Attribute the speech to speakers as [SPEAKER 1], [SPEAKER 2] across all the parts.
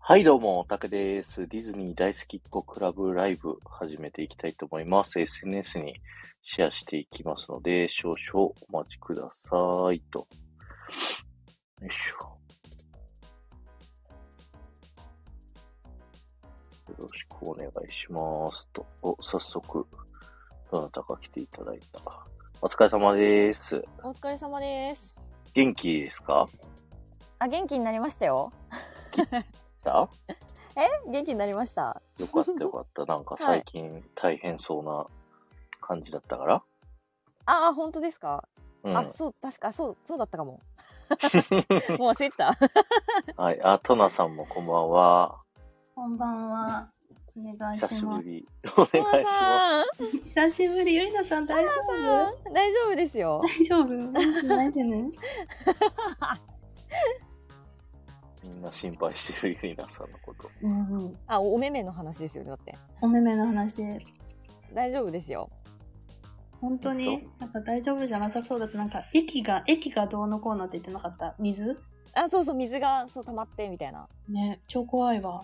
[SPEAKER 1] はい、どうも、たけです。ディズニー大好きっ子クラブライブ始めていきたいと思います。SNS にシェアしていきますので、少々お待ちくださいと。よいしょ。よろしくお願いしますと。お、早速、どなたか来ていただいた。お疲れ様です。
[SPEAKER 2] お疲れ様です。
[SPEAKER 1] 元気ですか
[SPEAKER 2] あ、元気になりましたよ。
[SPEAKER 1] 来た
[SPEAKER 2] え元気になりました。
[SPEAKER 1] よかったよか った。なんか最近大変そうな感じだったから。
[SPEAKER 2] ああ、本当ですか、
[SPEAKER 1] うん。
[SPEAKER 2] あ、そう、確か、そう、そうだったか も。もう忘れてた
[SPEAKER 1] はい。あ、トナさんもこんばんは。
[SPEAKER 3] こんばんは。お願いし
[SPEAKER 1] 久しぶ
[SPEAKER 3] ます。
[SPEAKER 1] り。 お願いします
[SPEAKER 2] さん、
[SPEAKER 3] 久しぶり、ゆりなさん大丈夫
[SPEAKER 2] 大丈夫ですよ。
[SPEAKER 3] 大丈夫元気ないでね。
[SPEAKER 1] す。みんな心配してるゆりなさんの こと。
[SPEAKER 3] うんうん。
[SPEAKER 2] あ、おおめめの話ですよね、だって。
[SPEAKER 3] おめめの話、
[SPEAKER 2] 大丈夫ですよ。
[SPEAKER 3] 本当
[SPEAKER 1] 本
[SPEAKER 3] になんか大丈夫じゃなさそうだって、なんか駅が、駅がどうのこうのって言ってなかった水
[SPEAKER 2] あ、そうそう、水が、そう、溜まって、みたいな。
[SPEAKER 3] ね、超怖いわ。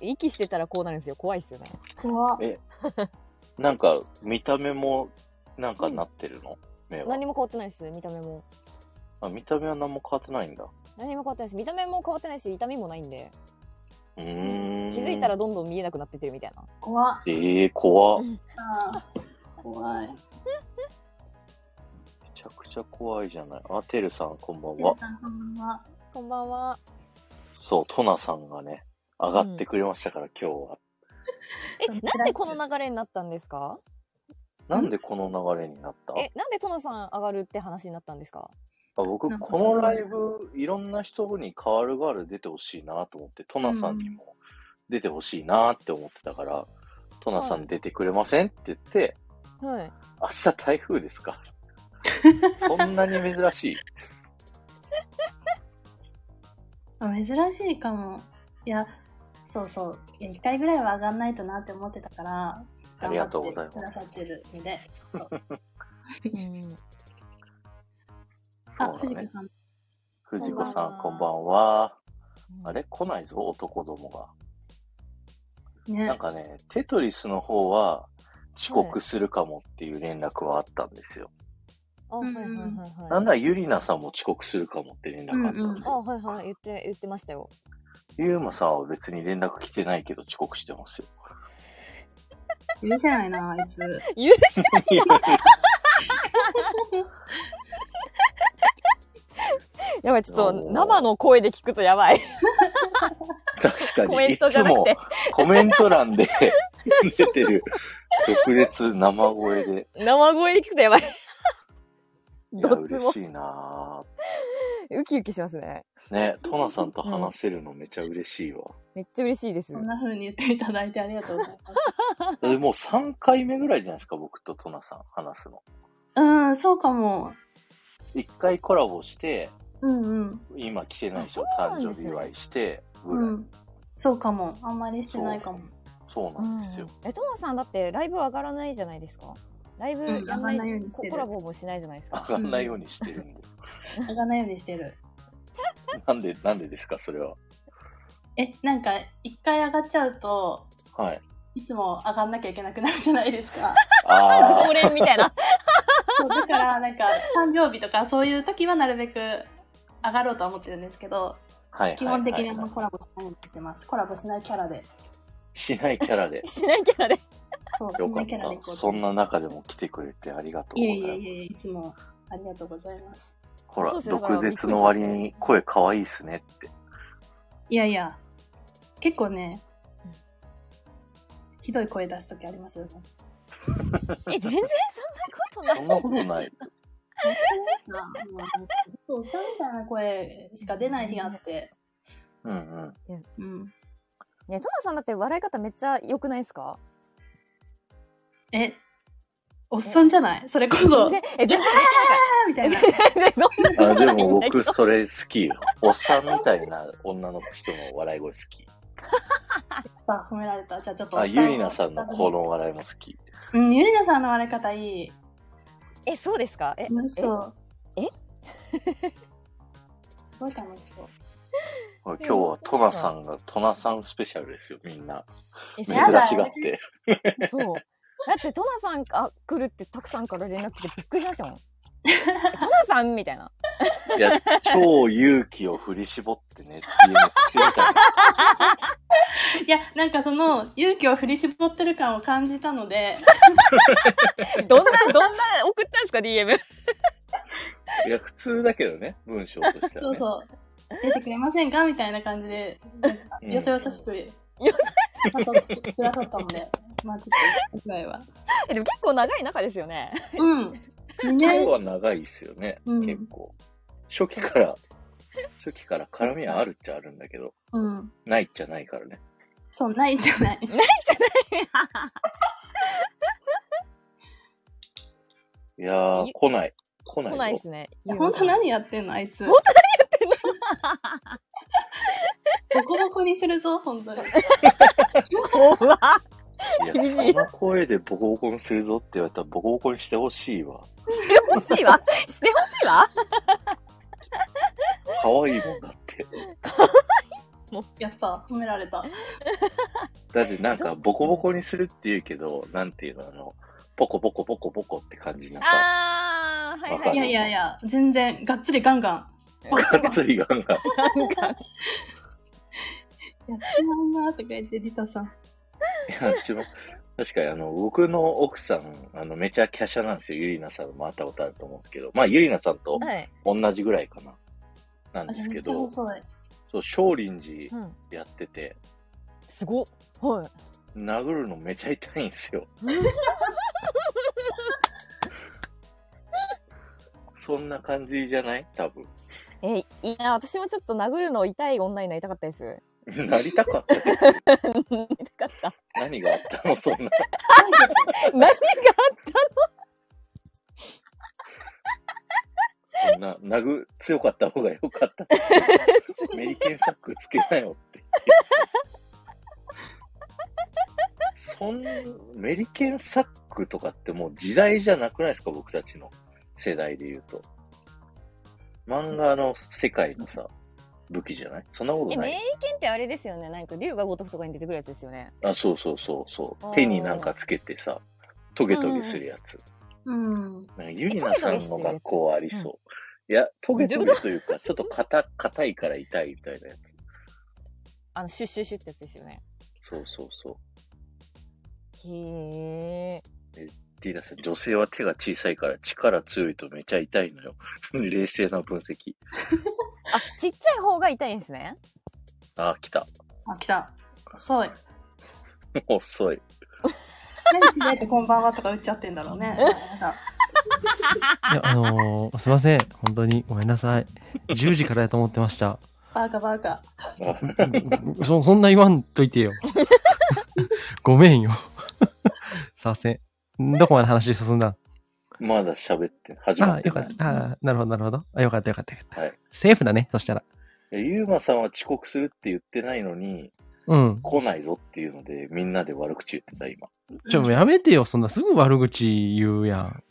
[SPEAKER 2] い息してたらこうなるんですよ。怖いっすよね。
[SPEAKER 3] 怖
[SPEAKER 1] えなんか、見た目も、なんかなってるの、目は
[SPEAKER 2] 何も変わってないです、見た目も。
[SPEAKER 1] あ。見た目は何も変わってないんだ。
[SPEAKER 2] 何も変わってないし、見た目も変わってないし、痛みもないんで、
[SPEAKER 1] うーん。
[SPEAKER 2] 気づいたら。どんどん見えなくなってってるみたいな。
[SPEAKER 3] 怖っ
[SPEAKER 1] えー、怖っ
[SPEAKER 2] うん
[SPEAKER 1] め
[SPEAKER 3] あー怖い。
[SPEAKER 1] ちゃくちゃ怖いじゃない。あ、てるさん、こんばん
[SPEAKER 3] ゆりな
[SPEAKER 1] は。
[SPEAKER 3] さん、こんばんは。
[SPEAKER 2] こんばんは。
[SPEAKER 1] そう、トナさんがね、上がってくれましたから、今日は。
[SPEAKER 2] え、なんでこの流れになったんですか
[SPEAKER 1] なんでこの流れになった
[SPEAKER 2] え、なんでトナさん上がるって話になったんですか
[SPEAKER 1] あ僕
[SPEAKER 3] なん、か
[SPEAKER 1] このライブ、いろんな人に代わる代わる出てほしいなと思って、トナさんにも出てほしいなって思ってたから、トナさ
[SPEAKER 2] は
[SPEAKER 1] ん
[SPEAKER 2] い
[SPEAKER 1] 出てくれませんって言って、
[SPEAKER 2] はい。
[SPEAKER 1] 明日台風です かそんなに珍しい。
[SPEAKER 3] あ珍しいかも。いや、そうそう。いや、一回ぐらいは上がんないとなって思ってたから、
[SPEAKER 1] ありがとうござい
[SPEAKER 3] 頑
[SPEAKER 1] ま
[SPEAKER 3] 張ってくださってるので。
[SPEAKER 2] うん
[SPEAKER 1] す。
[SPEAKER 3] あ、
[SPEAKER 1] そう
[SPEAKER 3] 藤
[SPEAKER 1] だ
[SPEAKER 3] 子
[SPEAKER 1] ね。
[SPEAKER 3] さん。
[SPEAKER 1] 藤子さん、こ
[SPEAKER 2] こ
[SPEAKER 1] ん
[SPEAKER 2] ん
[SPEAKER 1] ば
[SPEAKER 2] ば
[SPEAKER 1] んは。あれ来ないぞ、男どもが。
[SPEAKER 3] ね
[SPEAKER 1] なんかね、テトリスの方は、遅刻するかもっていう連絡はあったんですよ。
[SPEAKER 2] あ、はい
[SPEAKER 3] ん
[SPEAKER 2] はいはい
[SPEAKER 1] な
[SPEAKER 2] は
[SPEAKER 1] んな
[SPEAKER 2] い。
[SPEAKER 1] らゆりなさんも遅刻するかもって連絡あったんです
[SPEAKER 2] あ、
[SPEAKER 1] よ。
[SPEAKER 2] はいはい。言って、言ってましたよ。
[SPEAKER 1] ゆうまさんは別に連絡来てないけど遅刻してます よ。
[SPEAKER 3] 許せないな、あいつ。
[SPEAKER 2] 許せ やばい、ちょっと
[SPEAKER 1] おー
[SPEAKER 2] 生の声で聞くとやばい。
[SPEAKER 1] 確か
[SPEAKER 2] コ
[SPEAKER 1] に、
[SPEAKER 2] メ
[SPEAKER 1] い
[SPEAKER 2] ントじ
[SPEAKER 1] つ
[SPEAKER 2] ゃなく
[SPEAKER 1] も
[SPEAKER 2] て。
[SPEAKER 1] コメント欄で 出てる、特別生声で。
[SPEAKER 2] 生声で聞くとやばい。
[SPEAKER 1] い
[SPEAKER 2] ど
[SPEAKER 1] や、
[SPEAKER 2] っち
[SPEAKER 1] 嬉
[SPEAKER 2] も
[SPEAKER 1] し。いな
[SPEAKER 2] ウキウキしますね。
[SPEAKER 1] ぁ。ね、トナさんと話せるのめちゃ嬉しいわ。
[SPEAKER 2] めっちゃ嬉しいです
[SPEAKER 3] そ。んな風に言っていただいてありが とうございます。
[SPEAKER 1] でもう3回目ぐらいじゃないですか、僕とトナさん話すの。
[SPEAKER 3] うん、そうかも。
[SPEAKER 1] 1回コラボして、
[SPEAKER 3] うんうん。
[SPEAKER 1] 今来てない人の
[SPEAKER 2] あそうな
[SPEAKER 1] 誕
[SPEAKER 2] ん
[SPEAKER 1] 生
[SPEAKER 2] です
[SPEAKER 1] 日
[SPEAKER 2] ね
[SPEAKER 1] 祝いして、ぐ
[SPEAKER 3] う
[SPEAKER 1] らい。
[SPEAKER 3] ん。そうかも。あんまりしてないかも。
[SPEAKER 1] そうなんですよ。
[SPEAKER 2] え、トモさんだってライブ上がらないじゃないですかライブやん
[SPEAKER 3] うん上が
[SPEAKER 2] な
[SPEAKER 3] ら
[SPEAKER 2] い
[SPEAKER 3] ないようにし
[SPEAKER 2] コ
[SPEAKER 3] てる
[SPEAKER 2] コラボもしないじゃないです
[SPEAKER 1] 上
[SPEAKER 2] か。
[SPEAKER 1] がんないようにしてる んで。
[SPEAKER 3] 上がないようにしてる。
[SPEAKER 1] なんで、なんでですか、それは。
[SPEAKER 3] え、なんか、一回上がっちゃうと、
[SPEAKER 1] はい。
[SPEAKER 3] いつも上がんなきゃいけなくなるじゃないです か。
[SPEAKER 1] あ
[SPEAKER 2] 常連みたいな。
[SPEAKER 3] そうだから、なんか、誕生日とかそういう時はなるべく上がろうとは思ってるんですけど、
[SPEAKER 1] あ、はい。
[SPEAKER 3] 基本的に
[SPEAKER 1] は
[SPEAKER 3] あん
[SPEAKER 1] いは
[SPEAKER 3] ま
[SPEAKER 1] い
[SPEAKER 3] コラボしないようにしてます。コラボしないキャラで。
[SPEAKER 1] しないキャラで。
[SPEAKER 2] しないキャラで。
[SPEAKER 3] そう、
[SPEAKER 1] よか
[SPEAKER 3] しな
[SPEAKER 1] っ
[SPEAKER 3] いキャラでいこ
[SPEAKER 1] た。
[SPEAKER 3] う
[SPEAKER 1] そ
[SPEAKER 3] と
[SPEAKER 1] んな中でも来てくれてありがとうご
[SPEAKER 3] い
[SPEAKER 1] ざいま
[SPEAKER 3] えい
[SPEAKER 1] す。
[SPEAKER 3] えいえ、いつもありがとうございます。
[SPEAKER 1] ほら、
[SPEAKER 2] そうですね
[SPEAKER 1] 毒舌の割に声可愛いっすねって。
[SPEAKER 3] いやいや、結構ね
[SPEAKER 2] うん、
[SPEAKER 3] ひどい声出すときありますよね。
[SPEAKER 2] え、全然そんなことない
[SPEAKER 1] そんなこと ない。
[SPEAKER 3] そう、さみたいな声しか出ない日があって。
[SPEAKER 1] うんうん。
[SPEAKER 3] うん。
[SPEAKER 2] ね、トナさんだって笑い方めっちゃ良くないですか
[SPEAKER 3] え、おっさんじゃないそれこそ。
[SPEAKER 2] 全然、え、全然
[SPEAKER 3] あーみたいな。
[SPEAKER 2] めっちゃ良くない。全然そんな
[SPEAKER 1] あ
[SPEAKER 2] こと
[SPEAKER 1] で
[SPEAKER 2] ないんだけど。
[SPEAKER 1] も僕、それ好きよ。おっさんみたいな女の人の笑い声好き。
[SPEAKER 3] あ、 褒められた。じゃあちょっとお
[SPEAKER 1] あ、
[SPEAKER 3] っさんを。
[SPEAKER 1] ゆりなさんのこの笑いも好き。
[SPEAKER 3] うん、ゆりなさんの笑い方いい。
[SPEAKER 2] え、そうですかえ、
[SPEAKER 3] 楽しそう。
[SPEAKER 2] え
[SPEAKER 3] すごい楽しそう。
[SPEAKER 1] 今日はトナさんが、トナさんスペシャルですよ、みんな。
[SPEAKER 2] え、
[SPEAKER 1] 珍し
[SPEAKER 2] 珍
[SPEAKER 3] やだ
[SPEAKER 1] がって。
[SPEAKER 2] そう。だって、トナさんが来るって、たくさんから連絡来てびっくりしましたもん。えトナさんみたいな。
[SPEAKER 1] いや、超勇気を振り絞ってね、DM 来てみたいな。
[SPEAKER 3] いや、なんかその勇気を振り絞ってる感を感じたので、
[SPEAKER 2] どんな、どんな送ったんですか、DM。
[SPEAKER 1] いや、普通だけどね、文章として
[SPEAKER 3] そ
[SPEAKER 1] は
[SPEAKER 3] う
[SPEAKER 1] ね。
[SPEAKER 3] そう、出てくれませんかみたいな感じで、なんか
[SPEAKER 1] うん
[SPEAKER 3] よそよそしく誘ってくださったので、 まあちょっと、ぐらいは。
[SPEAKER 2] えでも結構長い中ですよね。
[SPEAKER 3] うん。2
[SPEAKER 1] 今日
[SPEAKER 3] 年、
[SPEAKER 1] は長いですよね、
[SPEAKER 3] うん
[SPEAKER 1] 結構。初期から、初期から絡みはあるっちゃあるんだけど、
[SPEAKER 3] うん。
[SPEAKER 1] ないっちゃないからね。
[SPEAKER 3] そう、ないじゃない。
[SPEAKER 1] いやー
[SPEAKER 2] ゆ、
[SPEAKER 1] 来ない。来ない
[SPEAKER 2] 来
[SPEAKER 1] よ。
[SPEAKER 2] ないですね。
[SPEAKER 3] いや本当
[SPEAKER 2] な
[SPEAKER 3] 何やってんのあいつ。
[SPEAKER 2] 本
[SPEAKER 3] 当何やってんの ボコボコにするぞ、本当に。
[SPEAKER 2] 怖っ
[SPEAKER 1] い
[SPEAKER 2] 厳
[SPEAKER 1] や、
[SPEAKER 2] しい
[SPEAKER 1] この声でボコボコにするぞって言われたらボコボコにしてほしいわ。
[SPEAKER 2] してほしいわ。してほしいわ。
[SPEAKER 1] 可愛いもんだって。
[SPEAKER 3] やった、褒められた。
[SPEAKER 1] だってなんか、ボコボコにするって言うけど、なんていうの、あの、ポコポコポコポコって感じなさ、
[SPEAKER 2] あー、はいはい
[SPEAKER 1] わか
[SPEAKER 2] はい
[SPEAKER 1] る
[SPEAKER 3] いやいやいや、全然、がっつりガンガン。
[SPEAKER 1] が っつりガンガン。
[SPEAKER 2] なんか
[SPEAKER 3] やっちまうなーとか言って、リタさん。
[SPEAKER 1] いやうちも確かにあの、僕の奥さん、あの、めちゃ華奢なんですよ。ゆりなさんも会ったことあると思うんですけど、まあ、ゆりなさんと
[SPEAKER 2] はい。
[SPEAKER 1] 同じぐらいかな。なん
[SPEAKER 3] あ、
[SPEAKER 1] で
[SPEAKER 3] じゃ
[SPEAKER 1] す
[SPEAKER 3] あめ
[SPEAKER 1] け
[SPEAKER 3] っちゃ
[SPEAKER 1] ど、
[SPEAKER 3] 細い。
[SPEAKER 1] そう、少林
[SPEAKER 2] う
[SPEAKER 1] 寺
[SPEAKER 2] ん。
[SPEAKER 1] やってて、
[SPEAKER 2] すごっ。はい。
[SPEAKER 1] 殴るのめちゃ痛いんですよ。そんな感じじゃない多分。
[SPEAKER 2] え、いいな、私もちょっと殴るの痛い女になりたかったです。
[SPEAKER 1] なりたかったけど
[SPEAKER 2] なりたかった。
[SPEAKER 1] 何があったのそんな。
[SPEAKER 2] 何があっ
[SPEAKER 1] そんな、殴、強かった方が良かった。 メリケンサックつけなよって。そんメリケンサックとかってもう時代じゃなくないですか僕たちの世代で言うと。漫画の世界のさ、武器じゃないそんなこと
[SPEAKER 2] え、
[SPEAKER 1] な
[SPEAKER 2] 名
[SPEAKER 1] い。
[SPEAKER 2] 犬ってあれですよね。なんか、竜が如くとかに出てくるやつですよね。
[SPEAKER 1] あ、そうそうそうそ
[SPEAKER 2] あー
[SPEAKER 1] う。手になんかつけてさ、トゲトゲするやつ。
[SPEAKER 3] うん。
[SPEAKER 1] なんかユリナさんの学校はあり
[SPEAKER 2] えトゲ
[SPEAKER 1] そう。いや、トゲト
[SPEAKER 2] トゲしてるやつ
[SPEAKER 1] ゲというか、ちょっと硬、硬いから痛いみたいなやつ。
[SPEAKER 2] あの、シュッシュッシュってやつですよね。
[SPEAKER 1] そうそうそう。
[SPEAKER 2] へえ。
[SPEAKER 1] ディーナさん、女性は手が小さいから力強いとめちゃ痛いのよ。 冷静な分析。
[SPEAKER 2] あ、ちっちゃい方が痛いんですね。
[SPEAKER 1] あー、来た。
[SPEAKER 3] あ、来た。 細い。
[SPEAKER 1] 遅 い。
[SPEAKER 3] 何しないとこんばんはとか打っちゃってんだろう ね。なんか
[SPEAKER 4] いや、あのーすいません。本当にごめんなさい。10時からやと思ってました。
[SPEAKER 3] バーカバーカ。
[SPEAKER 1] あ
[SPEAKER 4] そそんな言わんといてよ。 ごめんよ。 させん。どこまで話進んだ
[SPEAKER 1] まだ喋って、始ま
[SPEAKER 4] あ
[SPEAKER 1] っ
[SPEAKER 4] ー
[SPEAKER 1] て
[SPEAKER 4] よか
[SPEAKER 1] な
[SPEAKER 4] っ
[SPEAKER 1] い。
[SPEAKER 4] た。あーなるほど、なるほど。あよかった、よかった。よかった
[SPEAKER 1] はい
[SPEAKER 4] セーフだね、そしたら。
[SPEAKER 1] いやユーマさんは遅刻するって言ってないのに、
[SPEAKER 4] うん。
[SPEAKER 1] 来ないぞっていうので、みんなで悪口言ってた、今。
[SPEAKER 4] ちょ、もうやめてよ。そんなすぐ悪口言うやん。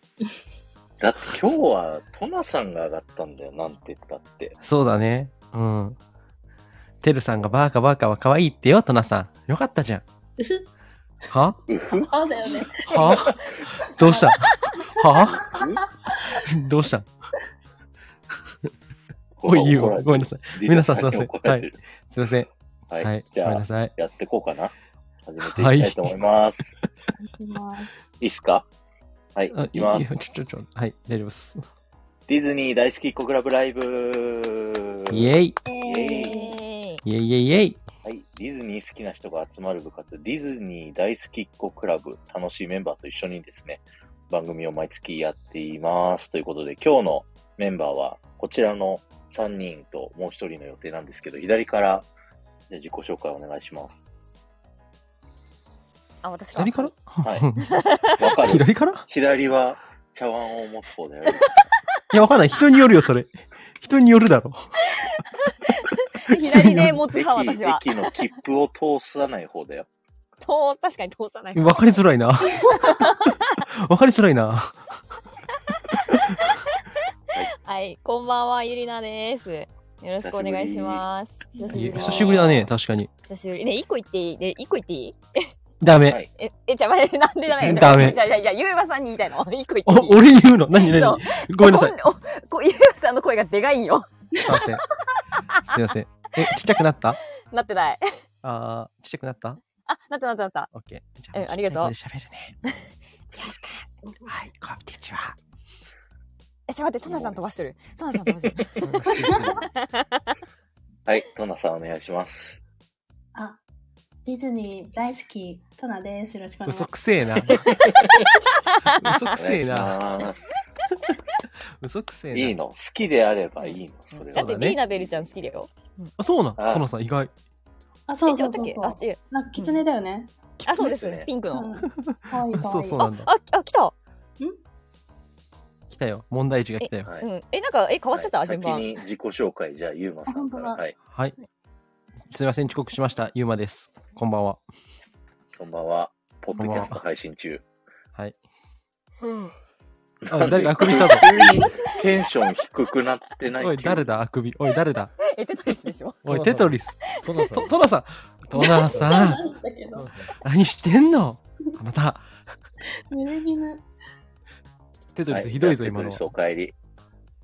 [SPEAKER 1] だって今日は、トナさんが上がったんだよ、なんて言ったって。
[SPEAKER 4] そうだね。うん。てるさんがバーカバーカは可愛いってよ、トナさん。よかったじゃん。
[SPEAKER 3] うふ
[SPEAKER 4] は
[SPEAKER 1] うふう
[SPEAKER 3] そうだよ ね。
[SPEAKER 4] はどうしたはど うしたおい、いい
[SPEAKER 1] 怒られて
[SPEAKER 4] よ。
[SPEAKER 1] る
[SPEAKER 4] ごめんなさい。
[SPEAKER 1] ディーナ
[SPEAKER 4] 皆さんすいません
[SPEAKER 1] 怒られてる
[SPEAKER 4] すいません。
[SPEAKER 1] はい。
[SPEAKER 4] はい。
[SPEAKER 1] じ
[SPEAKER 4] ごめ
[SPEAKER 1] ゃ
[SPEAKER 4] ん
[SPEAKER 1] あ
[SPEAKER 4] な、さい。
[SPEAKER 1] やっていこうかな。始めていきたいと思います。 い、
[SPEAKER 3] お願いします
[SPEAKER 1] いっすかはい、
[SPEAKER 4] あ
[SPEAKER 1] いきます。
[SPEAKER 4] いいよちょ、ちょ、ちょ。はい、大丈夫です。
[SPEAKER 1] ディズニー大好きっ子クラブライブ
[SPEAKER 4] イェ
[SPEAKER 3] イ
[SPEAKER 4] イ
[SPEAKER 1] イ
[SPEAKER 3] エーイ
[SPEAKER 2] え
[SPEAKER 4] イェイイェイイェイ
[SPEAKER 1] はい、ディズニー好きな人が集まる部活、ディズニー大好きっ子クラブ、楽しいメンバーと一緒にですね、番組を毎月やっています。ということで、今日のメンバーは、こちらの3人ともう1人の予定なんですけど、左から、じゃあ自己紹介お願いし ます。
[SPEAKER 2] あ、私か。
[SPEAKER 4] 左から
[SPEAKER 1] はい
[SPEAKER 4] い。
[SPEAKER 1] わ かる
[SPEAKER 4] 左からい
[SPEAKER 1] 左は茶碗を持つ方だよ。
[SPEAKER 4] や、わかんない。人によるよ、それ。人によるだろ。
[SPEAKER 2] 左で持つ
[SPEAKER 1] 駅
[SPEAKER 2] 派、私は。
[SPEAKER 1] 駅の切符を通さない方だよ。
[SPEAKER 2] と、確かに通さない。
[SPEAKER 4] わかりづら いな。わかりづらいな。
[SPEAKER 2] はい、こんばんは、ゆりなです。よろしくお願いします。久しぶ
[SPEAKER 4] い
[SPEAKER 2] り
[SPEAKER 4] や
[SPEAKER 2] だ
[SPEAKER 4] 久しぶりだね、確かに。
[SPEAKER 2] 久しぶり。ね、一個言っていいね、一個言っていい
[SPEAKER 4] ダ
[SPEAKER 1] は
[SPEAKER 4] メ。
[SPEAKER 1] い。
[SPEAKER 2] え、え、じゃあ、待ってなんでダメ
[SPEAKER 4] ダメ
[SPEAKER 2] じゃあ、じゃあじゃあ、ゆうまさんに言いたいの。一個言っていい
[SPEAKER 4] お、俺に言うの何何
[SPEAKER 2] そう
[SPEAKER 4] ごめんなさい。
[SPEAKER 2] おおこゆうまさんの声がでかいんよ。
[SPEAKER 4] すいません。すいません。え、ちっちゃくなった
[SPEAKER 2] なってない。
[SPEAKER 4] あー、ちっちゃくなった
[SPEAKER 2] あ、なったなったなった。
[SPEAKER 4] オッケー。じ
[SPEAKER 2] うんありがとう
[SPEAKER 4] ちっちゃい声で喋るね。
[SPEAKER 2] よろしく。
[SPEAKER 4] はい、こんにちは。
[SPEAKER 2] え、ちょ、待って、トナさん飛ばしてる。トナさん飛ばしてる。
[SPEAKER 1] はい、トナさんお願いします。
[SPEAKER 3] あ、ディズニー大好き、トナです。よろしくお願いし
[SPEAKER 4] 嘘
[SPEAKER 3] ま
[SPEAKER 4] くせ えな。嘘く
[SPEAKER 1] お願
[SPEAKER 4] せ
[SPEAKER 1] い
[SPEAKER 4] え
[SPEAKER 1] し
[SPEAKER 4] な。
[SPEAKER 1] ます。
[SPEAKER 4] 嘘くせえな。
[SPEAKER 1] いいの好きであればいいの それ
[SPEAKER 2] だ
[SPEAKER 4] そ
[SPEAKER 1] は
[SPEAKER 2] っ。
[SPEAKER 4] うだ
[SPEAKER 2] て、
[SPEAKER 4] ね
[SPEAKER 2] ビーナベルちゃん好きだよ。
[SPEAKER 4] あ、そうなん。
[SPEAKER 1] あ
[SPEAKER 4] トナさん意外。
[SPEAKER 3] す。あ、そ
[SPEAKER 2] え、
[SPEAKER 3] う
[SPEAKER 2] ちょ
[SPEAKER 3] そ
[SPEAKER 2] っと
[SPEAKER 3] うそ
[SPEAKER 2] だっ
[SPEAKER 3] う
[SPEAKER 2] けあっち。違う
[SPEAKER 3] そう。なんか狐だよね。
[SPEAKER 2] あ、そうです
[SPEAKER 1] ですね。
[SPEAKER 2] ピンク
[SPEAKER 3] う
[SPEAKER 2] の。
[SPEAKER 3] ん。かわいいかわいい。
[SPEAKER 4] そうそうな
[SPEAKER 2] あ
[SPEAKER 4] んだ、。
[SPEAKER 2] あ、あ、来た。
[SPEAKER 4] 来たよ。問題児が来たよ。
[SPEAKER 1] は
[SPEAKER 2] うん。え、なんか、え、変わっちゃった順
[SPEAKER 1] 先
[SPEAKER 2] 番。
[SPEAKER 1] に自己紹介、じゃあ、ゆうまさんから。
[SPEAKER 3] あ本当だ
[SPEAKER 1] はい、
[SPEAKER 4] はい。すいません、遅刻しました。ゆうまです。こんばんは。
[SPEAKER 1] こんばんは。ポッドキャス
[SPEAKER 4] こんばん
[SPEAKER 1] ト
[SPEAKER 4] は
[SPEAKER 1] 配信中。
[SPEAKER 4] はい。
[SPEAKER 1] な
[SPEAKER 4] あ
[SPEAKER 1] んで
[SPEAKER 4] 誰かあくびしたぞ
[SPEAKER 1] 急にテンション低くなってない。
[SPEAKER 4] おい、誰
[SPEAKER 1] だ
[SPEAKER 4] だあくび。おい、誰だ
[SPEAKER 2] え、テトリスでしょ
[SPEAKER 4] おい、テトリス。
[SPEAKER 5] トナさ
[SPEAKER 4] と
[SPEAKER 5] ん。
[SPEAKER 4] トナさん。トナさん。
[SPEAKER 3] なんだけど。
[SPEAKER 4] 何してんのあなた、
[SPEAKER 3] 濡れ衣。
[SPEAKER 4] テトリスひどいぞ、今
[SPEAKER 1] テ
[SPEAKER 4] の
[SPEAKER 1] トリス。お帰り。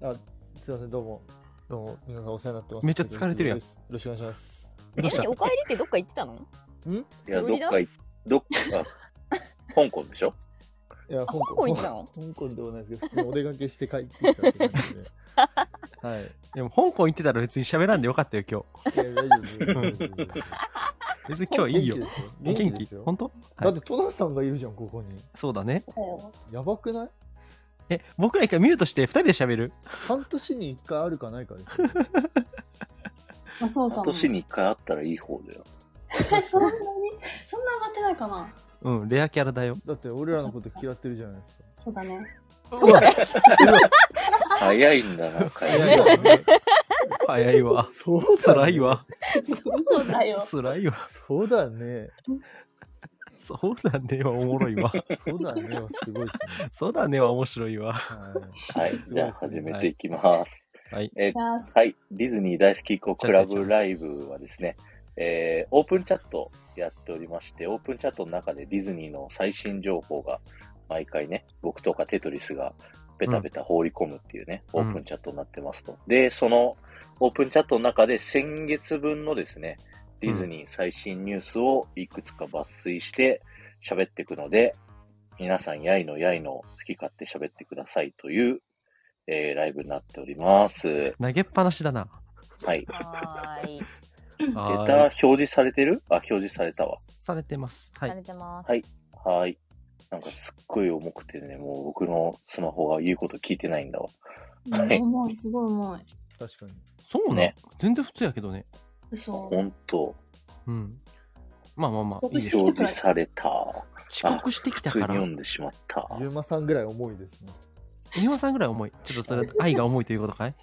[SPEAKER 5] あ、すいません、どうも。どうも、皆さんお世話になってます。
[SPEAKER 4] めっちゃ疲れてるやん
[SPEAKER 5] よろしくお願いします。
[SPEAKER 4] どう
[SPEAKER 2] え、
[SPEAKER 4] した
[SPEAKER 2] 何お帰りってどっか行ってたの
[SPEAKER 1] いや、どっ
[SPEAKER 2] フロリダ
[SPEAKER 1] かい、どっか、香港でしょ
[SPEAKER 5] いや、
[SPEAKER 2] あ、香港行ってたの
[SPEAKER 5] 香港ではないですけど、普通にお出かけして帰ってきたって感じで。はい。
[SPEAKER 4] でも、香港行ってたら別に喋らんでよかったよ、今
[SPEAKER 5] いや、大丈夫です大丈夫です。
[SPEAKER 4] 日。別に今日はいいよ。
[SPEAKER 5] 元気
[SPEAKER 4] 元
[SPEAKER 5] で
[SPEAKER 4] 気
[SPEAKER 5] すよ。
[SPEAKER 4] 本当
[SPEAKER 5] だって、トナさんがいるじゃん、ここに。
[SPEAKER 4] そうだね。
[SPEAKER 3] だよ。
[SPEAKER 5] やばくない
[SPEAKER 4] え、僕ら一回ミュートして二人で喋る
[SPEAKER 5] 半年に一回あるかないかですよ。
[SPEAKER 3] まあ、そうか
[SPEAKER 1] 半
[SPEAKER 3] も。
[SPEAKER 1] 年に一回あったらいい方だよ。
[SPEAKER 3] そんなにそんな上がってないかな
[SPEAKER 4] うん、レアキャラだよ。
[SPEAKER 5] だって、俺らのこと嫌ってるじゃないですか。
[SPEAKER 3] そうだね。
[SPEAKER 2] そうだね。
[SPEAKER 1] 早いんだな、帰
[SPEAKER 5] いやい
[SPEAKER 1] り。
[SPEAKER 5] や
[SPEAKER 4] 早いわ。
[SPEAKER 5] そう だね
[SPEAKER 4] 辛い。わ。
[SPEAKER 3] そうだよ。
[SPEAKER 4] 辛いわ。
[SPEAKER 5] そうだね。
[SPEAKER 4] そうだねはおもろいわ。
[SPEAKER 5] そうだね。すごいですね。
[SPEAKER 4] そうだねは面白いわ。
[SPEAKER 5] は
[SPEAKER 1] はい、じゃあ始めていきます。
[SPEAKER 4] はい。
[SPEAKER 1] え
[SPEAKER 3] じゃあ、
[SPEAKER 1] はい、ディズニー大好きっ子クラブライブはですね、えーオープンチャットやっておりまして、オープンチャットの中でディズニーの最新情報が毎回ね、僕とかテトリスがベタベタ放り込むっていうね、
[SPEAKER 4] うん
[SPEAKER 1] オープンチャットになってますと。で、そのオープンチャットの中で先月分のですね、ディズニー最新ニュースをいくつか抜粋して喋っていくので、皆さんやいのやいの好き勝手喋ってくださいという、えーライブになっております。
[SPEAKER 4] 投げっぱなしだな。
[SPEAKER 1] はい。
[SPEAKER 2] はーい。
[SPEAKER 1] デー
[SPEAKER 4] は
[SPEAKER 1] タ
[SPEAKER 4] ーい。
[SPEAKER 1] 表示されてるあ、表示されたわ。
[SPEAKER 4] されてます。は
[SPEAKER 2] さ
[SPEAKER 4] い。
[SPEAKER 2] れてます。
[SPEAKER 1] はいはーい。なんかすっごい重くてね、もう僕のスマホが言うこと聞いてないんだわ。はい
[SPEAKER 3] 重い、すごい重い。
[SPEAKER 5] い。確かに。
[SPEAKER 4] そうね
[SPEAKER 1] ね。
[SPEAKER 4] 全然普通やけどね。
[SPEAKER 3] 嘘。
[SPEAKER 1] ほんと、
[SPEAKER 4] うん。まあまあまあ、い
[SPEAKER 3] 遅刻
[SPEAKER 4] いで
[SPEAKER 3] し
[SPEAKER 4] し
[SPEAKER 3] ちゃ
[SPEAKER 4] ょう。
[SPEAKER 1] 表示された。
[SPEAKER 4] 遅刻してき
[SPEAKER 1] 普
[SPEAKER 4] た
[SPEAKER 1] 通
[SPEAKER 4] か
[SPEAKER 1] に
[SPEAKER 4] ら。
[SPEAKER 1] 読んでしまった。
[SPEAKER 5] ゆうまさんぐらい重いですね。
[SPEAKER 4] 三馬さんぐらい重い。ちょっとそれは愛が重いということかい、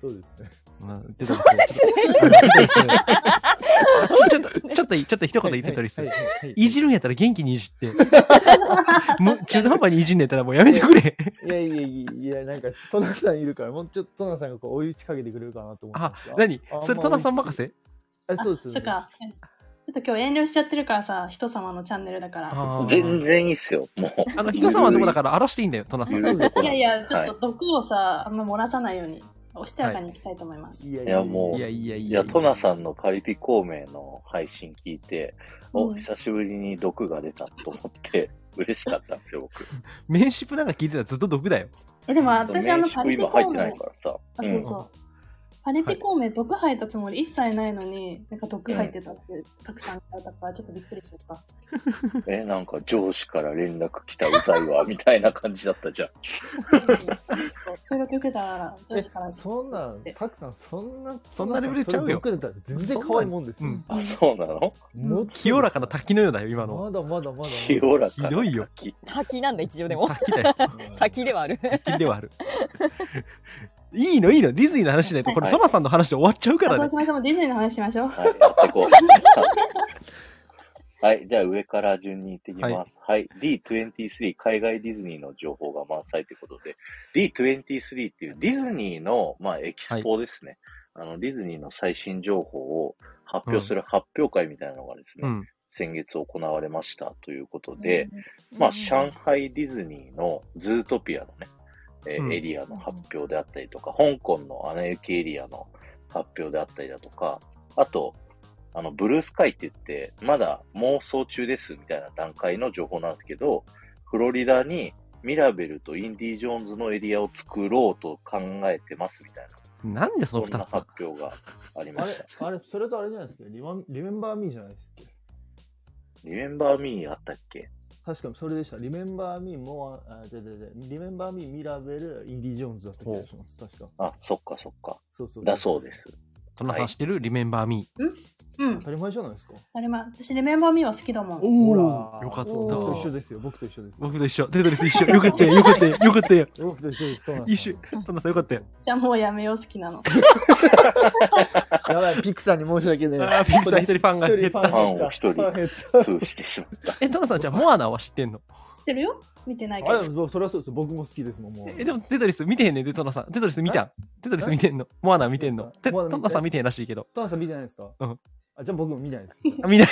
[SPEAKER 5] そうですね。
[SPEAKER 4] うん、テトリスちょっとテトリスあちょちょっと、ちょっといい、ちょっと一言言って、テトリス。
[SPEAKER 5] はいいはいはいはい
[SPEAKER 4] じるんやったら元気にいじって。もう中途半端にいじんねやったらもうやめてくれ。
[SPEAKER 5] いやいやいやいや、なんか、トナさんいるから、もうちょっとトナさんがこう追い打ちかけてくれるかなと思って
[SPEAKER 4] あ
[SPEAKER 5] ました。、
[SPEAKER 4] 何
[SPEAKER 5] あ
[SPEAKER 4] それトナさん任せ
[SPEAKER 5] あそうですよ
[SPEAKER 3] そ
[SPEAKER 5] ね。
[SPEAKER 3] っか。ちょっと今日遠慮しちゃってるからさ、人様のチャンネルだから。
[SPEAKER 4] あー
[SPEAKER 1] 全然いいっすよ、もう。
[SPEAKER 4] あの、人様のとこだから荒らしていいんだよ、トナさん。
[SPEAKER 1] ゆ
[SPEAKER 4] い
[SPEAKER 1] るいとこ
[SPEAKER 3] い
[SPEAKER 1] な
[SPEAKER 3] や
[SPEAKER 1] んで
[SPEAKER 3] いや、ちょっ
[SPEAKER 1] は
[SPEAKER 3] と毒をさ、あんま漏らさないように、おしとやかにいきたいと思います。
[SPEAKER 5] いや
[SPEAKER 1] いやもう
[SPEAKER 4] やいやい
[SPEAKER 1] い、い
[SPEAKER 4] や。
[SPEAKER 1] や、トナさんのパリピ孔明の配信聞いて、
[SPEAKER 3] う
[SPEAKER 1] お、
[SPEAKER 3] ん
[SPEAKER 1] 久しぶりに毒が出たと思って、 嬉しかったんですよ、僕。
[SPEAKER 4] メンシップなんか聞いてたらずっと毒だよ。
[SPEAKER 3] え、でも
[SPEAKER 1] メン
[SPEAKER 3] 私、あの、
[SPEAKER 1] シ
[SPEAKER 3] パ
[SPEAKER 1] ップ
[SPEAKER 3] リピ
[SPEAKER 1] 今
[SPEAKER 3] 孔
[SPEAKER 1] 入ってない
[SPEAKER 3] 明
[SPEAKER 1] か。らさ。
[SPEAKER 3] あ、
[SPEAKER 1] う
[SPEAKER 3] そうんそう。パリピ孔明、毒吐いたつもり一切ないのに、なんか毒吐いてたって、たくさん聞いたから、ちょっとびっくりしち ゃった。
[SPEAKER 1] え、なんか上司から連絡来たうざいわ、みたいな感じだったじゃん。
[SPEAKER 3] 収録してたら、上
[SPEAKER 5] え
[SPEAKER 3] 司から。
[SPEAKER 5] そんなん、たくさん、そんな、
[SPEAKER 4] そんなレベルちゃうよ
[SPEAKER 5] それ毒だったら全然可愛いもんですよ。
[SPEAKER 4] うん
[SPEAKER 1] あ、そうなの
[SPEAKER 5] もっと
[SPEAKER 4] 清らかな滝のようだよ、今の。
[SPEAKER 5] まだまだまだ。
[SPEAKER 1] 清らかな
[SPEAKER 4] ひどいよ
[SPEAKER 1] 滝
[SPEAKER 2] 滝なんだ、一応で も。
[SPEAKER 4] 滝 だよ。
[SPEAKER 2] 滝ではある。
[SPEAKER 4] 滝ではある。いいの、いいの。ディズニーの話しないと、これ
[SPEAKER 1] はい
[SPEAKER 4] トナさんの話で終わっちゃうか
[SPEAKER 3] あ
[SPEAKER 4] ら
[SPEAKER 3] そうし。ま
[SPEAKER 4] ね
[SPEAKER 3] しょう。ディズニーの話しましょう。
[SPEAKER 1] はい、やってこう。はい、じゃあ上から順に行ってきます。はい、D23 海外ディズニーの情報が満載ということで、D23 っていうディズニーの、まあ、エキスポですね、あの、ディズニーの最新情報を発表する発表会みたいなのがですね、
[SPEAKER 4] うん。
[SPEAKER 1] 先月行われましたということで、まあ、上海ディズニーのズートピアのね、えー
[SPEAKER 4] うん
[SPEAKER 1] エリアの発表であったりとか、香港のアナ雪エリアの発表であったりだとか、あと、あの、ブルースカイって言って、まだ妄想中ですみたいな段階の情報なんですけど、フロリダにミラベルとインディ・ジョーンズのエリアを作ろうと考えてますみたいな、
[SPEAKER 4] なんでそ
[SPEAKER 1] そ
[SPEAKER 4] の
[SPEAKER 1] んな
[SPEAKER 4] 2つ
[SPEAKER 1] 発表があり
[SPEAKER 5] あ
[SPEAKER 1] まし
[SPEAKER 5] れ
[SPEAKER 1] た。、
[SPEAKER 5] あれ、それとあれじゃないですか。リマンリメンバーミーじゃないですっけ。
[SPEAKER 1] リメンバー・ミーあったっけ
[SPEAKER 5] 確かにそれでした。リメンバーミーも、あ、ででで、リメンバーミー、ミラベル、インディ・ジョーンズだった気がします。確か。
[SPEAKER 1] あ、そっかそっか。
[SPEAKER 5] そうそう
[SPEAKER 1] だそうです。
[SPEAKER 4] トナさん知ってる、リメンバーミ
[SPEAKER 3] うん
[SPEAKER 5] 当。たり前じゃないですか。
[SPEAKER 3] あれま、私、レメンバーミーは好きだもん。
[SPEAKER 4] ー。
[SPEAKER 5] ほら
[SPEAKER 4] よかっ
[SPEAKER 3] お
[SPEAKER 5] 僕と一緒
[SPEAKER 4] た。
[SPEAKER 5] ですよ。僕と一緒です。
[SPEAKER 4] 僕と一緒。テトリス一緒。よかったよ。よかったよ。よかったよ。
[SPEAKER 5] 僕と一緒です。トナさん
[SPEAKER 4] 一緒。トナさんよかったよ。
[SPEAKER 3] じゃあもうやめよう、好きなの。
[SPEAKER 5] やばい、ピクさんに申し訳ねえ
[SPEAKER 4] あー、ピクさん一人ファンが減
[SPEAKER 5] 一人
[SPEAKER 4] っ
[SPEAKER 5] フ
[SPEAKER 4] た。
[SPEAKER 5] ァン
[SPEAKER 1] ファンを
[SPEAKER 5] が
[SPEAKER 1] 一人
[SPEAKER 5] 減った。
[SPEAKER 1] 通してしまった。
[SPEAKER 4] え、トナさんじゃあ、モアナは知ってんの
[SPEAKER 3] 知ってるよ見てないけ
[SPEAKER 5] あ
[SPEAKER 3] ど。
[SPEAKER 5] れ、でもそれはそうです。僕も好きですもん、もう。
[SPEAKER 4] え、でも、テトリス見てへんねんで、トナさん。テトリス見たんテトリス見てんのモアナ見てんのテ
[SPEAKER 5] モア
[SPEAKER 4] ト
[SPEAKER 5] ナ見て
[SPEAKER 4] ナさん見てへんらしいけど。
[SPEAKER 5] トナさん見てないですか
[SPEAKER 4] うん。
[SPEAKER 5] あ、じゃあ僕も見ないです。
[SPEAKER 4] あ見ない。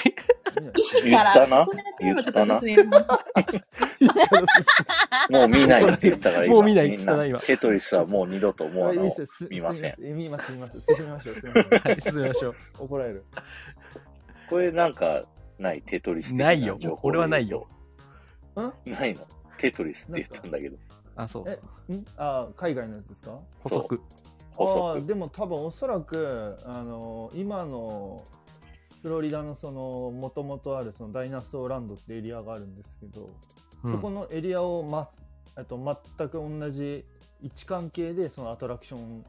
[SPEAKER 5] 見ない
[SPEAKER 3] いいから、
[SPEAKER 1] 言ったな
[SPEAKER 3] 進めてるのちょっと別にやります
[SPEAKER 1] もう見ないって言ったから今
[SPEAKER 4] もう見ないって言ったな
[SPEAKER 1] みん
[SPEAKER 4] 今
[SPEAKER 1] テトリスはもう二度とモアナ
[SPEAKER 5] いい
[SPEAKER 1] を
[SPEAKER 5] ですよす
[SPEAKER 1] 見ません
[SPEAKER 5] すい見ます、見ます。進みましょう、進みましょう。
[SPEAKER 4] はい、進めましょう。
[SPEAKER 5] 怒られる。
[SPEAKER 1] これなんかないテトリス的
[SPEAKER 4] ないよ
[SPEAKER 1] 情報
[SPEAKER 4] 俺はないよ
[SPEAKER 1] ないのテトリスって言ったんだけど
[SPEAKER 4] あ、そう。
[SPEAKER 5] え、んあ、海外のやつですか
[SPEAKER 4] 補足。
[SPEAKER 5] ああ
[SPEAKER 1] 細
[SPEAKER 5] でも多分おそらくあの今のフロリダのそのもともとあるそのダイナソーランドってエリアがあるんですけど、
[SPEAKER 4] うん
[SPEAKER 5] そこのエリアを、ま、えっと全く同じ位置関係でそのアトラクション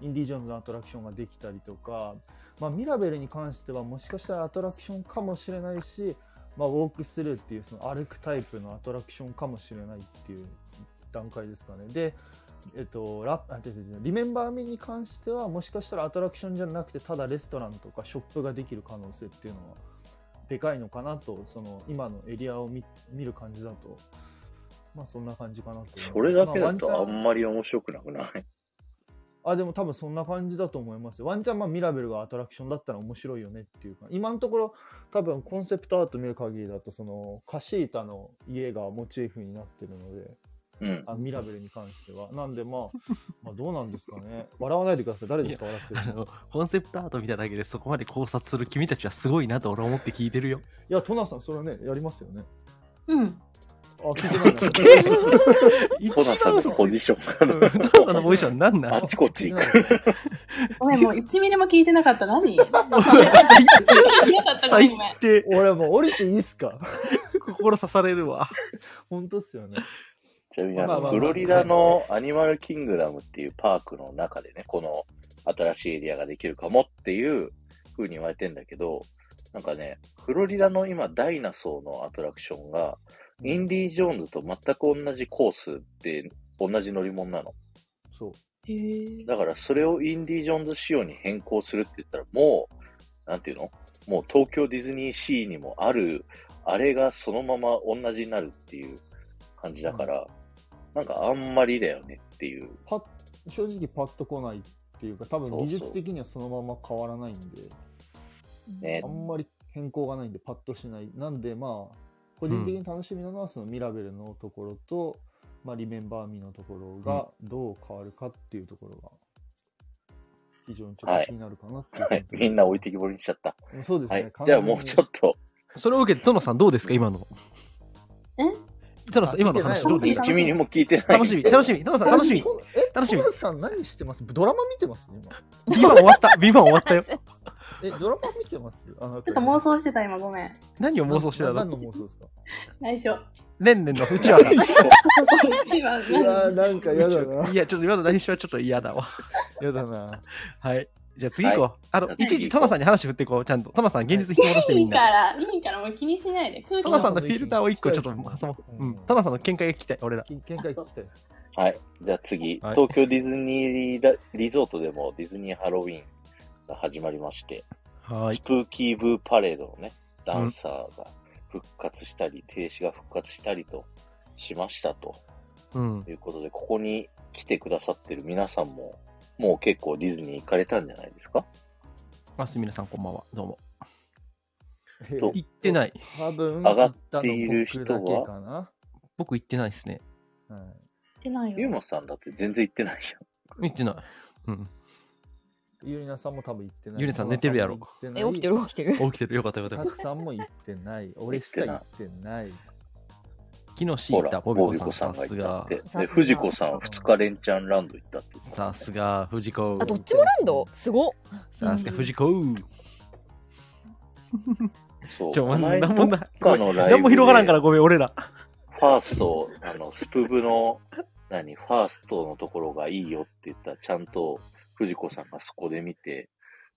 [SPEAKER 5] インディ・ジョーンズのアトラクションができたりとか、まあ、ミラベルに関してはもしかしたらアトラクションかもしれないし、まあ、ウォークスルーっていうその歩くタイプのアトラクションかもしれないっていう段階ですかね。で、えっと、ラあ違う違う違うリメンバーミーに関してはもしかしたらアトラクションじゃなくてただレストランとかショップができる可能性っていうのはでかいのかなとその今のエリアを見見る感じだとまあそんな感じかなと
[SPEAKER 1] それだけだ
[SPEAKER 5] まあ
[SPEAKER 1] とあ
[SPEAKER 5] ワンチャン
[SPEAKER 1] んまり面白くなくない
[SPEAKER 5] あでも多分そんな感じだと思いますよワンチャンまあミラベルがアトラクションだったら面白いよねっていうか今のところ多分コンセプトアート見る限りだとそのカシータの家がモチーフになってるので
[SPEAKER 1] うん
[SPEAKER 5] あミラベルに関してはなんでまあまあどうなんですかね笑わないでください誰ですか笑って
[SPEAKER 4] あ
[SPEAKER 5] るの
[SPEAKER 4] の、コンセプトアート見ただけでそこまで考察する君たちはすごいなと俺は思って聞いてるよ。
[SPEAKER 5] いやトナさんそれはねやりますよね
[SPEAKER 3] うん。
[SPEAKER 5] あ聞いて
[SPEAKER 4] 嘘
[SPEAKER 5] ないな
[SPEAKER 4] つけ一
[SPEAKER 1] トナさん
[SPEAKER 4] 番
[SPEAKER 1] の
[SPEAKER 4] 嘘つ
[SPEAKER 1] ポジション
[SPEAKER 4] うんトナさんのポジションなんな
[SPEAKER 1] あ
[SPEAKER 4] の
[SPEAKER 1] っちこっち行く
[SPEAKER 5] 聞いてない
[SPEAKER 3] ごめん、もう1ミリも聞いてなかっ た。何 聞いてなかったごめん
[SPEAKER 4] 最
[SPEAKER 3] ごめん。
[SPEAKER 4] 低。
[SPEAKER 5] 俺もう降りていいっすか
[SPEAKER 4] 心刺されるわ。
[SPEAKER 5] 本当っすよね
[SPEAKER 1] ちなみにあ
[SPEAKER 5] ま
[SPEAKER 1] の
[SPEAKER 5] あまあまあ
[SPEAKER 1] フロリダのアニマルキングダムっていうパークの中でねこの新しいエリアができるかもっていう風に言われてんだけどなんかねフロリダの今ダイナソーのアトラクションがインディ・ジョーンズと全く同じコースで同じ乗り物なの。
[SPEAKER 5] そう
[SPEAKER 3] へー
[SPEAKER 1] だからそれをインディ・ジョーンズ仕様に変更するって言ったらもう、なんていうのもう東京ディズニーシーにもある、あれがそのまま同じになるっていう感じだから、なんかあんまりだよねっていう。
[SPEAKER 5] パッ正直パッと来ないっていうか多分
[SPEAKER 1] そうそう
[SPEAKER 5] 技術的にはそのまま変わらないんで
[SPEAKER 1] ね
[SPEAKER 5] あんまり変更がないんでパッとしないなんでまあ個人的に楽しみなのはそのミラベルのところと、まあ、リメンバーミーのところがどう変わるかっていうところが非常にちょっと気になるかなっていう
[SPEAKER 1] は
[SPEAKER 5] 感
[SPEAKER 1] い。
[SPEAKER 5] じ
[SPEAKER 1] みんな置いてきぼりにしちゃった。
[SPEAKER 5] そうです
[SPEAKER 1] は
[SPEAKER 5] ね、
[SPEAKER 1] い。じゃあもうちょっと、
[SPEAKER 4] それを受けて、トナさんどうですか今の。
[SPEAKER 3] え
[SPEAKER 4] トナさん、今の話どう
[SPEAKER 3] 見て
[SPEAKER 4] です
[SPEAKER 3] ない
[SPEAKER 4] か
[SPEAKER 1] 1ミリも聞いてない。
[SPEAKER 4] 楽しみ、楽しみ。トナさん、楽 しみ。
[SPEAKER 5] みえ
[SPEAKER 4] 楽しみ
[SPEAKER 5] トムさん何してますドラマ見てます今
[SPEAKER 4] 今終わった。ビバン終わったよ。
[SPEAKER 5] えドラマ見てますあなた
[SPEAKER 3] ちょっと妄想してた、今、ごめん。
[SPEAKER 4] 何を妄想してた
[SPEAKER 5] な何
[SPEAKER 4] の
[SPEAKER 5] の妄想ですか
[SPEAKER 3] 内緒。
[SPEAKER 4] レンレンのうちわが。
[SPEAKER 3] 一番
[SPEAKER 5] うわ
[SPEAKER 3] 何
[SPEAKER 5] ーなんかやだ な。
[SPEAKER 4] いや、ちょっと今の内緒はちょっと嫌だわ。
[SPEAKER 5] やだな。
[SPEAKER 4] はい。じゃあ次行こう。あの
[SPEAKER 1] じゃ、あ
[SPEAKER 4] いちい
[SPEAKER 1] 次
[SPEAKER 4] ち
[SPEAKER 1] 行こ
[SPEAKER 4] ト
[SPEAKER 1] う
[SPEAKER 4] ナさんに話振ってこう。ちゃんと。トナさん、現実引き戻してみ
[SPEAKER 3] い
[SPEAKER 4] ん
[SPEAKER 3] い
[SPEAKER 4] な。
[SPEAKER 3] から、いいから、もう気にしないで。空気
[SPEAKER 4] ト
[SPEAKER 3] の
[SPEAKER 4] ナさんのフィルターを一個ちょっと挟もう。うん。トナさんの見解が聞きたい、俺ら。
[SPEAKER 5] 見見解聞きたいです。
[SPEAKER 1] はい。じゃあ次、
[SPEAKER 4] はい
[SPEAKER 1] 東京ディズニーリリゾートでもディズニーハロウィーンが始まりまして、
[SPEAKER 4] は
[SPEAKER 1] ス。プーキーブーパレードのね、ダンサーが復活したり、停止が復活したりとしましたと
[SPEAKER 4] うん。
[SPEAKER 1] いうことで、ここに来てくださってる皆さんも、もう結構ディズニー行かれたんじゃないですか
[SPEAKER 4] あ、すみれさん、こんばんは。どうも。
[SPEAKER 5] え
[SPEAKER 1] と
[SPEAKER 4] 行ってない。
[SPEAKER 5] 多分、
[SPEAKER 1] 上がっている人は
[SPEAKER 5] 行ったの僕だけかな。
[SPEAKER 4] 僕行ってないですね。
[SPEAKER 5] はい
[SPEAKER 3] てない
[SPEAKER 1] ユー
[SPEAKER 3] よ。
[SPEAKER 1] マさんだって全然行ってないじ
[SPEAKER 4] 行ってない。うん。
[SPEAKER 5] ゆりなさんも多分行ってない。
[SPEAKER 4] ゆりなさん寝てるやろ
[SPEAKER 5] 小川さんも
[SPEAKER 2] え、
[SPEAKER 5] 行
[SPEAKER 2] 起きてる起きてる。
[SPEAKER 4] 起きてる。よかったよかった
[SPEAKER 5] た。くさんも行っ てない。俺しか行ってない。
[SPEAKER 4] 昨日
[SPEAKER 1] ゃん。
[SPEAKER 4] シ
[SPEAKER 1] ほ
[SPEAKER 4] ー
[SPEAKER 1] ら、
[SPEAKER 4] タ、ボ
[SPEAKER 1] ボ
[SPEAKER 4] ビ
[SPEAKER 1] ビ
[SPEAKER 4] コ
[SPEAKER 1] コ
[SPEAKER 4] さ
[SPEAKER 1] さ
[SPEAKER 4] ん、
[SPEAKER 1] ん
[SPEAKER 4] さ
[SPEAKER 1] が
[SPEAKER 4] す
[SPEAKER 1] 行
[SPEAKER 4] が
[SPEAKER 1] ったっ。て。
[SPEAKER 2] さすが
[SPEAKER 1] で、藤子さん2日連チャンランド行ったって言ってたね
[SPEAKER 4] さすが、藤子
[SPEAKER 2] あ、。どっちもランドすごっ。
[SPEAKER 4] さすが、藤子。
[SPEAKER 1] そう。
[SPEAKER 4] ちょ、ま
[SPEAKER 1] 前
[SPEAKER 4] なんも
[SPEAKER 1] ど
[SPEAKER 4] な
[SPEAKER 1] っ
[SPEAKER 4] い。
[SPEAKER 1] かのライブで
[SPEAKER 4] 何も広がらんから、ごめん、俺ら。
[SPEAKER 1] ファースト、あの、スプブの、何、ファーストのところがいいよって言ったら、ちゃんと藤子さんがそこで見て、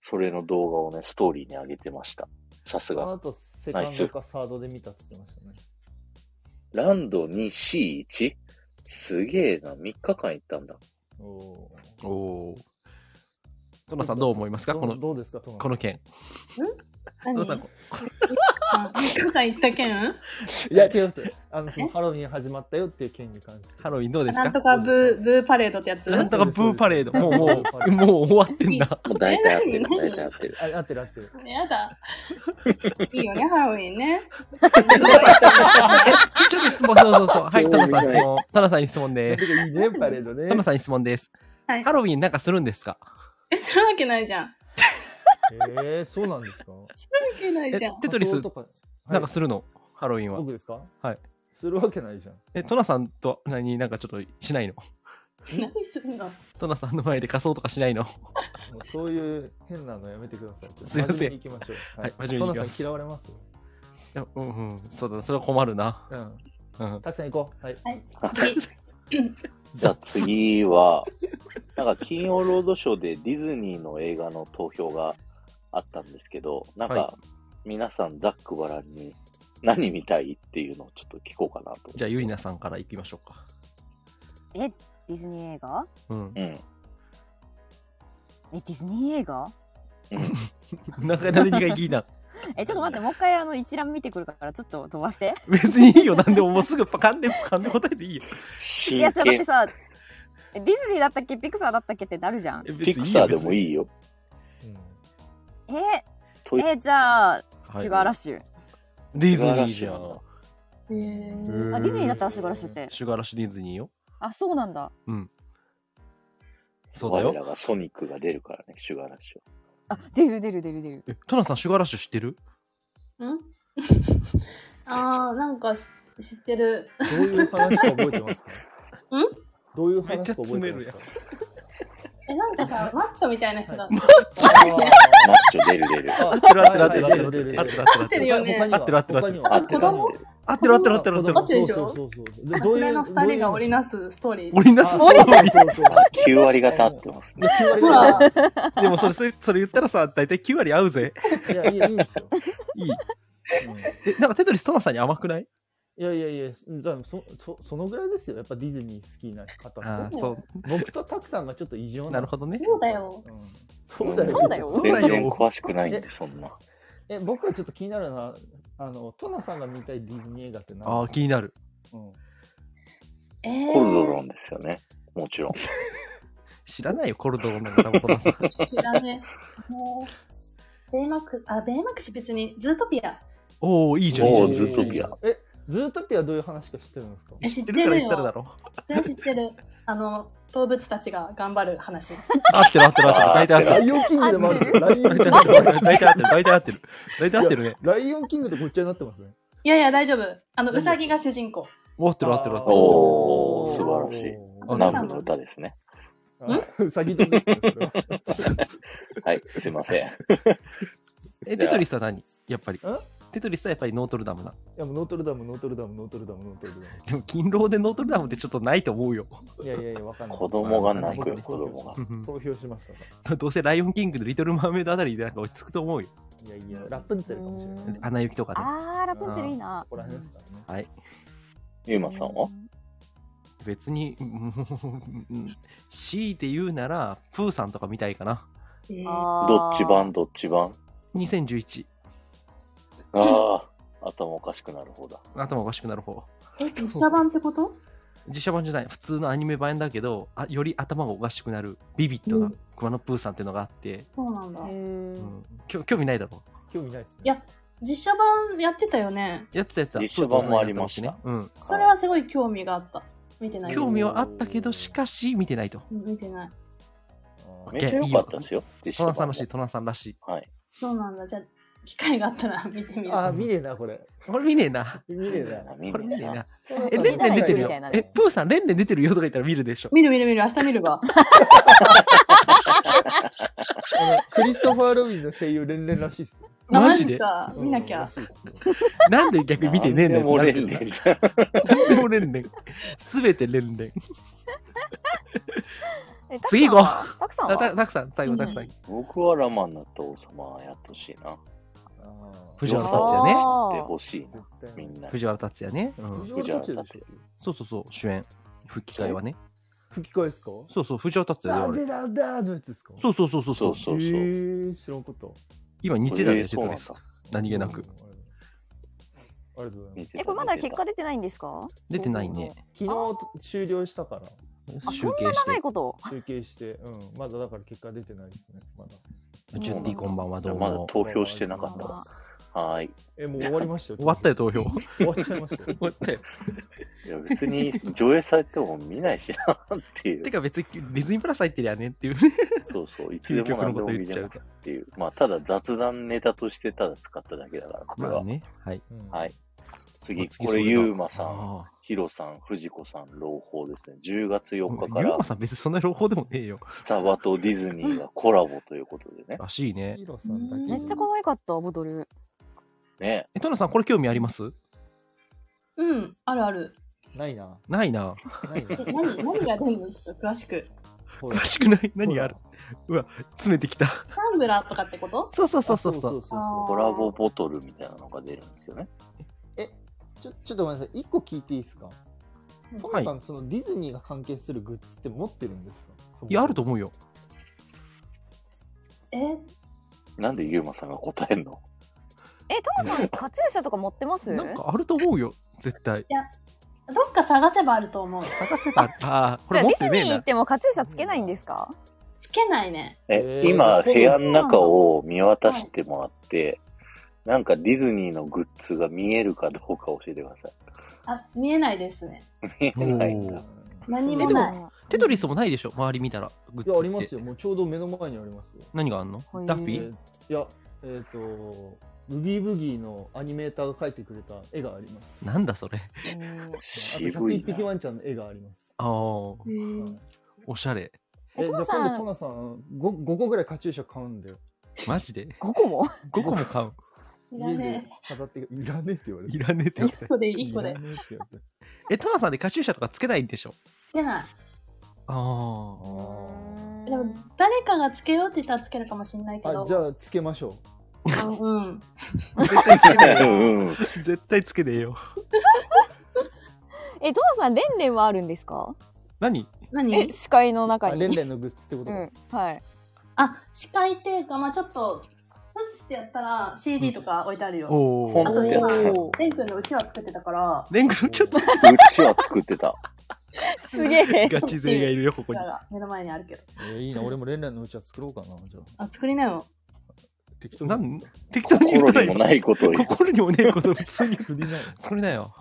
[SPEAKER 1] それの動画をね、ストーリーに上げてました。さす
[SPEAKER 5] その
[SPEAKER 1] が。
[SPEAKER 5] 後、セカンドかサードで見たって言ってましたね。
[SPEAKER 1] ランド 2C1? すげえな、3日間行ったんだ。
[SPEAKER 5] おー
[SPEAKER 4] おお。トナさん、どう思いますかこの、
[SPEAKER 5] どうですか、トナ
[SPEAKER 4] この件。ト
[SPEAKER 3] 何
[SPEAKER 4] ナさん、
[SPEAKER 3] 3
[SPEAKER 4] こ
[SPEAKER 3] 日間行った件
[SPEAKER 5] いや、違います。あの、そのハロウィン始まったよっていう件に関して。
[SPEAKER 4] ハロウィンどうです
[SPEAKER 3] なん
[SPEAKER 4] か
[SPEAKER 3] とかブーブーパレードってやつ
[SPEAKER 5] ィン
[SPEAKER 4] なんとかブーパレード。もう、もう、もう終わってんだ。
[SPEAKER 1] もう大体合ってる、
[SPEAKER 3] え何
[SPEAKER 1] 大体合ってる。
[SPEAKER 5] あ、合ってる合ってる。
[SPEAKER 3] やだ。いいよね、ハロウィンね。
[SPEAKER 4] ち ょ、ちょっと質問、そうそうそう。はい、トナさん質問。トナさんに質問
[SPEAKER 5] な
[SPEAKER 4] で
[SPEAKER 5] ん
[SPEAKER 4] す。
[SPEAKER 5] かいいね、パレードね。
[SPEAKER 4] トナさんに質問です。
[SPEAKER 3] はい
[SPEAKER 4] ハロウィンなんかするんですか
[SPEAKER 3] え、するわけないじゃん。
[SPEAKER 5] えー、そうなんですか
[SPEAKER 3] するわけない
[SPEAKER 4] え
[SPEAKER 3] じゃん。
[SPEAKER 4] テトリス
[SPEAKER 5] 仮装とか
[SPEAKER 4] なんか
[SPEAKER 5] はい
[SPEAKER 4] するのハロウィンは
[SPEAKER 5] 僕。ですか
[SPEAKER 4] はい。
[SPEAKER 5] するわけないじゃん。
[SPEAKER 4] え、トナさんと何、なんかちょっとしないの
[SPEAKER 3] 何すんの
[SPEAKER 4] トナさんの前で仮装とかしないの
[SPEAKER 5] もうそういう変なのやめてください。ちょっと
[SPEAKER 4] すいません
[SPEAKER 5] 真面目に行きましょう。
[SPEAKER 4] はい真面目に行きます
[SPEAKER 5] トナさん嫌われます
[SPEAKER 4] いやうんうん。そうだな、それは困るな。
[SPEAKER 5] うん。
[SPEAKER 4] うん。
[SPEAKER 5] たくさん行こう。はい。
[SPEAKER 3] 次
[SPEAKER 1] じゃあ次は、なんか金曜ロードショーでディズニーの映画の投票があったんですけど、なん
[SPEAKER 4] は
[SPEAKER 1] か皆さんざっくばらんに何見たいっていうのをちょっと聞こうかなと。
[SPEAKER 4] じゃあ、ゆりなさんから行きましょうか。
[SPEAKER 2] え、ディズニー映画
[SPEAKER 4] うん。
[SPEAKER 1] うん。
[SPEAKER 2] え、ディズニー映画
[SPEAKER 4] なかなか苦い気な。
[SPEAKER 2] え、ちょっと待って、もう一回あの一覧見てくるから、ちょっと飛ばして。
[SPEAKER 4] 別にいいよ、なんでも、もうすぐパカンでパカンで答えていいよ。
[SPEAKER 2] い
[SPEAKER 1] 真
[SPEAKER 2] や、ちょっと待っ
[SPEAKER 1] 剣
[SPEAKER 2] て。さ、えディズニーだったっけピクサーだったっけってなるじゃん。
[SPEAKER 4] え別
[SPEAKER 1] ピ
[SPEAKER 4] に
[SPEAKER 1] ク
[SPEAKER 4] いい
[SPEAKER 1] サ
[SPEAKER 4] よ
[SPEAKER 1] ーでもいいよ。
[SPEAKER 5] うん
[SPEAKER 2] え
[SPEAKER 1] とい
[SPEAKER 2] え、じゃあ、
[SPEAKER 4] はい
[SPEAKER 2] シュガーラッシュ。
[SPEAKER 4] ディズニーじゃん。
[SPEAKER 3] えー
[SPEAKER 2] あ、ディズニーだったらシュガーラッシュって。
[SPEAKER 4] シュガーラッシュディズニーよ。
[SPEAKER 2] あ、そうなんだ。
[SPEAKER 4] うん。そうだ
[SPEAKER 1] 我ら
[SPEAKER 4] よ。
[SPEAKER 1] がソニックが出るからね、シュガーラッシュは。
[SPEAKER 2] あ、出る出る出る出る。
[SPEAKER 4] え、トナさん、シュガーラッシュ知ってる
[SPEAKER 3] ん あー、なんかし知ってる。
[SPEAKER 5] どういう話か覚えてますかんどういう話か覚えて
[SPEAKER 4] め
[SPEAKER 5] ま
[SPEAKER 4] っちゃ詰める
[SPEAKER 5] す
[SPEAKER 4] や
[SPEAKER 5] か
[SPEAKER 3] え、なんかさ、マッチョみたいな人だ。
[SPEAKER 1] マッチョ出る 出る。
[SPEAKER 5] あー
[SPEAKER 4] 合ってる合ってる合ってる合
[SPEAKER 5] 合
[SPEAKER 4] っ
[SPEAKER 5] ってて
[SPEAKER 4] る
[SPEAKER 3] 合っててるよね。
[SPEAKER 4] 合っる合っる。合ってる合ってる合っ
[SPEAKER 5] る合っててる
[SPEAKER 4] てる
[SPEAKER 5] 合
[SPEAKER 3] あと子供
[SPEAKER 4] 合
[SPEAKER 5] ってる
[SPEAKER 4] ってる合ってる合ってる合ってる
[SPEAKER 3] 合。ってるでしょ
[SPEAKER 5] そうそうそうそうでどう
[SPEAKER 3] そ
[SPEAKER 5] いう
[SPEAKER 3] れの二人が織りなすストーリー。
[SPEAKER 4] 俺なさそう
[SPEAKER 5] あそうそうそう
[SPEAKER 1] あ9割方合ってますね。
[SPEAKER 5] で9割
[SPEAKER 3] ほ
[SPEAKER 5] ぐ
[SPEAKER 3] ら
[SPEAKER 5] ら、
[SPEAKER 4] でもそれそれそれ言ったらさ、大体9割合うぜ。
[SPEAKER 5] いいやいやいいんですよ、
[SPEAKER 4] いい。
[SPEAKER 5] うん
[SPEAKER 4] え、なんかテトリストナさんに甘くない
[SPEAKER 5] いやいやいやだからそそそのぐらいですよやっぱディズニー好きな方
[SPEAKER 4] あ
[SPEAKER 5] と
[SPEAKER 4] あ、
[SPEAKER 3] ー
[SPEAKER 4] そ
[SPEAKER 5] 僕とタクさんがちょっと異常
[SPEAKER 4] う。
[SPEAKER 5] な
[SPEAKER 4] なるほどね。
[SPEAKER 3] そうだよ。
[SPEAKER 5] うんそうだよ
[SPEAKER 2] そうだよ
[SPEAKER 4] そうだよ
[SPEAKER 1] 全然詳しくないんで、そんな。
[SPEAKER 5] え僕がちょっと気になるのはあのトナさんが見たいディズニー映画って何
[SPEAKER 4] ああ、
[SPEAKER 5] ですか
[SPEAKER 4] 気になる。
[SPEAKER 5] うん
[SPEAKER 3] え
[SPEAKER 1] コルド
[SPEAKER 3] ー、
[SPEAKER 1] ロンですよね。もちろん。
[SPEAKER 4] 知らないよ、コルドンのタバコさん。
[SPEAKER 3] 知らねえ。もう、ベイマックス、あ、ベイマックス別に、ズートピア。
[SPEAKER 4] おお、いいじゃん、いい
[SPEAKER 1] お
[SPEAKER 4] じ
[SPEAKER 1] ーズ
[SPEAKER 4] ゃん。
[SPEAKER 1] ートピア
[SPEAKER 5] えズートピアどういう話か知ってるんですか
[SPEAKER 3] え
[SPEAKER 4] 知ってるから言ったらだろ。
[SPEAKER 3] それは知って る。あの、動物たちが頑張る話。
[SPEAKER 4] 合ってる合ってる合ってる。大体合ってる。
[SPEAKER 5] ライオンキングでもあるんですよライオンキングでもある
[SPEAKER 4] 大体合ってる。大体合ってる。大体合ってるね。
[SPEAKER 5] ライオンキングとごっちゃになってますね
[SPEAKER 3] いやいや、大丈夫。あの、うさぎが主人公。
[SPEAKER 4] 合ってる合ってる合ってる。
[SPEAKER 1] おー素晴らしい
[SPEAKER 5] あ
[SPEAKER 1] ナムの歌ですね。
[SPEAKER 5] あうさぎとですねそれは
[SPEAKER 1] はい、すいません。
[SPEAKER 4] え、テトリスは何やっぱり
[SPEAKER 5] ん。
[SPEAKER 4] テトリスはやっぱりノートルダムだ。
[SPEAKER 5] いやもうノートルダムノートルダムノートルダムノートルダム
[SPEAKER 4] でも、勤労でノートルダムってちょっとないと思うよ。
[SPEAKER 5] いやいやいやわかんない
[SPEAKER 1] 子供が泣くよ、
[SPEAKER 5] 僕
[SPEAKER 1] 子供が。
[SPEAKER 5] 投票しましたか
[SPEAKER 4] どうせライオンキングのリトルマーメイドあたりでなんか落ち着くと思うよ。
[SPEAKER 5] らいやいやラップンツェルかもしれな
[SPEAKER 2] う
[SPEAKER 5] い
[SPEAKER 2] ん
[SPEAKER 5] ね
[SPEAKER 4] 穴雪とかね。
[SPEAKER 2] あー、ラプンツェルいいな
[SPEAKER 5] そ。こら辺ですから
[SPEAKER 4] は
[SPEAKER 5] ね
[SPEAKER 4] い。
[SPEAKER 1] ユーマさんは
[SPEAKER 4] 別に、うんうん強いて言うなら、プーさんとか見たいかな。
[SPEAKER 3] えー
[SPEAKER 1] どっち
[SPEAKER 2] 版
[SPEAKER 1] 版どっち版
[SPEAKER 4] 2011。
[SPEAKER 1] ああ、頭おかしくなる方だ。
[SPEAKER 4] 頭おかしくなる方。
[SPEAKER 3] え、実写版ってこと
[SPEAKER 4] 実写版じゃない普通のアニメ版だけどあより頭がおかしくなるビビッドな
[SPEAKER 3] うん
[SPEAKER 4] 熊野プーさんっていうのがあって、
[SPEAKER 3] そうなんだ。
[SPEAKER 4] う
[SPEAKER 2] ー
[SPEAKER 4] ん、きょ興味ないだろ
[SPEAKER 5] 興味ないですね。
[SPEAKER 3] いや実写版やってたよね。
[SPEAKER 4] やってたやってた
[SPEAKER 1] 実写版もありました
[SPEAKER 4] プーさんのやってま
[SPEAKER 3] それはすごい興味があった。見てな
[SPEAKER 4] すね、う
[SPEAKER 3] いけど。
[SPEAKER 4] ん、興味はあったけどしかし見てないと
[SPEAKER 3] うん見てない。
[SPEAKER 5] あ
[SPEAKER 1] め
[SPEAKER 5] ー
[SPEAKER 1] っちゃ良かったですよ。実
[SPEAKER 4] ト
[SPEAKER 1] 写
[SPEAKER 4] ナ
[SPEAKER 1] 版
[SPEAKER 4] さんら
[SPEAKER 1] も
[SPEAKER 4] しいトナさんらしい
[SPEAKER 1] はい。
[SPEAKER 3] そうなんだ。じゃあ、機会があったら 見てみる。
[SPEAKER 5] あー、見ねえな、これ。
[SPEAKER 4] 俺見ねえな
[SPEAKER 5] 見ねえな。
[SPEAKER 1] 見
[SPEAKER 4] これ見
[SPEAKER 1] ね
[SPEAKER 4] ねえなえ
[SPEAKER 5] え
[SPEAKER 4] レンレン出てるよ
[SPEAKER 2] みたいなね
[SPEAKER 4] えプーさんレンレン出てるよとか言ったら見るで しょ
[SPEAKER 3] 見る見る見る。明日見るわ。
[SPEAKER 5] あのクリストファー・ロビンの声優、連々らしいっす。
[SPEAKER 4] マジで
[SPEAKER 3] あマジか見なき
[SPEAKER 5] うん
[SPEAKER 3] ゃ
[SPEAKER 5] ら。しいです
[SPEAKER 4] なんで逆に見てねえんだよ
[SPEAKER 1] なんで
[SPEAKER 4] って
[SPEAKER 1] も俺
[SPEAKER 4] なるけ
[SPEAKER 1] ねじゃん
[SPEAKER 4] どななんでもレンレンすべてレンレン
[SPEAKER 2] え
[SPEAKER 4] 次行こ
[SPEAKER 2] う。たくさん
[SPEAKER 4] た
[SPEAKER 2] は
[SPEAKER 4] たたくさん最後たくさん、
[SPEAKER 3] う
[SPEAKER 1] 僕はラマンナと王様やってほしいな。
[SPEAKER 5] あー
[SPEAKER 4] 藤原竜也ね
[SPEAKER 1] やって
[SPEAKER 2] あ
[SPEAKER 1] ほしいな、
[SPEAKER 5] 絶
[SPEAKER 1] み
[SPEAKER 5] 対
[SPEAKER 1] んな。
[SPEAKER 4] 藤原竜也ね、うん、
[SPEAKER 5] 藤原竜也でしょ
[SPEAKER 4] そうそうそう主演吹き替えはね
[SPEAKER 5] 吹き替えですか
[SPEAKER 4] そうそう藤原竜也だ
[SPEAKER 5] な
[SPEAKER 4] よあれ
[SPEAKER 5] ぜなんだのやつですか
[SPEAKER 4] そうそうそうそ
[SPEAKER 1] そ
[SPEAKER 4] うそうう
[SPEAKER 1] そうそう。
[SPEAKER 5] へえー、知らんこと。
[SPEAKER 4] 今似てた
[SPEAKER 1] え
[SPEAKER 4] ね
[SPEAKER 1] ー
[SPEAKER 4] テトリス
[SPEAKER 1] そうなんだ
[SPEAKER 4] 何気なく
[SPEAKER 5] うん。ありがとうござい
[SPEAKER 1] 似
[SPEAKER 5] ます。
[SPEAKER 1] てた
[SPEAKER 2] え、これまだ結果出てないんですか
[SPEAKER 4] 出てないね
[SPEAKER 5] 昨日終了したから、
[SPEAKER 2] あ、
[SPEAKER 4] 集
[SPEAKER 2] そん
[SPEAKER 4] 計
[SPEAKER 2] な
[SPEAKER 4] して
[SPEAKER 2] 長いこと。
[SPEAKER 5] 集計して、うん、まだだから結果出てないですね。まだ。
[SPEAKER 4] 「ジュッティこんばんはどう
[SPEAKER 1] まだ
[SPEAKER 4] も
[SPEAKER 1] 投票してなかったた。はーい。
[SPEAKER 5] え、もう終わりましたよ。」
[SPEAKER 4] 終わったよ投票
[SPEAKER 5] 終わっちゃいました
[SPEAKER 4] 終
[SPEAKER 5] よ。
[SPEAKER 4] わったよ
[SPEAKER 1] いや別に上映されても見ないしなって いう
[SPEAKER 4] て。か別にディズニープラス入ってりゃねっていう
[SPEAKER 1] そうそう。いつでも何でも見れますっていう。まあただ雑談ネタとしてただ使っただけだから、これ
[SPEAKER 4] ま
[SPEAKER 1] は。
[SPEAKER 4] あねはい
[SPEAKER 5] うん
[SPEAKER 1] はい。。次、
[SPEAKER 4] 次
[SPEAKER 1] これ
[SPEAKER 4] それだ
[SPEAKER 1] ゆうまさん、
[SPEAKER 4] ああ
[SPEAKER 1] ひろさん、藤子さん、朗報ですね。10月4日か
[SPEAKER 4] ユー
[SPEAKER 1] ら
[SPEAKER 4] マさん別にそんな朗報でもねえよ
[SPEAKER 1] スタバとディズニーがコラボということでね。
[SPEAKER 4] らしいね
[SPEAKER 5] ヒロさんだけじ
[SPEAKER 2] め
[SPEAKER 5] ゃ
[SPEAKER 2] っちゃ可愛かった、ボトル。
[SPEAKER 1] ね
[SPEAKER 4] えトナさんこれ興味あります
[SPEAKER 3] うん、あるある。
[SPEAKER 5] ないな。
[SPEAKER 4] ないな
[SPEAKER 5] な いな
[SPEAKER 3] え。何何が出るのちょっと詳しく。
[SPEAKER 5] ほ
[SPEAKER 4] 詳
[SPEAKER 5] ら
[SPEAKER 4] しくない何がある詰めてきた
[SPEAKER 3] タンブラーとかってこと
[SPEAKER 4] そうそうそうそうそう
[SPEAKER 3] あー
[SPEAKER 1] コラボボトルみたいなのが出るんですよね。
[SPEAKER 5] ちょちょっとごめんなさい、一個聞いていいですか
[SPEAKER 3] うん
[SPEAKER 5] ト
[SPEAKER 4] は
[SPEAKER 5] ム
[SPEAKER 4] い
[SPEAKER 5] さん、そのディズニーが関係するグッズって持ってるんですか
[SPEAKER 4] いやあると思うよ
[SPEAKER 3] え
[SPEAKER 1] なんでゆうまさんが答えんの
[SPEAKER 2] え、トマさん、カチューシャとか持ってます
[SPEAKER 4] なんかあると思うよ絶対
[SPEAKER 3] どっか探せばあると思う。
[SPEAKER 4] 探せばああーこ
[SPEAKER 2] じゃ
[SPEAKER 4] れ
[SPEAKER 2] あディズ
[SPEAKER 4] 持ってね
[SPEAKER 2] ニー行
[SPEAKER 4] えな
[SPEAKER 2] ってもカチューシャつけないんですか
[SPEAKER 3] つけないね。
[SPEAKER 1] え、
[SPEAKER 5] えー
[SPEAKER 1] 今、
[SPEAKER 5] そう
[SPEAKER 1] 部屋の中を見渡してもらって、なんかディズニーのグッズが見えるかどうか教えてくださ
[SPEAKER 3] あ、見えないですね。
[SPEAKER 1] い。見えないん
[SPEAKER 4] お
[SPEAKER 1] だ
[SPEAKER 4] ー。
[SPEAKER 3] 何
[SPEAKER 5] え
[SPEAKER 3] も
[SPEAKER 5] で
[SPEAKER 3] ない。
[SPEAKER 2] も
[SPEAKER 4] テトリスもないでしょ周り見たらグッ
[SPEAKER 5] い
[SPEAKER 4] ズ
[SPEAKER 5] や、あ
[SPEAKER 4] って
[SPEAKER 5] りますよ。もうちょうど目の前にありますよ。
[SPEAKER 4] 何があんの
[SPEAKER 2] はい
[SPEAKER 4] ダッフ
[SPEAKER 5] え
[SPEAKER 4] ィ
[SPEAKER 5] ー
[SPEAKER 4] ー
[SPEAKER 5] いや、えっ、と、ブギーブギーのアニメーターが描いてくれた絵があります。
[SPEAKER 4] なんだそれ
[SPEAKER 2] うん
[SPEAKER 5] あと、100
[SPEAKER 1] 渋い
[SPEAKER 5] 一匹
[SPEAKER 1] な。
[SPEAKER 5] ワンちゃんの絵があります。
[SPEAKER 4] ああお
[SPEAKER 3] へー
[SPEAKER 4] しゃれ
[SPEAKER 5] え、
[SPEAKER 2] お
[SPEAKER 5] じゃあ
[SPEAKER 2] 父さん
[SPEAKER 5] 今度、トナさん5、5個ぐらいカチューシャ買うんだよ。
[SPEAKER 4] マジで
[SPEAKER 2] 5個も
[SPEAKER 4] 5個も買う
[SPEAKER 3] いら
[SPEAKER 5] 家
[SPEAKER 3] ね
[SPEAKER 5] で飾って、いらねえって言われて
[SPEAKER 4] い。らねえって言われ
[SPEAKER 3] え。
[SPEAKER 4] て
[SPEAKER 3] 1個でいい、1個で
[SPEAKER 5] いら。ねえって言われて
[SPEAKER 4] えトナさんでカチューシャとかつけないんでしょ
[SPEAKER 3] つけない。
[SPEAKER 4] ああ
[SPEAKER 5] あ
[SPEAKER 3] でも、誰かがつけようって言ったらつけるかもしれないけ
[SPEAKER 5] ー
[SPEAKER 3] ど。
[SPEAKER 5] あ、じゃあ、つけましょう。
[SPEAKER 3] あうん。
[SPEAKER 4] 絶対つけねえ
[SPEAKER 1] う
[SPEAKER 4] よ
[SPEAKER 1] んうん
[SPEAKER 4] 絶対つけねえよ
[SPEAKER 2] え、トナさん、レンレンはあるんですか
[SPEAKER 4] 何
[SPEAKER 2] え、
[SPEAKER 3] 何
[SPEAKER 2] 視界の中
[SPEAKER 5] あ、レン
[SPEAKER 2] に。
[SPEAKER 5] レンのグッズってこ
[SPEAKER 2] う
[SPEAKER 5] とか。
[SPEAKER 2] ん、はい。
[SPEAKER 3] あ、視界っていうか、まあちょっと、ふってやったら CD とか置いてあるよ。
[SPEAKER 4] お
[SPEAKER 1] ほ
[SPEAKER 4] お
[SPEAKER 1] ん
[SPEAKER 3] あ
[SPEAKER 1] と
[SPEAKER 3] と
[SPEAKER 1] に
[SPEAKER 3] 今、
[SPEAKER 1] お
[SPEAKER 3] レン君のうちわつけてたから、
[SPEAKER 4] レン君 ちょっ と
[SPEAKER 1] うちは作ってた。
[SPEAKER 2] すげ え。
[SPEAKER 4] ガチ勢がいるよこ
[SPEAKER 3] う
[SPEAKER 4] こ
[SPEAKER 3] ち
[SPEAKER 4] に
[SPEAKER 3] わが目の前にあるけど。
[SPEAKER 5] えーいいな、俺もレンレンのうちは作ろうかな、じゃあ。
[SPEAKER 3] あ、作りなよ。
[SPEAKER 5] 適当
[SPEAKER 4] なん
[SPEAKER 5] だ
[SPEAKER 4] 適当に言
[SPEAKER 1] 心
[SPEAKER 4] わな
[SPEAKER 1] に
[SPEAKER 4] い
[SPEAKER 1] もないことを言う。
[SPEAKER 4] 心にもねえこと普通に
[SPEAKER 5] 作りなよ。
[SPEAKER 4] 作りなよ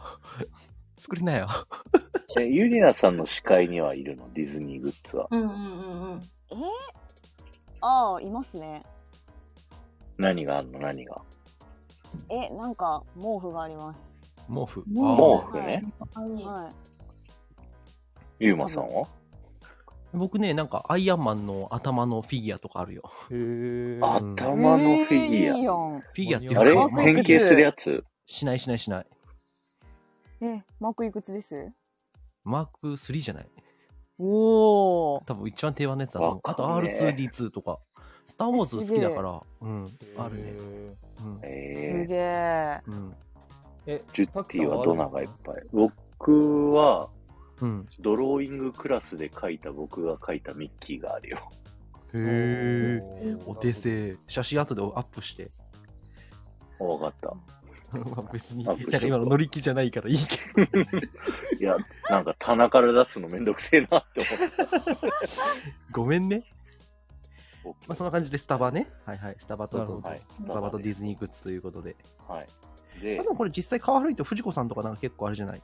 [SPEAKER 4] 作りなよ
[SPEAKER 1] えゆりなさんの視界にはいるの、ディズニーグッズは。
[SPEAKER 3] うんうんうんうん。
[SPEAKER 2] ああ、いますね。
[SPEAKER 1] 何があんの何が。
[SPEAKER 2] え、なんか、毛布があります。
[SPEAKER 4] 毛布
[SPEAKER 1] 毛
[SPEAKER 4] あ
[SPEAKER 1] 布ね。
[SPEAKER 3] あいい
[SPEAKER 2] はい。
[SPEAKER 1] ゆうまさんは
[SPEAKER 4] ー僕ねなんかアイアンマンの頭のフィギュアとかあるよ
[SPEAKER 5] へえ。
[SPEAKER 1] 頭のフィギ
[SPEAKER 2] えーい
[SPEAKER 1] ュ
[SPEAKER 2] いやん。
[SPEAKER 4] フィギュアっていう
[SPEAKER 1] ア。あ
[SPEAKER 4] か
[SPEAKER 1] れ
[SPEAKER 4] ま
[SPEAKER 1] 変形するやつ
[SPEAKER 4] しないしないしない
[SPEAKER 2] え、マークいくつです
[SPEAKER 4] マーク3じゃない
[SPEAKER 2] おお。
[SPEAKER 4] 多分一番定番のやつだと思うあ
[SPEAKER 1] わ
[SPEAKER 4] と
[SPEAKER 1] かんねえ
[SPEAKER 4] R2D2 とかスター・ウォーズ好きだからうん
[SPEAKER 5] へー
[SPEAKER 4] あるねう
[SPEAKER 2] す
[SPEAKER 4] ん
[SPEAKER 1] え
[SPEAKER 2] げえ。
[SPEAKER 4] うん
[SPEAKER 5] え、
[SPEAKER 1] ー、ジュッティはドナがいっぱい。僕は、
[SPEAKER 4] うん
[SPEAKER 1] ドローイングクラスで描いた僕が描いたミッキーがあるよ。
[SPEAKER 4] へえ
[SPEAKER 5] え
[SPEAKER 4] お手。製写真後でアップして
[SPEAKER 1] わかった。
[SPEAKER 4] まあ別に
[SPEAKER 1] ア
[SPEAKER 4] な
[SPEAKER 1] ッ
[SPEAKER 4] ん
[SPEAKER 1] プしよう
[SPEAKER 4] か今の乗り気じゃないからいいけど
[SPEAKER 1] いや、なんか棚から出すのめんどくせえなって
[SPEAKER 4] ごめんね。
[SPEAKER 1] 思っ
[SPEAKER 4] まあ、
[SPEAKER 1] た。
[SPEAKER 4] そんな感じでスタバね。はいはい。スタバと
[SPEAKER 5] なるほど
[SPEAKER 1] はい
[SPEAKER 4] スタバとディズニーグッズということで。
[SPEAKER 1] はい。で
[SPEAKER 4] まあ、で、もこれ実際顔歩いて藤子さんとかなんか結構あれじゃない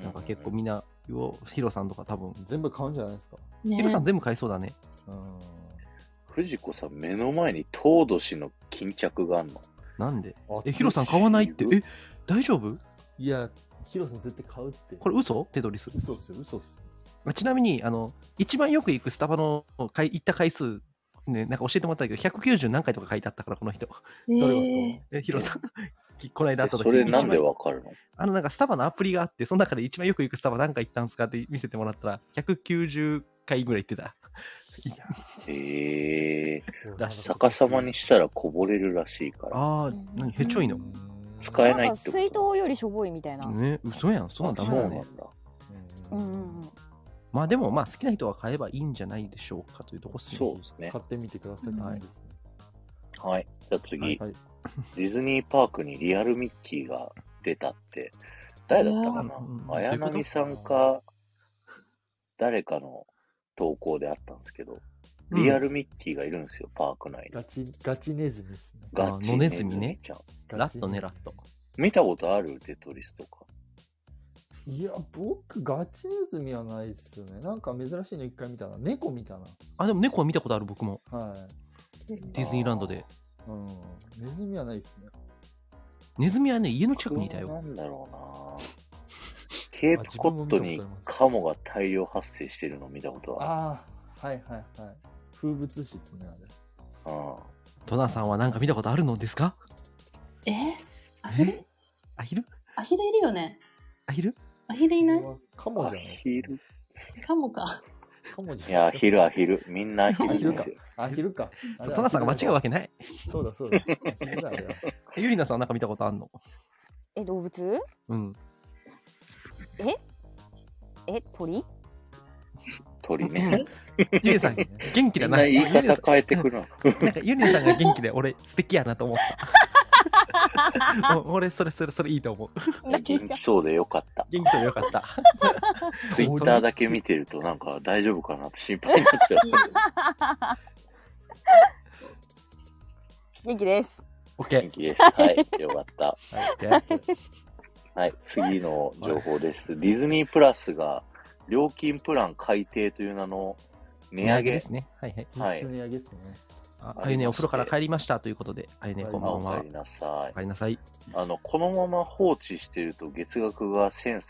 [SPEAKER 4] なんか結構みんな、よヒロさんとか多分。
[SPEAKER 5] 全部買うんじゃないですか。
[SPEAKER 3] ね
[SPEAKER 4] ヒロさん全部買いそうだね。
[SPEAKER 5] うん。
[SPEAKER 1] 藤子さん、目の前に東土氏の巾着があんの。
[SPEAKER 4] なんで
[SPEAKER 5] あ
[SPEAKER 4] え、ヒロさん買わないって。え、大丈夫
[SPEAKER 5] いや、ヒロさん絶対買うって。
[SPEAKER 4] これ嘘テトリス。
[SPEAKER 5] 嘘っすよ、嘘っす。
[SPEAKER 4] まあ、ちなみに、あの、一番よく行くスタバの買い行った回数、ね、なんか教えてもらったけど、190何回とか書いてあったから、この人。
[SPEAKER 3] ねえ
[SPEAKER 5] どれがです
[SPEAKER 4] え、ヒロさん。き この間会った時
[SPEAKER 1] それなんで
[SPEAKER 4] 一番
[SPEAKER 1] わかるの
[SPEAKER 4] あの、なんかスタバのアプリがあって、その中で一番よく行くスタバ何回行ったんですかって見せてもらったら、190回ぐらい行ってた。いや
[SPEAKER 1] ええ
[SPEAKER 4] らしい
[SPEAKER 1] 逆さまにしたらこぼれるらしいから。
[SPEAKER 4] あー、何、へちょいの。
[SPEAKER 1] 使えない
[SPEAKER 2] な
[SPEAKER 1] って
[SPEAKER 2] ん
[SPEAKER 1] こ
[SPEAKER 2] か
[SPEAKER 1] と
[SPEAKER 2] 水筒よりしょぼいみたいな。うん
[SPEAKER 4] ね、嘘やん。そんなんダメだ
[SPEAKER 1] そ
[SPEAKER 4] よ
[SPEAKER 1] う
[SPEAKER 4] ね
[SPEAKER 1] な。んだ。
[SPEAKER 2] う
[SPEAKER 5] うん
[SPEAKER 2] うん。
[SPEAKER 4] まあでも、まあ好きな人は買えばいいんじゃないでしょうかというとこっすね。
[SPEAKER 1] そうですね。
[SPEAKER 5] 買ってみてください。
[SPEAKER 4] はい
[SPEAKER 5] ですね
[SPEAKER 1] はい。じゃあ次、
[SPEAKER 5] はいはい
[SPEAKER 1] ディズニーパークにリアルミッキーが出たって、誰だったかな
[SPEAKER 4] うんうん
[SPEAKER 1] 綾波さんか、誰かの投稿であったんですけど、リアルミッキーがいるんですよ、パーク内に
[SPEAKER 5] ガ。チ、ガチネズミですね。
[SPEAKER 1] ガチ
[SPEAKER 4] 野ネズミね
[SPEAKER 1] ちゃん。
[SPEAKER 4] ラットね、ラット。
[SPEAKER 1] 見たことあるテトリスとか。
[SPEAKER 5] いや、僕、ガチネズミはないっすね。なんか珍しいの一回見たな。猫見たな。
[SPEAKER 4] あ、でも猫は見たことある、僕も。
[SPEAKER 5] は
[SPEAKER 4] ディズニーランドで。
[SPEAKER 5] い。うん。ネズミはないっすね。
[SPEAKER 4] ネズミはね、家の近くにいたよ。
[SPEAKER 1] なんだろう なケープコットにカモが大量発生してるの見たことある。
[SPEAKER 5] ああ、はいはいはい。風物詩ですね、あれ。
[SPEAKER 1] うん
[SPEAKER 4] トナさんはなんか見たことあるのですか
[SPEAKER 3] えアヒル
[SPEAKER 4] アヒル
[SPEAKER 3] アヒルいるよね
[SPEAKER 4] アヒル
[SPEAKER 3] アヒルいない
[SPEAKER 5] これはカモ
[SPEAKER 1] ア
[SPEAKER 5] じゃないですか
[SPEAKER 1] ヒル
[SPEAKER 3] カモ か。
[SPEAKER 5] カモじ
[SPEAKER 1] い
[SPEAKER 5] ゃな
[SPEAKER 1] や、
[SPEAKER 5] い
[SPEAKER 1] ア
[SPEAKER 5] ですか
[SPEAKER 1] ヒル、アヒル。みんなアヒルです
[SPEAKER 5] アヒ
[SPEAKER 1] よ。
[SPEAKER 5] あ、昼か。あ
[SPEAKER 4] そうトナさんが間違うわけない。
[SPEAKER 5] そうだそうだ。昼だあれは
[SPEAKER 4] ユリナさんはなんか見たことあるの
[SPEAKER 2] え、動物
[SPEAKER 4] うん。
[SPEAKER 2] え、鳥
[SPEAKER 1] 鳥 ね。
[SPEAKER 4] ユリナさん、元気
[SPEAKER 1] み
[SPEAKER 4] だ
[SPEAKER 1] ん
[SPEAKER 4] な。
[SPEAKER 1] な
[SPEAKER 4] ユ
[SPEAKER 1] 言い
[SPEAKER 4] リナ
[SPEAKER 1] 方
[SPEAKER 4] さ
[SPEAKER 1] 変えてくる な。
[SPEAKER 4] ん、なんかユリナさんが元気で、俺、素敵やなと思 った。お俺、それ、それ、それいいと思う。
[SPEAKER 1] 元気そうでよかった。
[SPEAKER 4] 元気でよかった。
[SPEAKER 1] ツイッターだけ見てるとなんか大丈夫かなって心配になっちゃう。
[SPEAKER 2] 元気です。
[SPEAKER 4] オッ
[SPEAKER 1] 元
[SPEAKER 4] ケ
[SPEAKER 1] 気です。はい、よかった。
[SPEAKER 4] ー。
[SPEAKER 1] はい、次の情報です。ディズニープラスが料金プラン改定という名の値上げ
[SPEAKER 4] で。すね。はいはい。
[SPEAKER 1] はい
[SPEAKER 5] 実質値上げですね。
[SPEAKER 4] ああゆね、お風呂から帰りましたということで、あゆね、こんば
[SPEAKER 1] あお
[SPEAKER 4] んは。
[SPEAKER 1] か
[SPEAKER 4] お
[SPEAKER 1] りなさい
[SPEAKER 4] 帰。りなさい。
[SPEAKER 1] あの、このまま放置してると月額が1320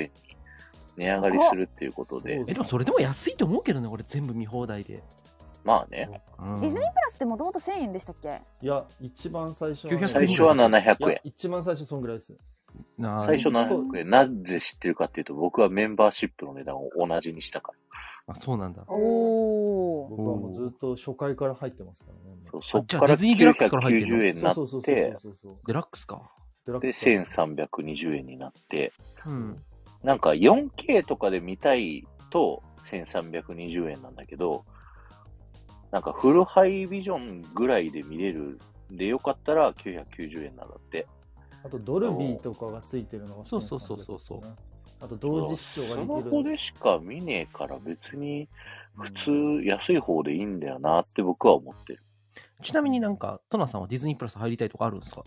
[SPEAKER 1] 円に値上がりするっていうことで
[SPEAKER 5] そう、
[SPEAKER 4] え、でもそれでも安いと思うけどね、俺、全部見放題で。
[SPEAKER 1] まあね、
[SPEAKER 4] うん
[SPEAKER 2] ディズニープラスってもともと1000円でしたっけ
[SPEAKER 5] いや、一番最初はね、
[SPEAKER 4] 900
[SPEAKER 1] 最初は700
[SPEAKER 5] いや
[SPEAKER 1] 円。
[SPEAKER 5] 一番最初そんぐらいです。
[SPEAKER 4] なあ
[SPEAKER 1] 最初700円。なぜ知ってるかっていうと、僕はメンバーシップの値段を同じにしたから。
[SPEAKER 4] あ、そうなんだ。
[SPEAKER 2] おー。
[SPEAKER 5] 僕はもうずっと初回から入ってますからね。
[SPEAKER 1] そうそっ
[SPEAKER 4] じゃ
[SPEAKER 1] か
[SPEAKER 4] あデ
[SPEAKER 1] ら
[SPEAKER 4] ィズニーデラックスから入ってんの
[SPEAKER 1] 990円にな
[SPEAKER 5] そうそう
[SPEAKER 1] っ
[SPEAKER 5] そう
[SPEAKER 1] て
[SPEAKER 5] そう、そうそう。
[SPEAKER 4] デラックスか。
[SPEAKER 5] デラッ
[SPEAKER 1] で、
[SPEAKER 5] クスだ
[SPEAKER 1] 1320円になって、
[SPEAKER 4] うん。
[SPEAKER 1] なんか 4K とかで見たいと1320円なんだけど、なんかフルハイビジョンぐらいで見れるでよかったら990円なんだって。
[SPEAKER 5] あとドルビーとかがついてるのが
[SPEAKER 4] そうそうそうそうそう
[SPEAKER 5] 1300ですねあと同時視聴ができる。
[SPEAKER 1] スマホでしか見ねえから別に
[SPEAKER 5] うん
[SPEAKER 1] 普通安い方でいいんだよなって僕は思ってる。
[SPEAKER 4] ちなみになんか、トナさんはディズニープラス入りたいとかあるんですか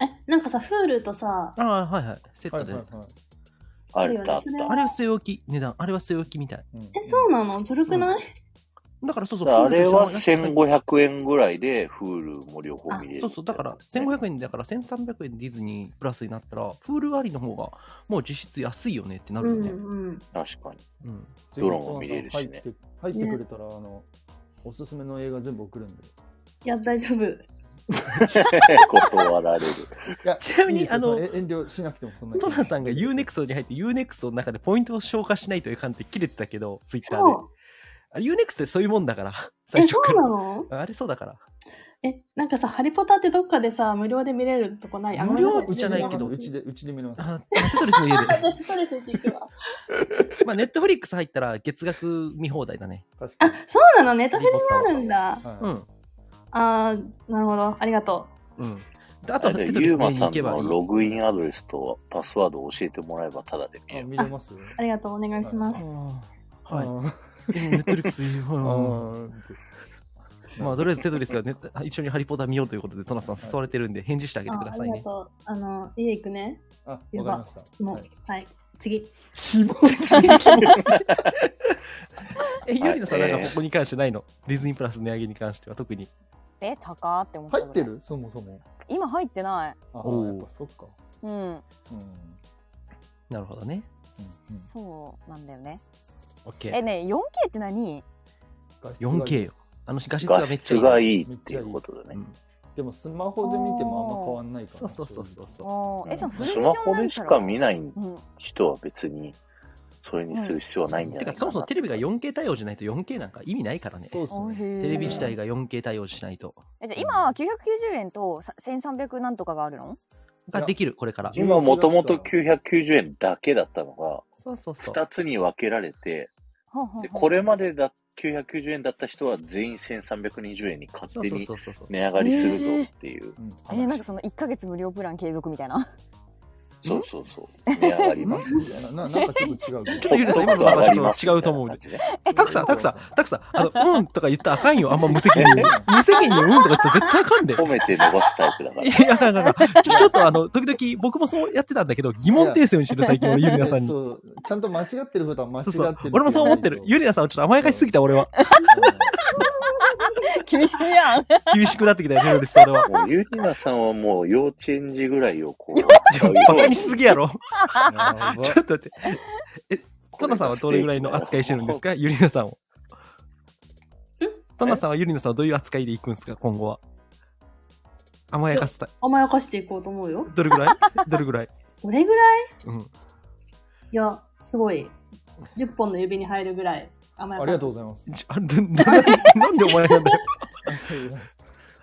[SPEAKER 3] え、なんかさ、フールとさ、
[SPEAKER 4] ああ、はいはい。セッ
[SPEAKER 5] は
[SPEAKER 4] ト
[SPEAKER 5] い
[SPEAKER 4] で。
[SPEAKER 5] はいはい
[SPEAKER 1] あれだっ
[SPEAKER 3] それ
[SPEAKER 1] た。
[SPEAKER 4] あれは据え置き、値段。あれは据え置きみたい。
[SPEAKER 5] うん。
[SPEAKER 3] え、そうなのずるくない、
[SPEAKER 4] だからそうそう。
[SPEAKER 1] あれは
[SPEAKER 4] 円。
[SPEAKER 1] 1500円ぐらいで Hulu も両方見れる。
[SPEAKER 4] そうそう。だから、1500円だから1300円ディズニープラスになったら、フールありの方が、もう実質安いよねってな
[SPEAKER 3] う
[SPEAKER 4] るよ
[SPEAKER 3] ん
[SPEAKER 4] ね。
[SPEAKER 3] うん。
[SPEAKER 1] 確かに。
[SPEAKER 4] うん。
[SPEAKER 1] ドラマも見れるしね
[SPEAKER 5] 入って入ってくれたら、あの、おすすめの映画全部送るんで。
[SPEAKER 3] いや、大丈夫。
[SPEAKER 1] 断られる。
[SPEAKER 5] いや
[SPEAKER 4] ちなみに
[SPEAKER 5] いいですよ
[SPEAKER 4] あの
[SPEAKER 5] そえ遠慮しなくてもそんなに
[SPEAKER 4] トナさんが UNEXT に入って UNEXT の中でポイントを消化しないという観点切れてたけど、ツイッターで
[SPEAKER 3] そ。
[SPEAKER 4] あれ UNEXT ってそういうもんだから、
[SPEAKER 3] え、
[SPEAKER 4] 最初
[SPEAKER 3] そ
[SPEAKER 4] か
[SPEAKER 3] うな
[SPEAKER 4] ら。
[SPEAKER 3] の
[SPEAKER 4] あれそうだから。
[SPEAKER 3] え、なんかさ、ハリポタってどっかでさ、無料で見れるとこないあんま
[SPEAKER 4] 無
[SPEAKER 3] り
[SPEAKER 4] 料
[SPEAKER 3] な
[SPEAKER 4] じゃないけど
[SPEAKER 5] うちで、うちで見れます。
[SPEAKER 4] あ、テトリスの家
[SPEAKER 3] あ、
[SPEAKER 4] で。
[SPEAKER 3] でストレスに聞くわ。
[SPEAKER 4] まあ、ネットフリックス入ったら月額見放題だね。
[SPEAKER 5] 確か
[SPEAKER 3] あ
[SPEAKER 5] に。、
[SPEAKER 3] そうなのネタフリ
[SPEAKER 4] ハリポ
[SPEAKER 3] に
[SPEAKER 4] タ
[SPEAKER 3] あ
[SPEAKER 4] は。
[SPEAKER 3] るんだ。
[SPEAKER 5] はいう
[SPEAKER 4] ん。
[SPEAKER 3] あー、なるほど。ありがと
[SPEAKER 4] うん。あと
[SPEAKER 1] あ
[SPEAKER 4] は
[SPEAKER 1] れ
[SPEAKER 4] テ
[SPEAKER 1] だ
[SPEAKER 4] ト
[SPEAKER 1] よ
[SPEAKER 4] リ
[SPEAKER 1] ユ
[SPEAKER 4] ス
[SPEAKER 1] ーマ
[SPEAKER 4] ねに
[SPEAKER 1] さ
[SPEAKER 4] 行
[SPEAKER 1] ん
[SPEAKER 4] けばい
[SPEAKER 1] の
[SPEAKER 4] い。
[SPEAKER 1] ログインアドレスとパスワードを教えてもらえばタダで見え
[SPEAKER 5] あ
[SPEAKER 1] る。
[SPEAKER 5] 見れます
[SPEAKER 3] ありがとう、お願いします。
[SPEAKER 4] はい。
[SPEAKER 5] い。
[SPEAKER 4] ネットリックス、まあ、とりあえずテトリスが、ね、 一緒にハリポーター見ようということで、トナさん誘われてるんで、返事してあげてく
[SPEAKER 3] あ
[SPEAKER 4] だ
[SPEAKER 3] あ
[SPEAKER 4] さい
[SPEAKER 3] りが
[SPEAKER 4] ね。
[SPEAKER 3] とう。あの、家行くね。
[SPEAKER 5] あ、わかりました。
[SPEAKER 3] も、
[SPEAKER 5] はいう
[SPEAKER 3] はい。次。
[SPEAKER 4] キモ え、ゆりなさん、なんかここに関してないのディズニープラス値上げに関しては特に。
[SPEAKER 2] え、高って思ったぐ
[SPEAKER 5] 入
[SPEAKER 2] ら
[SPEAKER 5] っ
[SPEAKER 2] い
[SPEAKER 5] てるそもそも。
[SPEAKER 2] 今入ってない。
[SPEAKER 5] ああ、
[SPEAKER 4] おー
[SPEAKER 5] やっぱそっか。
[SPEAKER 2] うん。
[SPEAKER 5] うん。
[SPEAKER 4] なるほどね。
[SPEAKER 2] そうなんだよね。え、
[SPEAKER 4] OK。
[SPEAKER 2] ね、4K って何
[SPEAKER 5] うんうん
[SPEAKER 4] 4K よ。あの画質は
[SPEAKER 1] 画
[SPEAKER 4] めっちゃ
[SPEAKER 1] 質
[SPEAKER 4] いい。
[SPEAKER 1] がいいっていうことだ
[SPEAKER 4] う
[SPEAKER 1] ね。
[SPEAKER 4] ん
[SPEAKER 5] でもスマホで見てもあんま変わんないから。
[SPEAKER 4] そうそうそうそうそ
[SPEAKER 2] おーえ、そのフルビ
[SPEAKER 1] ス
[SPEAKER 2] ジョン
[SPEAKER 1] マホでしか見
[SPEAKER 2] い。
[SPEAKER 1] ない
[SPEAKER 2] うん。
[SPEAKER 1] 人は別にそれにする必要はないん
[SPEAKER 4] う。
[SPEAKER 1] じゃ
[SPEAKER 4] て
[SPEAKER 1] ないかな。
[SPEAKER 4] か、そもそもテレビが 4K 対応じゃないと 4K なんか意味ないからね。
[SPEAKER 5] そうっす
[SPEAKER 2] お
[SPEAKER 5] ね。
[SPEAKER 2] へー
[SPEAKER 4] テレビ自体が 4K 対応しないと。
[SPEAKER 2] え、じゃあ今、990円とさ1300なんとかがあるの
[SPEAKER 4] ができる、これから。
[SPEAKER 1] 今もともと990円だけだったのが、
[SPEAKER 4] そうそうそう。
[SPEAKER 1] 2つに分けられて、
[SPEAKER 2] ほうほうほう
[SPEAKER 1] でこれまでだ990円だった人は全員1320円に勝
[SPEAKER 4] そう
[SPEAKER 1] 手
[SPEAKER 4] そう
[SPEAKER 1] に
[SPEAKER 4] そうそうそう。
[SPEAKER 1] 値上がりするぞっていう。
[SPEAKER 5] うん
[SPEAKER 2] えーなんかその1ヶ月無料プラン継続みたいな。
[SPEAKER 1] そうそうそう。値上がります。
[SPEAKER 5] いやなななんかちょっと違うけ
[SPEAKER 4] ちょっと
[SPEAKER 5] ど。
[SPEAKER 4] ゆりなさん、今の話と違うと思う。え、たくさん、たくさん、たくさん、あの、うんとか言ったらあかんよ。あんま無責任に。無責任にうんとか言ったら絶対あかんで。
[SPEAKER 1] 褒めて伸ばすタイプだから。
[SPEAKER 4] いや、なん か、ちょちょっ とあの、時々僕もそうやってたんだけど、疑問訂正にしてる最近、俺ゆりなさんに。
[SPEAKER 5] そうちゃんと間違ってることは間違っ
[SPEAKER 4] そう
[SPEAKER 5] て
[SPEAKER 4] そう。
[SPEAKER 5] る
[SPEAKER 4] 俺もそう思ってる。ゆりなさんをちょっと甘やかしすぎた、俺は。
[SPEAKER 2] 厳しいや ん。
[SPEAKER 4] 厳しくなってきたよ、テロです、そ れは。
[SPEAKER 1] もうゆりなさんはもう幼稚園児ぐらいをこう、
[SPEAKER 4] バカにしすぎや ろ。ち
[SPEAKER 5] うん
[SPEAKER 4] ょっと待って。え、トナさんはどれぐらいの扱いしてるんですかゆりなさんを。トナさんはゆりなさんをどういう扱いでいくんですか、今後は。甘やかすた。
[SPEAKER 3] 甘やかしていこうと思うよ。
[SPEAKER 4] どれぐ らいどれぐらい
[SPEAKER 3] どれぐらい
[SPEAKER 4] うん。
[SPEAKER 3] いや、すごい。10本の指に入るぐらい甘や
[SPEAKER 5] あ
[SPEAKER 3] か
[SPEAKER 5] り
[SPEAKER 3] して
[SPEAKER 5] がとうございます。
[SPEAKER 4] あどどなんでお 前なんだよ。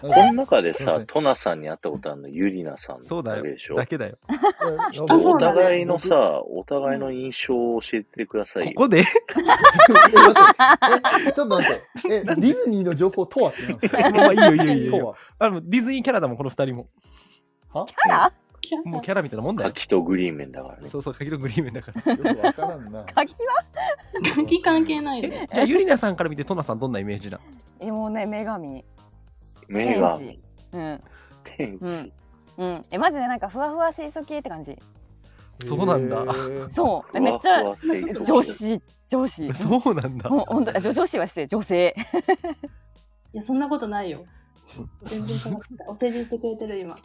[SPEAKER 1] この中で
[SPEAKER 5] すいませ
[SPEAKER 1] さ
[SPEAKER 5] ん、
[SPEAKER 1] トナさんに会ったことあるのゆりなさん
[SPEAKER 4] そうだよ
[SPEAKER 1] けでしょ。
[SPEAKER 4] だけだよ。
[SPEAKER 5] あ
[SPEAKER 3] あそ
[SPEAKER 1] お
[SPEAKER 3] うなんだ
[SPEAKER 1] 互いの さ、お互いの印象を教えてください
[SPEAKER 4] こ
[SPEAKER 1] よ。
[SPEAKER 4] こで
[SPEAKER 5] え、ちょっと待って。え、ディズニーの情報とはってなんですか
[SPEAKER 4] まあいいよいいよいい
[SPEAKER 5] と
[SPEAKER 4] よ。
[SPEAKER 5] は。
[SPEAKER 4] あの、ディズニーキャラだもん、この二人も。
[SPEAKER 2] キャラ
[SPEAKER 3] キャ
[SPEAKER 4] もうキャラみたいなもんだよ。
[SPEAKER 1] 柿とグリーン面だからね。
[SPEAKER 4] そうそう、かきのグリーンメンだから。
[SPEAKER 5] よくわからんな。
[SPEAKER 2] 柿は
[SPEAKER 3] 関係関係ないで。
[SPEAKER 4] え、じゃあ、ゆりなさんから見て、トナさんどんなイメージだ
[SPEAKER 2] え、もうね、女神。
[SPEAKER 1] 目
[SPEAKER 2] 天
[SPEAKER 1] が
[SPEAKER 2] 使。うん。
[SPEAKER 1] 天
[SPEAKER 2] うん
[SPEAKER 1] 使。。
[SPEAKER 2] うん。え、マジでなんかふわふわ清楚系って感じ。
[SPEAKER 4] そうなんだ
[SPEAKER 5] へー
[SPEAKER 2] そう。えめっち
[SPEAKER 1] ふ
[SPEAKER 2] ゃ
[SPEAKER 1] わふわ清楚
[SPEAKER 2] 女子、女子。
[SPEAKER 4] そうなんだ。
[SPEAKER 2] ほんほんとあ女女子は失礼、女性。
[SPEAKER 3] いや、そんなことない よ。全然そんなことないお世辞言ってくれてる今。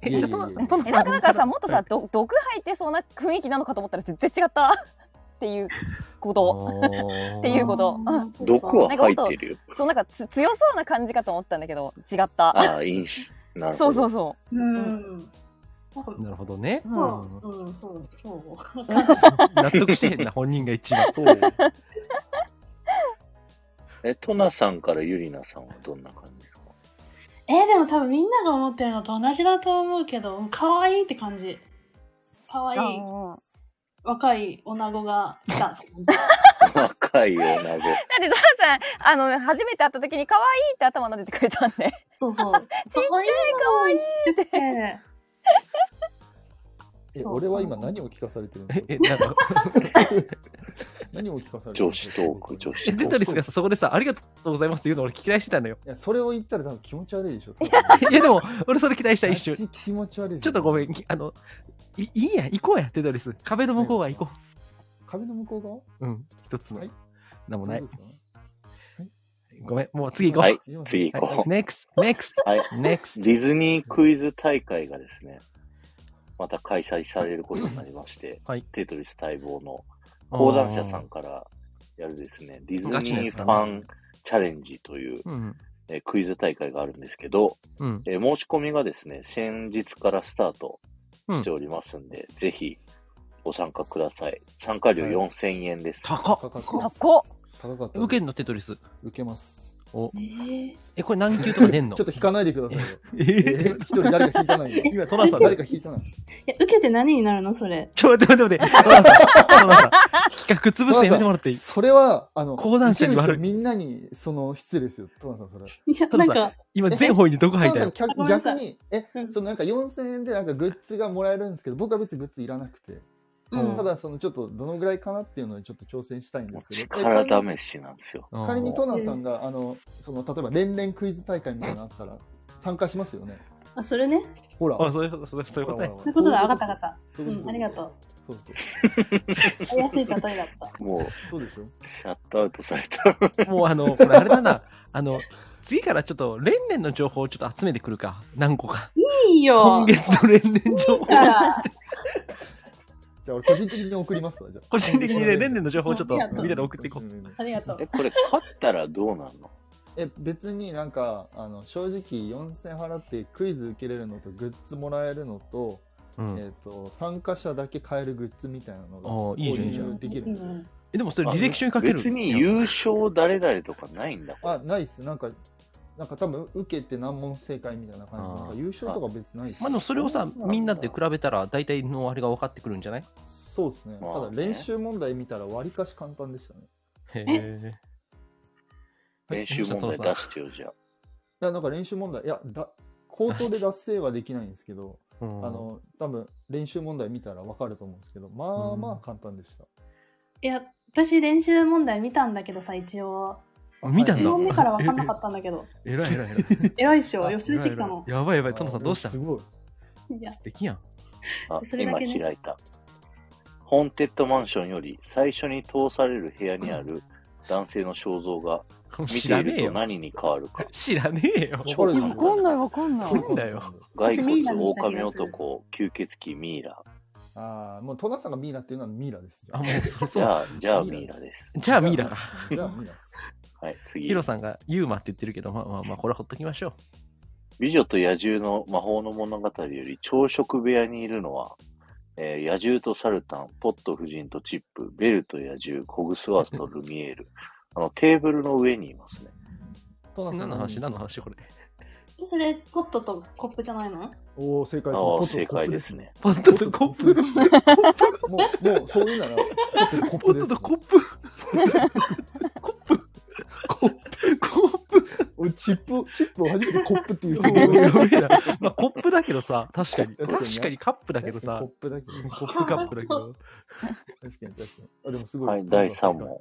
[SPEAKER 4] え、じゃあ、ト
[SPEAKER 5] いやいやい
[SPEAKER 4] ナ
[SPEAKER 5] や
[SPEAKER 4] トナ
[SPEAKER 2] え、なん
[SPEAKER 4] さん。
[SPEAKER 2] かだからさ、もっとさ、ど毒入ってそうな雰囲気なのかと思ったら全然違った っていうこと。
[SPEAKER 4] って
[SPEAKER 2] いうこと
[SPEAKER 3] あー
[SPEAKER 1] 毒は入ってるよ。
[SPEAKER 2] そうなんかつ強そうな感じかと思ったんだけど、違った。
[SPEAKER 1] ああ、印象。なる
[SPEAKER 2] そ
[SPEAKER 1] ほ
[SPEAKER 2] うそ
[SPEAKER 1] ど。
[SPEAKER 2] うそ
[SPEAKER 3] うん。なんか
[SPEAKER 4] なるほどね。
[SPEAKER 2] う。
[SPEAKER 3] ま
[SPEAKER 2] う
[SPEAKER 3] あ
[SPEAKER 2] ん。
[SPEAKER 3] うん、そう、そう。
[SPEAKER 4] 納得してへんな、本人が一番。
[SPEAKER 5] そうよ。
[SPEAKER 1] え、トナさんからゆりなさんはどんな感じですか
[SPEAKER 3] えーでも多分みんなが思ってるのと同じだと思うけど、可愛いって感じ。可愛い
[SPEAKER 2] あー
[SPEAKER 3] 若い女子が来 た。
[SPEAKER 1] 若い女子。
[SPEAKER 2] だって、ダーさん、あの、初めて会った時に可愛いって頭撫でてくれたんで。
[SPEAKER 3] そうそう。可愛い可愛いってて。
[SPEAKER 5] え、俺は今何を聞かされてるの
[SPEAKER 4] え、え、なんか、
[SPEAKER 5] 何を聞かされてる
[SPEAKER 1] 女子トーク、女子
[SPEAKER 4] え
[SPEAKER 1] ト
[SPEAKER 4] テ
[SPEAKER 1] ー
[SPEAKER 4] ト
[SPEAKER 1] ク。
[SPEAKER 4] リスがさ、そこでさ、ありがとうございますって言うの俺聞き出してたのよ。
[SPEAKER 5] いや、それを言ったら多分気持ち悪いでしょ。
[SPEAKER 4] いや、でも、俺それ期待した、一瞬
[SPEAKER 5] あ。いつ気持ち悪い。
[SPEAKER 4] ちょっとご
[SPEAKER 5] ん。
[SPEAKER 4] めん、きあの、いいいや、行こうや、テトリス。壁の向こうは行こ
[SPEAKER 5] 壁の向こう側
[SPEAKER 4] う。うん、一つの
[SPEAKER 5] はい。
[SPEAKER 4] なんもない
[SPEAKER 5] どう。ですか
[SPEAKER 4] ごめん、もう次行こ
[SPEAKER 1] は
[SPEAKER 4] う。
[SPEAKER 1] い、次行こう。
[SPEAKER 4] NEXT、NEXT、
[SPEAKER 1] はい。
[SPEAKER 4] NEXT。
[SPEAKER 1] ディズニークイズ大会がですね、また開催されることになりまして、
[SPEAKER 4] はい
[SPEAKER 1] テトリス待望の講談社さん。からやるですね、ディズニーファンチャレンジという、
[SPEAKER 4] うん。
[SPEAKER 1] えークイズ大会があるんですけど、
[SPEAKER 4] うん。
[SPEAKER 1] えー申し込みがですね、先日からスタート
[SPEAKER 4] うん
[SPEAKER 1] しておりますんで、ぜひご参加ください。参加料4000円です。
[SPEAKER 4] 高っ。
[SPEAKER 5] 高かった
[SPEAKER 2] か
[SPEAKER 5] で
[SPEAKER 2] っ
[SPEAKER 5] す。
[SPEAKER 2] こ
[SPEAKER 5] 高かったです。
[SPEAKER 4] 受けんのテトリス。
[SPEAKER 5] 受けます。
[SPEAKER 4] お
[SPEAKER 3] えー、
[SPEAKER 4] え、これ何級とか出んの
[SPEAKER 5] ちょっと引かないでくださいよ。
[SPEAKER 4] え
[SPEAKER 5] えー一人誰か引いたないよ。
[SPEAKER 4] 今、トナさん、
[SPEAKER 5] 誰か引いたない。
[SPEAKER 3] いや、受けて何になるのそれ。
[SPEAKER 4] ちょ、待って待って待って、トナさん、トナさん、企画潰すのやめてもらっていい
[SPEAKER 5] それは、あの、
[SPEAKER 4] 講談社に悪い
[SPEAKER 5] 見てる人みんなに、その、失礼ですよ、トナさん、それ。
[SPEAKER 3] いや、
[SPEAKER 4] トナ
[SPEAKER 3] なん
[SPEAKER 4] さ
[SPEAKER 3] か、
[SPEAKER 4] 今、全方位に毒
[SPEAKER 5] ト
[SPEAKER 4] 吐
[SPEAKER 5] ナ
[SPEAKER 4] いた
[SPEAKER 5] さん
[SPEAKER 4] よ。
[SPEAKER 5] 逆、
[SPEAKER 3] ごめんなさ
[SPEAKER 5] 逆
[SPEAKER 3] い
[SPEAKER 5] に、え
[SPEAKER 3] う、ん
[SPEAKER 5] そのなんか4000円でなんかグッズがもらえるんですけど、僕は別にグッズいらなくて、
[SPEAKER 3] う
[SPEAKER 4] うん
[SPEAKER 3] ん
[SPEAKER 5] ただ、その、ちょっと、どのぐらいかなっていうのにちょっと挑戦したいんですけど、え
[SPEAKER 1] 力試しなんですよ。
[SPEAKER 5] 仮に
[SPEAKER 4] うん
[SPEAKER 5] トナさんが、あの、その、例えば、連々クイズ大会みたいなのあったら、参加しますよね。
[SPEAKER 3] あ、それね。
[SPEAKER 5] ほら。
[SPEAKER 4] あ、そういう、そういうそういうことね。
[SPEAKER 5] ほ
[SPEAKER 3] そういうこと
[SPEAKER 5] らほら
[SPEAKER 3] だ、
[SPEAKER 5] ほ
[SPEAKER 3] わからったわかった。
[SPEAKER 5] そう
[SPEAKER 3] う
[SPEAKER 5] です
[SPEAKER 3] ん、ありがとう。
[SPEAKER 5] そうそう
[SPEAKER 3] ありやすい例えだった。
[SPEAKER 1] もう、
[SPEAKER 5] そうでしょ
[SPEAKER 1] シャットアウトされた。
[SPEAKER 4] もう、あの、これあれだな、あの、次からちょっと、連連の情報をちょっと集めてくるか、何個か。
[SPEAKER 3] いいよ
[SPEAKER 4] 今。 月の連連情
[SPEAKER 3] だ。
[SPEAKER 4] 報
[SPEAKER 3] から、
[SPEAKER 5] じゃあ俺個人的に送りますわ、じゃあ。
[SPEAKER 4] 個人的にね、連連の情報をちょっと、 み
[SPEAKER 3] ありがとうん
[SPEAKER 4] なで送っていこう。
[SPEAKER 5] んんん
[SPEAKER 3] ありがと
[SPEAKER 1] え、
[SPEAKER 3] う。
[SPEAKER 1] これ、勝ったらどうなんの
[SPEAKER 5] え、別になんか、あの、正直4000払ってクイズ受けれるのとグッズもらえるのと、
[SPEAKER 4] うん
[SPEAKER 5] えっ、と、参加者だけ買えるグッズみたいなのが
[SPEAKER 4] ああいいじゃんいいじゃん
[SPEAKER 5] 購入できるんですよ。
[SPEAKER 4] えでもそれ履歴書に書ける
[SPEAKER 1] 別に優勝誰々とかないんだ。
[SPEAKER 5] あ、ないっす。なんか、なんか多分受けて難問正解みたいな感じ
[SPEAKER 4] あ
[SPEAKER 5] で、
[SPEAKER 4] ー
[SPEAKER 5] なんか優勝とか別にないっす
[SPEAKER 4] まあで。もそれをさみんなで比べたら大体のあれが分かってくるんじゃない
[SPEAKER 5] そうですね。
[SPEAKER 1] まあ
[SPEAKER 5] ただ練習問題見たら割かし簡単でしたね。
[SPEAKER 4] へえ
[SPEAKER 1] 練習問題出してよ、じゃあ。
[SPEAKER 5] いや、なんか練習問題、いや、だ口頭で脱線はできないんですけど、
[SPEAKER 4] あ
[SPEAKER 5] あの、多分練習問題見たらわかると思うんですけど、まあまあ簡単でした。
[SPEAKER 3] いや、私練習問題見たんだけどさ、一応。
[SPEAKER 4] 見たん
[SPEAKER 3] 1
[SPEAKER 4] だ
[SPEAKER 3] 問目から分かんなかったんだけど。
[SPEAKER 4] えらいえらいえ らい
[SPEAKER 3] 偉いっしょ、予習してきたの。
[SPEAKER 4] やばいやばいト
[SPEAKER 5] ト
[SPEAKER 4] ナ
[SPEAKER 5] ナ
[SPEAKER 4] さんどうした
[SPEAKER 5] す
[SPEAKER 4] 素
[SPEAKER 5] ごい。
[SPEAKER 3] いや、
[SPEAKER 4] 敵やん
[SPEAKER 1] あ、
[SPEAKER 3] それ
[SPEAKER 1] 今
[SPEAKER 3] だけね
[SPEAKER 1] 開いた。ホーンテッドマンションより最初に通される部屋にある男性の肖像が見
[SPEAKER 4] 知
[SPEAKER 1] て
[SPEAKER 4] ら
[SPEAKER 1] い
[SPEAKER 4] ね
[SPEAKER 1] る
[SPEAKER 4] え
[SPEAKER 1] と
[SPEAKER 4] よ
[SPEAKER 1] 何に変わるか。
[SPEAKER 4] 知らねえよ
[SPEAKER 5] わかる
[SPEAKER 2] やわかんないわかんない。
[SPEAKER 4] んだよ。
[SPEAKER 1] 骸
[SPEAKER 3] 私ミイラ
[SPEAKER 1] 骨、
[SPEAKER 3] にした気
[SPEAKER 1] 狼
[SPEAKER 3] がする
[SPEAKER 1] 男、吸血鬼、ミイラ。
[SPEAKER 5] ああ、もうトナさんがミイラっていうのはミイラです。じゃ
[SPEAKER 4] あもうそろそ
[SPEAKER 1] じ
[SPEAKER 4] ろ
[SPEAKER 1] ゃあ、じゃあミイラです。
[SPEAKER 4] じゃあミイラか。
[SPEAKER 5] じゃあミイラです。
[SPEAKER 1] はい、次
[SPEAKER 4] ヒ。ロさんがユーマって言ってるけどまあまあまあこれはほっときましょ
[SPEAKER 1] 美女と野獣の魔法の物語より朝食部屋にいるのは、えー野獣とサルタン、ポット夫人とチップ、ベルと野獣、コグスワースとルミエール。あの、テーブルの上にいますね。
[SPEAKER 5] トナ
[SPEAKER 4] う
[SPEAKER 5] さん
[SPEAKER 4] 何の話何の話これ
[SPEAKER 3] それポットとコップじゃないの
[SPEAKER 5] おお、正解
[SPEAKER 1] あ
[SPEAKER 5] で
[SPEAKER 1] あ、
[SPEAKER 5] す。ポット
[SPEAKER 1] 正解です。ね。
[SPEAKER 4] ポットとコップポ
[SPEAKER 5] コップもう、もう、そういうなら、ポットコップ
[SPEAKER 4] ッ
[SPEAKER 5] で
[SPEAKER 4] ト
[SPEAKER 5] すね
[SPEAKER 4] とコップコップコップコップ
[SPEAKER 5] おチップ、チップを初めてコップっていう人がい
[SPEAKER 4] や
[SPEAKER 5] る
[SPEAKER 4] べえなまあコップだけどさ確かに
[SPEAKER 5] 確かにね
[SPEAKER 4] 確かにカップだけどさ
[SPEAKER 5] コップだけど。
[SPEAKER 4] コップカップだけど。
[SPEAKER 5] 確かに、確かに。あ、でもすごい。
[SPEAKER 1] はい、第3問。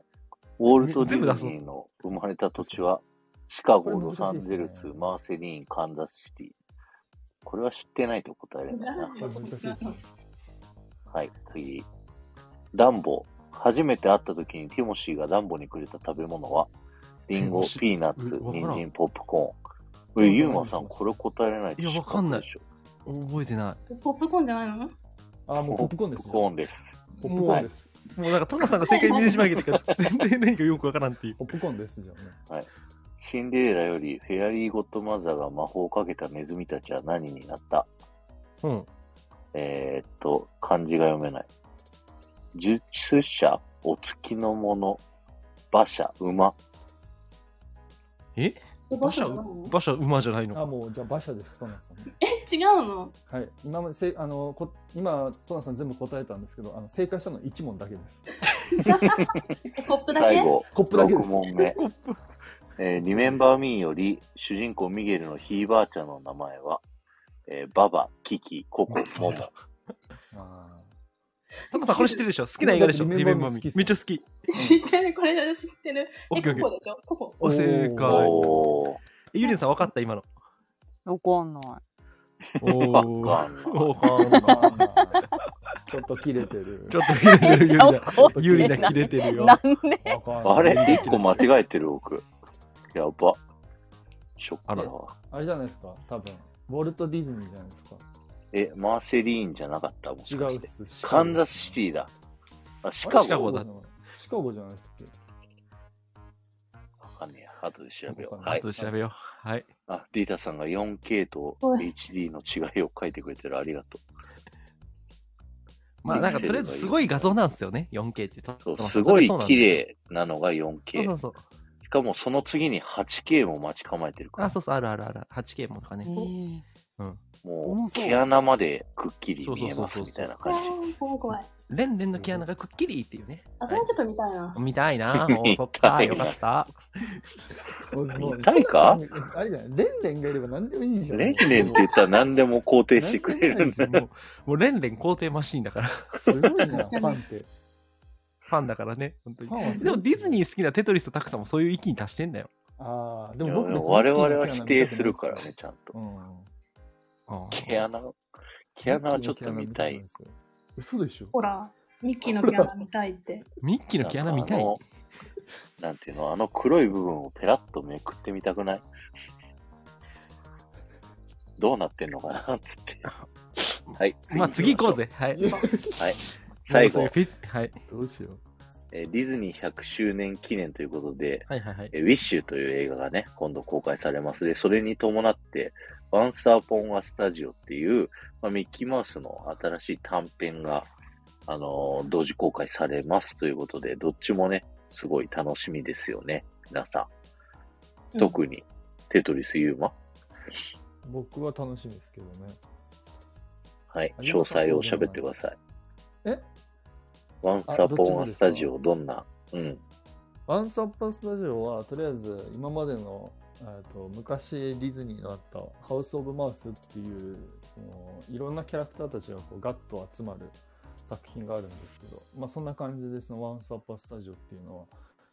[SPEAKER 1] ウォルト・ディズニーの生まれた土地は、シカゴ、
[SPEAKER 5] これ
[SPEAKER 1] ロ
[SPEAKER 5] 難しい
[SPEAKER 1] サ
[SPEAKER 5] で
[SPEAKER 1] ン
[SPEAKER 5] す
[SPEAKER 1] ゼ
[SPEAKER 5] ね
[SPEAKER 1] ルス、マーセリーン、カンザスシティ。これは知ってないと答えるんだな。
[SPEAKER 5] これ難しいですね。
[SPEAKER 1] はい、次。ダンボ。初めて会った時にティモシーがダンボにくれた食べ物は、リンゴ、
[SPEAKER 4] ティモシー
[SPEAKER 1] ピーナッツ、
[SPEAKER 4] うわから
[SPEAKER 1] 人
[SPEAKER 4] ん
[SPEAKER 1] 参、ポップコーン。え、ユーマさん、これ答えれない
[SPEAKER 4] いやわかんない
[SPEAKER 1] でしょ。
[SPEAKER 4] 覚えてない
[SPEAKER 3] ポップコーンじゃないの
[SPEAKER 5] あ、もうポップコーンで
[SPEAKER 1] ポ
[SPEAKER 5] す。
[SPEAKER 1] ップ
[SPEAKER 5] ポ
[SPEAKER 1] コー
[SPEAKER 5] ッ
[SPEAKER 1] ンです。
[SPEAKER 5] プコーンです。
[SPEAKER 4] もうなんかトナさんが正解見てしまうけど 全然何かよくわからんっていう
[SPEAKER 5] ポップコーンです、じゃあね。
[SPEAKER 1] シンデレラよりフェアリー・ゴッド・マザーが魔法をかけたネズミたちは何になった
[SPEAKER 4] うん
[SPEAKER 1] えーっと、漢字が読めない。術者、お月の者、馬車、馬。
[SPEAKER 4] え
[SPEAKER 3] え
[SPEAKER 4] 馬車
[SPEAKER 3] ポップコーン
[SPEAKER 4] 馬車馬じゃない
[SPEAKER 5] あ、
[SPEAKER 4] の
[SPEAKER 5] もう、じゃあ馬車です、トナさん。
[SPEAKER 3] 違うの
[SPEAKER 5] はい、今までせあのこ今トナさん全部答えたんですけどあの正解したの一問だけです
[SPEAKER 3] えコップだけ
[SPEAKER 1] 最後、
[SPEAKER 5] コップだけで
[SPEAKER 1] 6
[SPEAKER 5] す
[SPEAKER 1] 問目。えー、リメンバー・ミーより、主人公ミゲルのひいばあちゃんの名前は、えーババ、キキ、ココ、モモ。
[SPEAKER 5] あー
[SPEAKER 4] トナさんこれ知ってるでしょ好きな映画でしょ
[SPEAKER 5] リ
[SPEAKER 4] リメ
[SPEAKER 5] メン
[SPEAKER 4] ン
[SPEAKER 5] バ
[SPEAKER 4] バ
[SPEAKER 5] ー
[SPEAKER 4] ー
[SPEAKER 5] ミ
[SPEAKER 4] ミ
[SPEAKER 5] ー
[SPEAKER 4] ーめっちゃ好き
[SPEAKER 3] 知ってるこれ知ってる
[SPEAKER 4] オ
[SPEAKER 3] え
[SPEAKER 4] ッケーオッケ
[SPEAKER 3] コ
[SPEAKER 4] ー
[SPEAKER 3] コでしょココ
[SPEAKER 4] お正
[SPEAKER 5] あ
[SPEAKER 4] 解
[SPEAKER 1] おー。
[SPEAKER 4] えゆりんさんわかった今の
[SPEAKER 2] わかんない。
[SPEAKER 4] おー
[SPEAKER 1] わかんない
[SPEAKER 4] わかんない
[SPEAKER 5] まあまあちょっと切れてる
[SPEAKER 4] ちょっと切れてるゆりなゆりな切れてるよ
[SPEAKER 2] なんで
[SPEAKER 5] わかんない
[SPEAKER 1] あれ ?1 個間違えてる、僕。やば。ショックだわ。
[SPEAKER 5] あれじゃないですか多分ウォルト・ディズニーじゃない
[SPEAKER 1] え、マーセリーンじゃなかったもん。
[SPEAKER 5] ですか違うっすシ
[SPEAKER 1] カンザスシティだ。あ、シカ
[SPEAKER 5] シカ
[SPEAKER 1] ゴ。
[SPEAKER 5] ゴ
[SPEAKER 4] ゴ
[SPEAKER 5] だ
[SPEAKER 4] だ
[SPEAKER 5] シカゴじゃないですっ
[SPEAKER 1] わかんねえ。後で調べよ
[SPEAKER 5] わ
[SPEAKER 1] う。
[SPEAKER 5] かんな
[SPEAKER 1] はいい
[SPEAKER 4] 後。で調べようはい
[SPEAKER 1] あ、リータさんが 4K と HD の違いを書いてくれてる。ありがと
[SPEAKER 4] まあなんかとりあえずすごい画像なんですよね 4K って
[SPEAKER 1] う。そう、すごい綺
[SPEAKER 4] そうなんですよ
[SPEAKER 1] 麗なのが 4K。
[SPEAKER 4] そうそうそう
[SPEAKER 1] しかもその次に 8K も待ち構えてるから、
[SPEAKER 4] あ、そうそう、あるあるある。8K もとかね。
[SPEAKER 2] ね
[SPEAKER 1] も
[SPEAKER 2] 重
[SPEAKER 1] う
[SPEAKER 2] そう
[SPEAKER 1] 毛穴までくっきり
[SPEAKER 4] そうそう
[SPEAKER 1] 見
[SPEAKER 4] そう
[SPEAKER 1] え
[SPEAKER 4] そう
[SPEAKER 1] ますみたいな
[SPEAKER 3] あ
[SPEAKER 1] 感じ。
[SPEAKER 3] ー怖い怖い。
[SPEAKER 4] レンレンの毛穴がくっきりっていうね。
[SPEAKER 3] あ、それはちょっと見たいな。
[SPEAKER 4] 見たいな。
[SPEAKER 1] 見たいな
[SPEAKER 4] もうそっか、よかった。
[SPEAKER 1] 痛いか
[SPEAKER 5] トナさんあれじゃないレンレンがいれば何でもいいじゃん。
[SPEAKER 1] レンレンって言ったら何でも肯定してくれるんだ。
[SPEAKER 4] もう、もうレンレン肯定マシーンだから。
[SPEAKER 5] すごいな、ファンって。
[SPEAKER 4] ファンだからね、本当
[SPEAKER 5] フ
[SPEAKER 4] に
[SPEAKER 5] ァ。ンは
[SPEAKER 4] でもディズ
[SPEAKER 5] ー。
[SPEAKER 4] ニー好きなテトリスとタクさんもそういう域に達してんだよ。
[SPEAKER 5] ああ、で
[SPEAKER 1] いや
[SPEAKER 5] も僕別に
[SPEAKER 1] 我々は否定するからね、ちゃんと。
[SPEAKER 5] うん。
[SPEAKER 1] 毛穴を、毛穴はちょっと見たい。。
[SPEAKER 5] 嘘でしょ
[SPEAKER 3] ほら、ミッキーの毛穴見たいって。
[SPEAKER 4] ミッキーの毛穴見た
[SPEAKER 1] あ
[SPEAKER 4] い。
[SPEAKER 1] のなんていうの、あの黒い部分をペラッとめくってみたくないどうなってんのかなっつって。はい。
[SPEAKER 4] まあ次行こう
[SPEAKER 1] ぜ。
[SPEAKER 4] ぜ。はい。
[SPEAKER 1] 最後
[SPEAKER 4] もう、それフィッはい。
[SPEAKER 5] どうしよう。
[SPEAKER 1] えーディズニー100周年記念ということで、
[SPEAKER 4] はいはいはい。
[SPEAKER 1] えーウィッシュという映画がね、今度公開されます。で、それに伴って、ワンサーポンアスタジオっていう、まあ、ミッキーマウスの新しい短編が、あのー同時公開されますということで、どっちもね、すごい楽しみですよね、皆さん。特に、テトリスユーマ。
[SPEAKER 5] 僕は楽しみですけどね。
[SPEAKER 1] はい、
[SPEAKER 5] あ
[SPEAKER 1] 詳細を喋ってください。
[SPEAKER 5] え
[SPEAKER 1] ワンサーポンアスタジオ、どんな、うん、
[SPEAKER 5] ワンスアップスタジオは、とりあえず今までの、えー、と昔ディズニーがあったハウス・オブ・マウスっていうそのいろんなキャラクターたちがこうガッと集まる作品があるんですけど、まあ、そんな感じでそのワンスアップスタジオっていうのは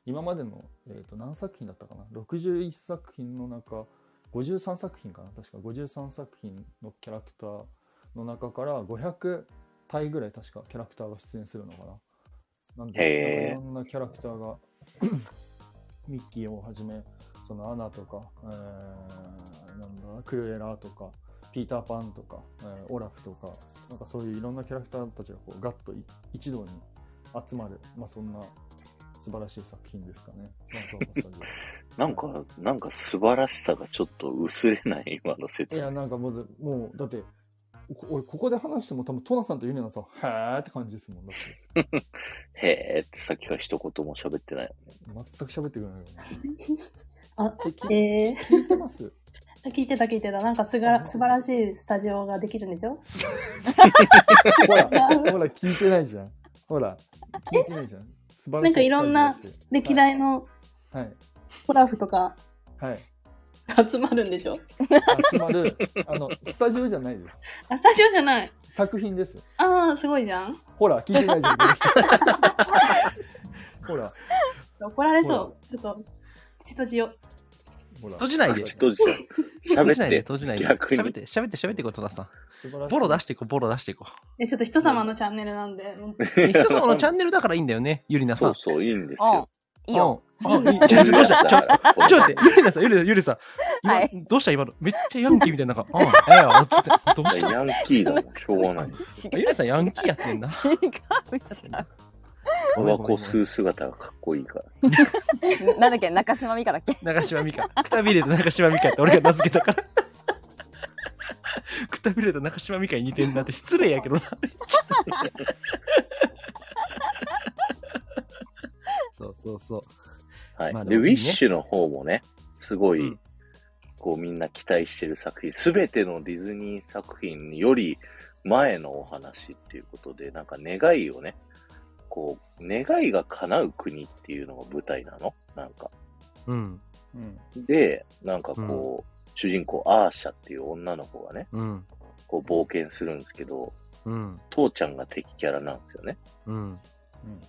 [SPEAKER 5] 今までの、えー、と何作品だったかな61作品の中53作品かな確か53作品のキャラクターの中から500体ぐらい確かキャラクターが出演するのかななん
[SPEAKER 1] へー
[SPEAKER 5] でなんかいろんなキャラクターが ミッキーをはじめそのアナとか、えーなんだクルエラとかピーター・パンとか、えーオラフとかなんかそういういろんなキャラクターたちがこうガッとい一堂に集まる、まあ、そんな素晴らしい作品ですかね。まあそうスタジ
[SPEAKER 1] なんか、なんか素晴らしさがちょっと薄れない、今の
[SPEAKER 5] オい
[SPEAKER 1] 説
[SPEAKER 5] や、なんかもう、もうだって、こ俺、ここで話しても、多分トナさんとユニナさん、はーって感じですもん。だって、
[SPEAKER 1] へーってさっきから一言も喋ってない。
[SPEAKER 5] 全く喋ってくれないよね。
[SPEAKER 3] あ、
[SPEAKER 5] え、聞
[SPEAKER 3] え
[SPEAKER 5] 聞いてます
[SPEAKER 3] ー、聞いてた聞いてた。なんかすが素晴らしいスタジオができるんでしょ
[SPEAKER 5] ほら、ほら、聞いてないじゃん。ほら、聞いてないじゃん。素晴らしい。
[SPEAKER 3] なんかいろんな歴代。の
[SPEAKER 5] はい。
[SPEAKER 3] コラフとか
[SPEAKER 5] はい。
[SPEAKER 3] 集まるんでしょ
[SPEAKER 5] 集まる、あの、スタジオじゃないで
[SPEAKER 3] あ、スタジオじゃない。
[SPEAKER 5] す。作品です。
[SPEAKER 3] ああ、すごいじゃん。
[SPEAKER 5] ほら、聞いてないじゃ ん。ほら、
[SPEAKER 3] 怒られそう。ちょっと、口閉じよう。
[SPEAKER 5] ほら。
[SPEAKER 4] 閉じないで
[SPEAKER 1] どうでしょう
[SPEAKER 4] 閉
[SPEAKER 1] 喋
[SPEAKER 4] じな
[SPEAKER 1] っ
[SPEAKER 4] いで、
[SPEAKER 1] て。
[SPEAKER 4] 閉じないで。
[SPEAKER 1] 逆に
[SPEAKER 4] 喋って、喋って、喋ってこう、トナさ
[SPEAKER 5] 素晴ら
[SPEAKER 4] ん。
[SPEAKER 5] しい
[SPEAKER 4] ボロ出していこう、ボロ出していこ
[SPEAKER 3] え、ちょっと人様のチャンネルなんで。うん
[SPEAKER 4] う。人様のチャンネルだからいいんだよね、ゆりなさ
[SPEAKER 1] そ
[SPEAKER 4] ん
[SPEAKER 1] う。そう、いいんです
[SPEAKER 2] あ
[SPEAKER 1] よ。
[SPEAKER 2] いいよ。
[SPEAKER 4] うん。うんちょ、ちょ、ちょ、ち ょ、ちょ、ちょ、待って、ゆりなさん、ゆりなさん、ゆりなさん。今
[SPEAKER 2] はい
[SPEAKER 4] どうした今のめっちゃヤンキーみたいな、なんか、うん、ええよ、つって。どうした
[SPEAKER 1] ヤンキ ーだもん、しょうがない。
[SPEAKER 4] ゆりなさん、ヤンキーやってんな。
[SPEAKER 2] 違う違
[SPEAKER 1] タバコ吸う姿がかっこいいから。
[SPEAKER 2] う。 なんだっけ中島美香だっけ
[SPEAKER 4] 長島美香。くたびれた長島美香って俺が名付けたから。くたびれた中島美香に似てんなって失礼やけどな。そうそうそう。
[SPEAKER 1] はい。
[SPEAKER 4] まあ
[SPEAKER 1] で、
[SPEAKER 4] で
[SPEAKER 1] ウ
[SPEAKER 4] も
[SPEAKER 1] ィ
[SPEAKER 4] い
[SPEAKER 1] ッ
[SPEAKER 4] いね
[SPEAKER 1] シュの方もね、すごい、
[SPEAKER 4] うん
[SPEAKER 1] こうみんな期待してる作品、すべてのディズニー作品より前のお話っていうことで、なんか願いをね、こう、願いが叶う国っていうのが舞台なのなんか。
[SPEAKER 4] うん、
[SPEAKER 5] うん。
[SPEAKER 1] で、なんかこう、主人公アーシャっていう女の子がね、
[SPEAKER 4] うん、
[SPEAKER 1] こう冒険するんですけど、
[SPEAKER 4] うん、
[SPEAKER 1] 父ちゃんが敵キャラなんですよね。
[SPEAKER 4] うん。
[SPEAKER 5] うん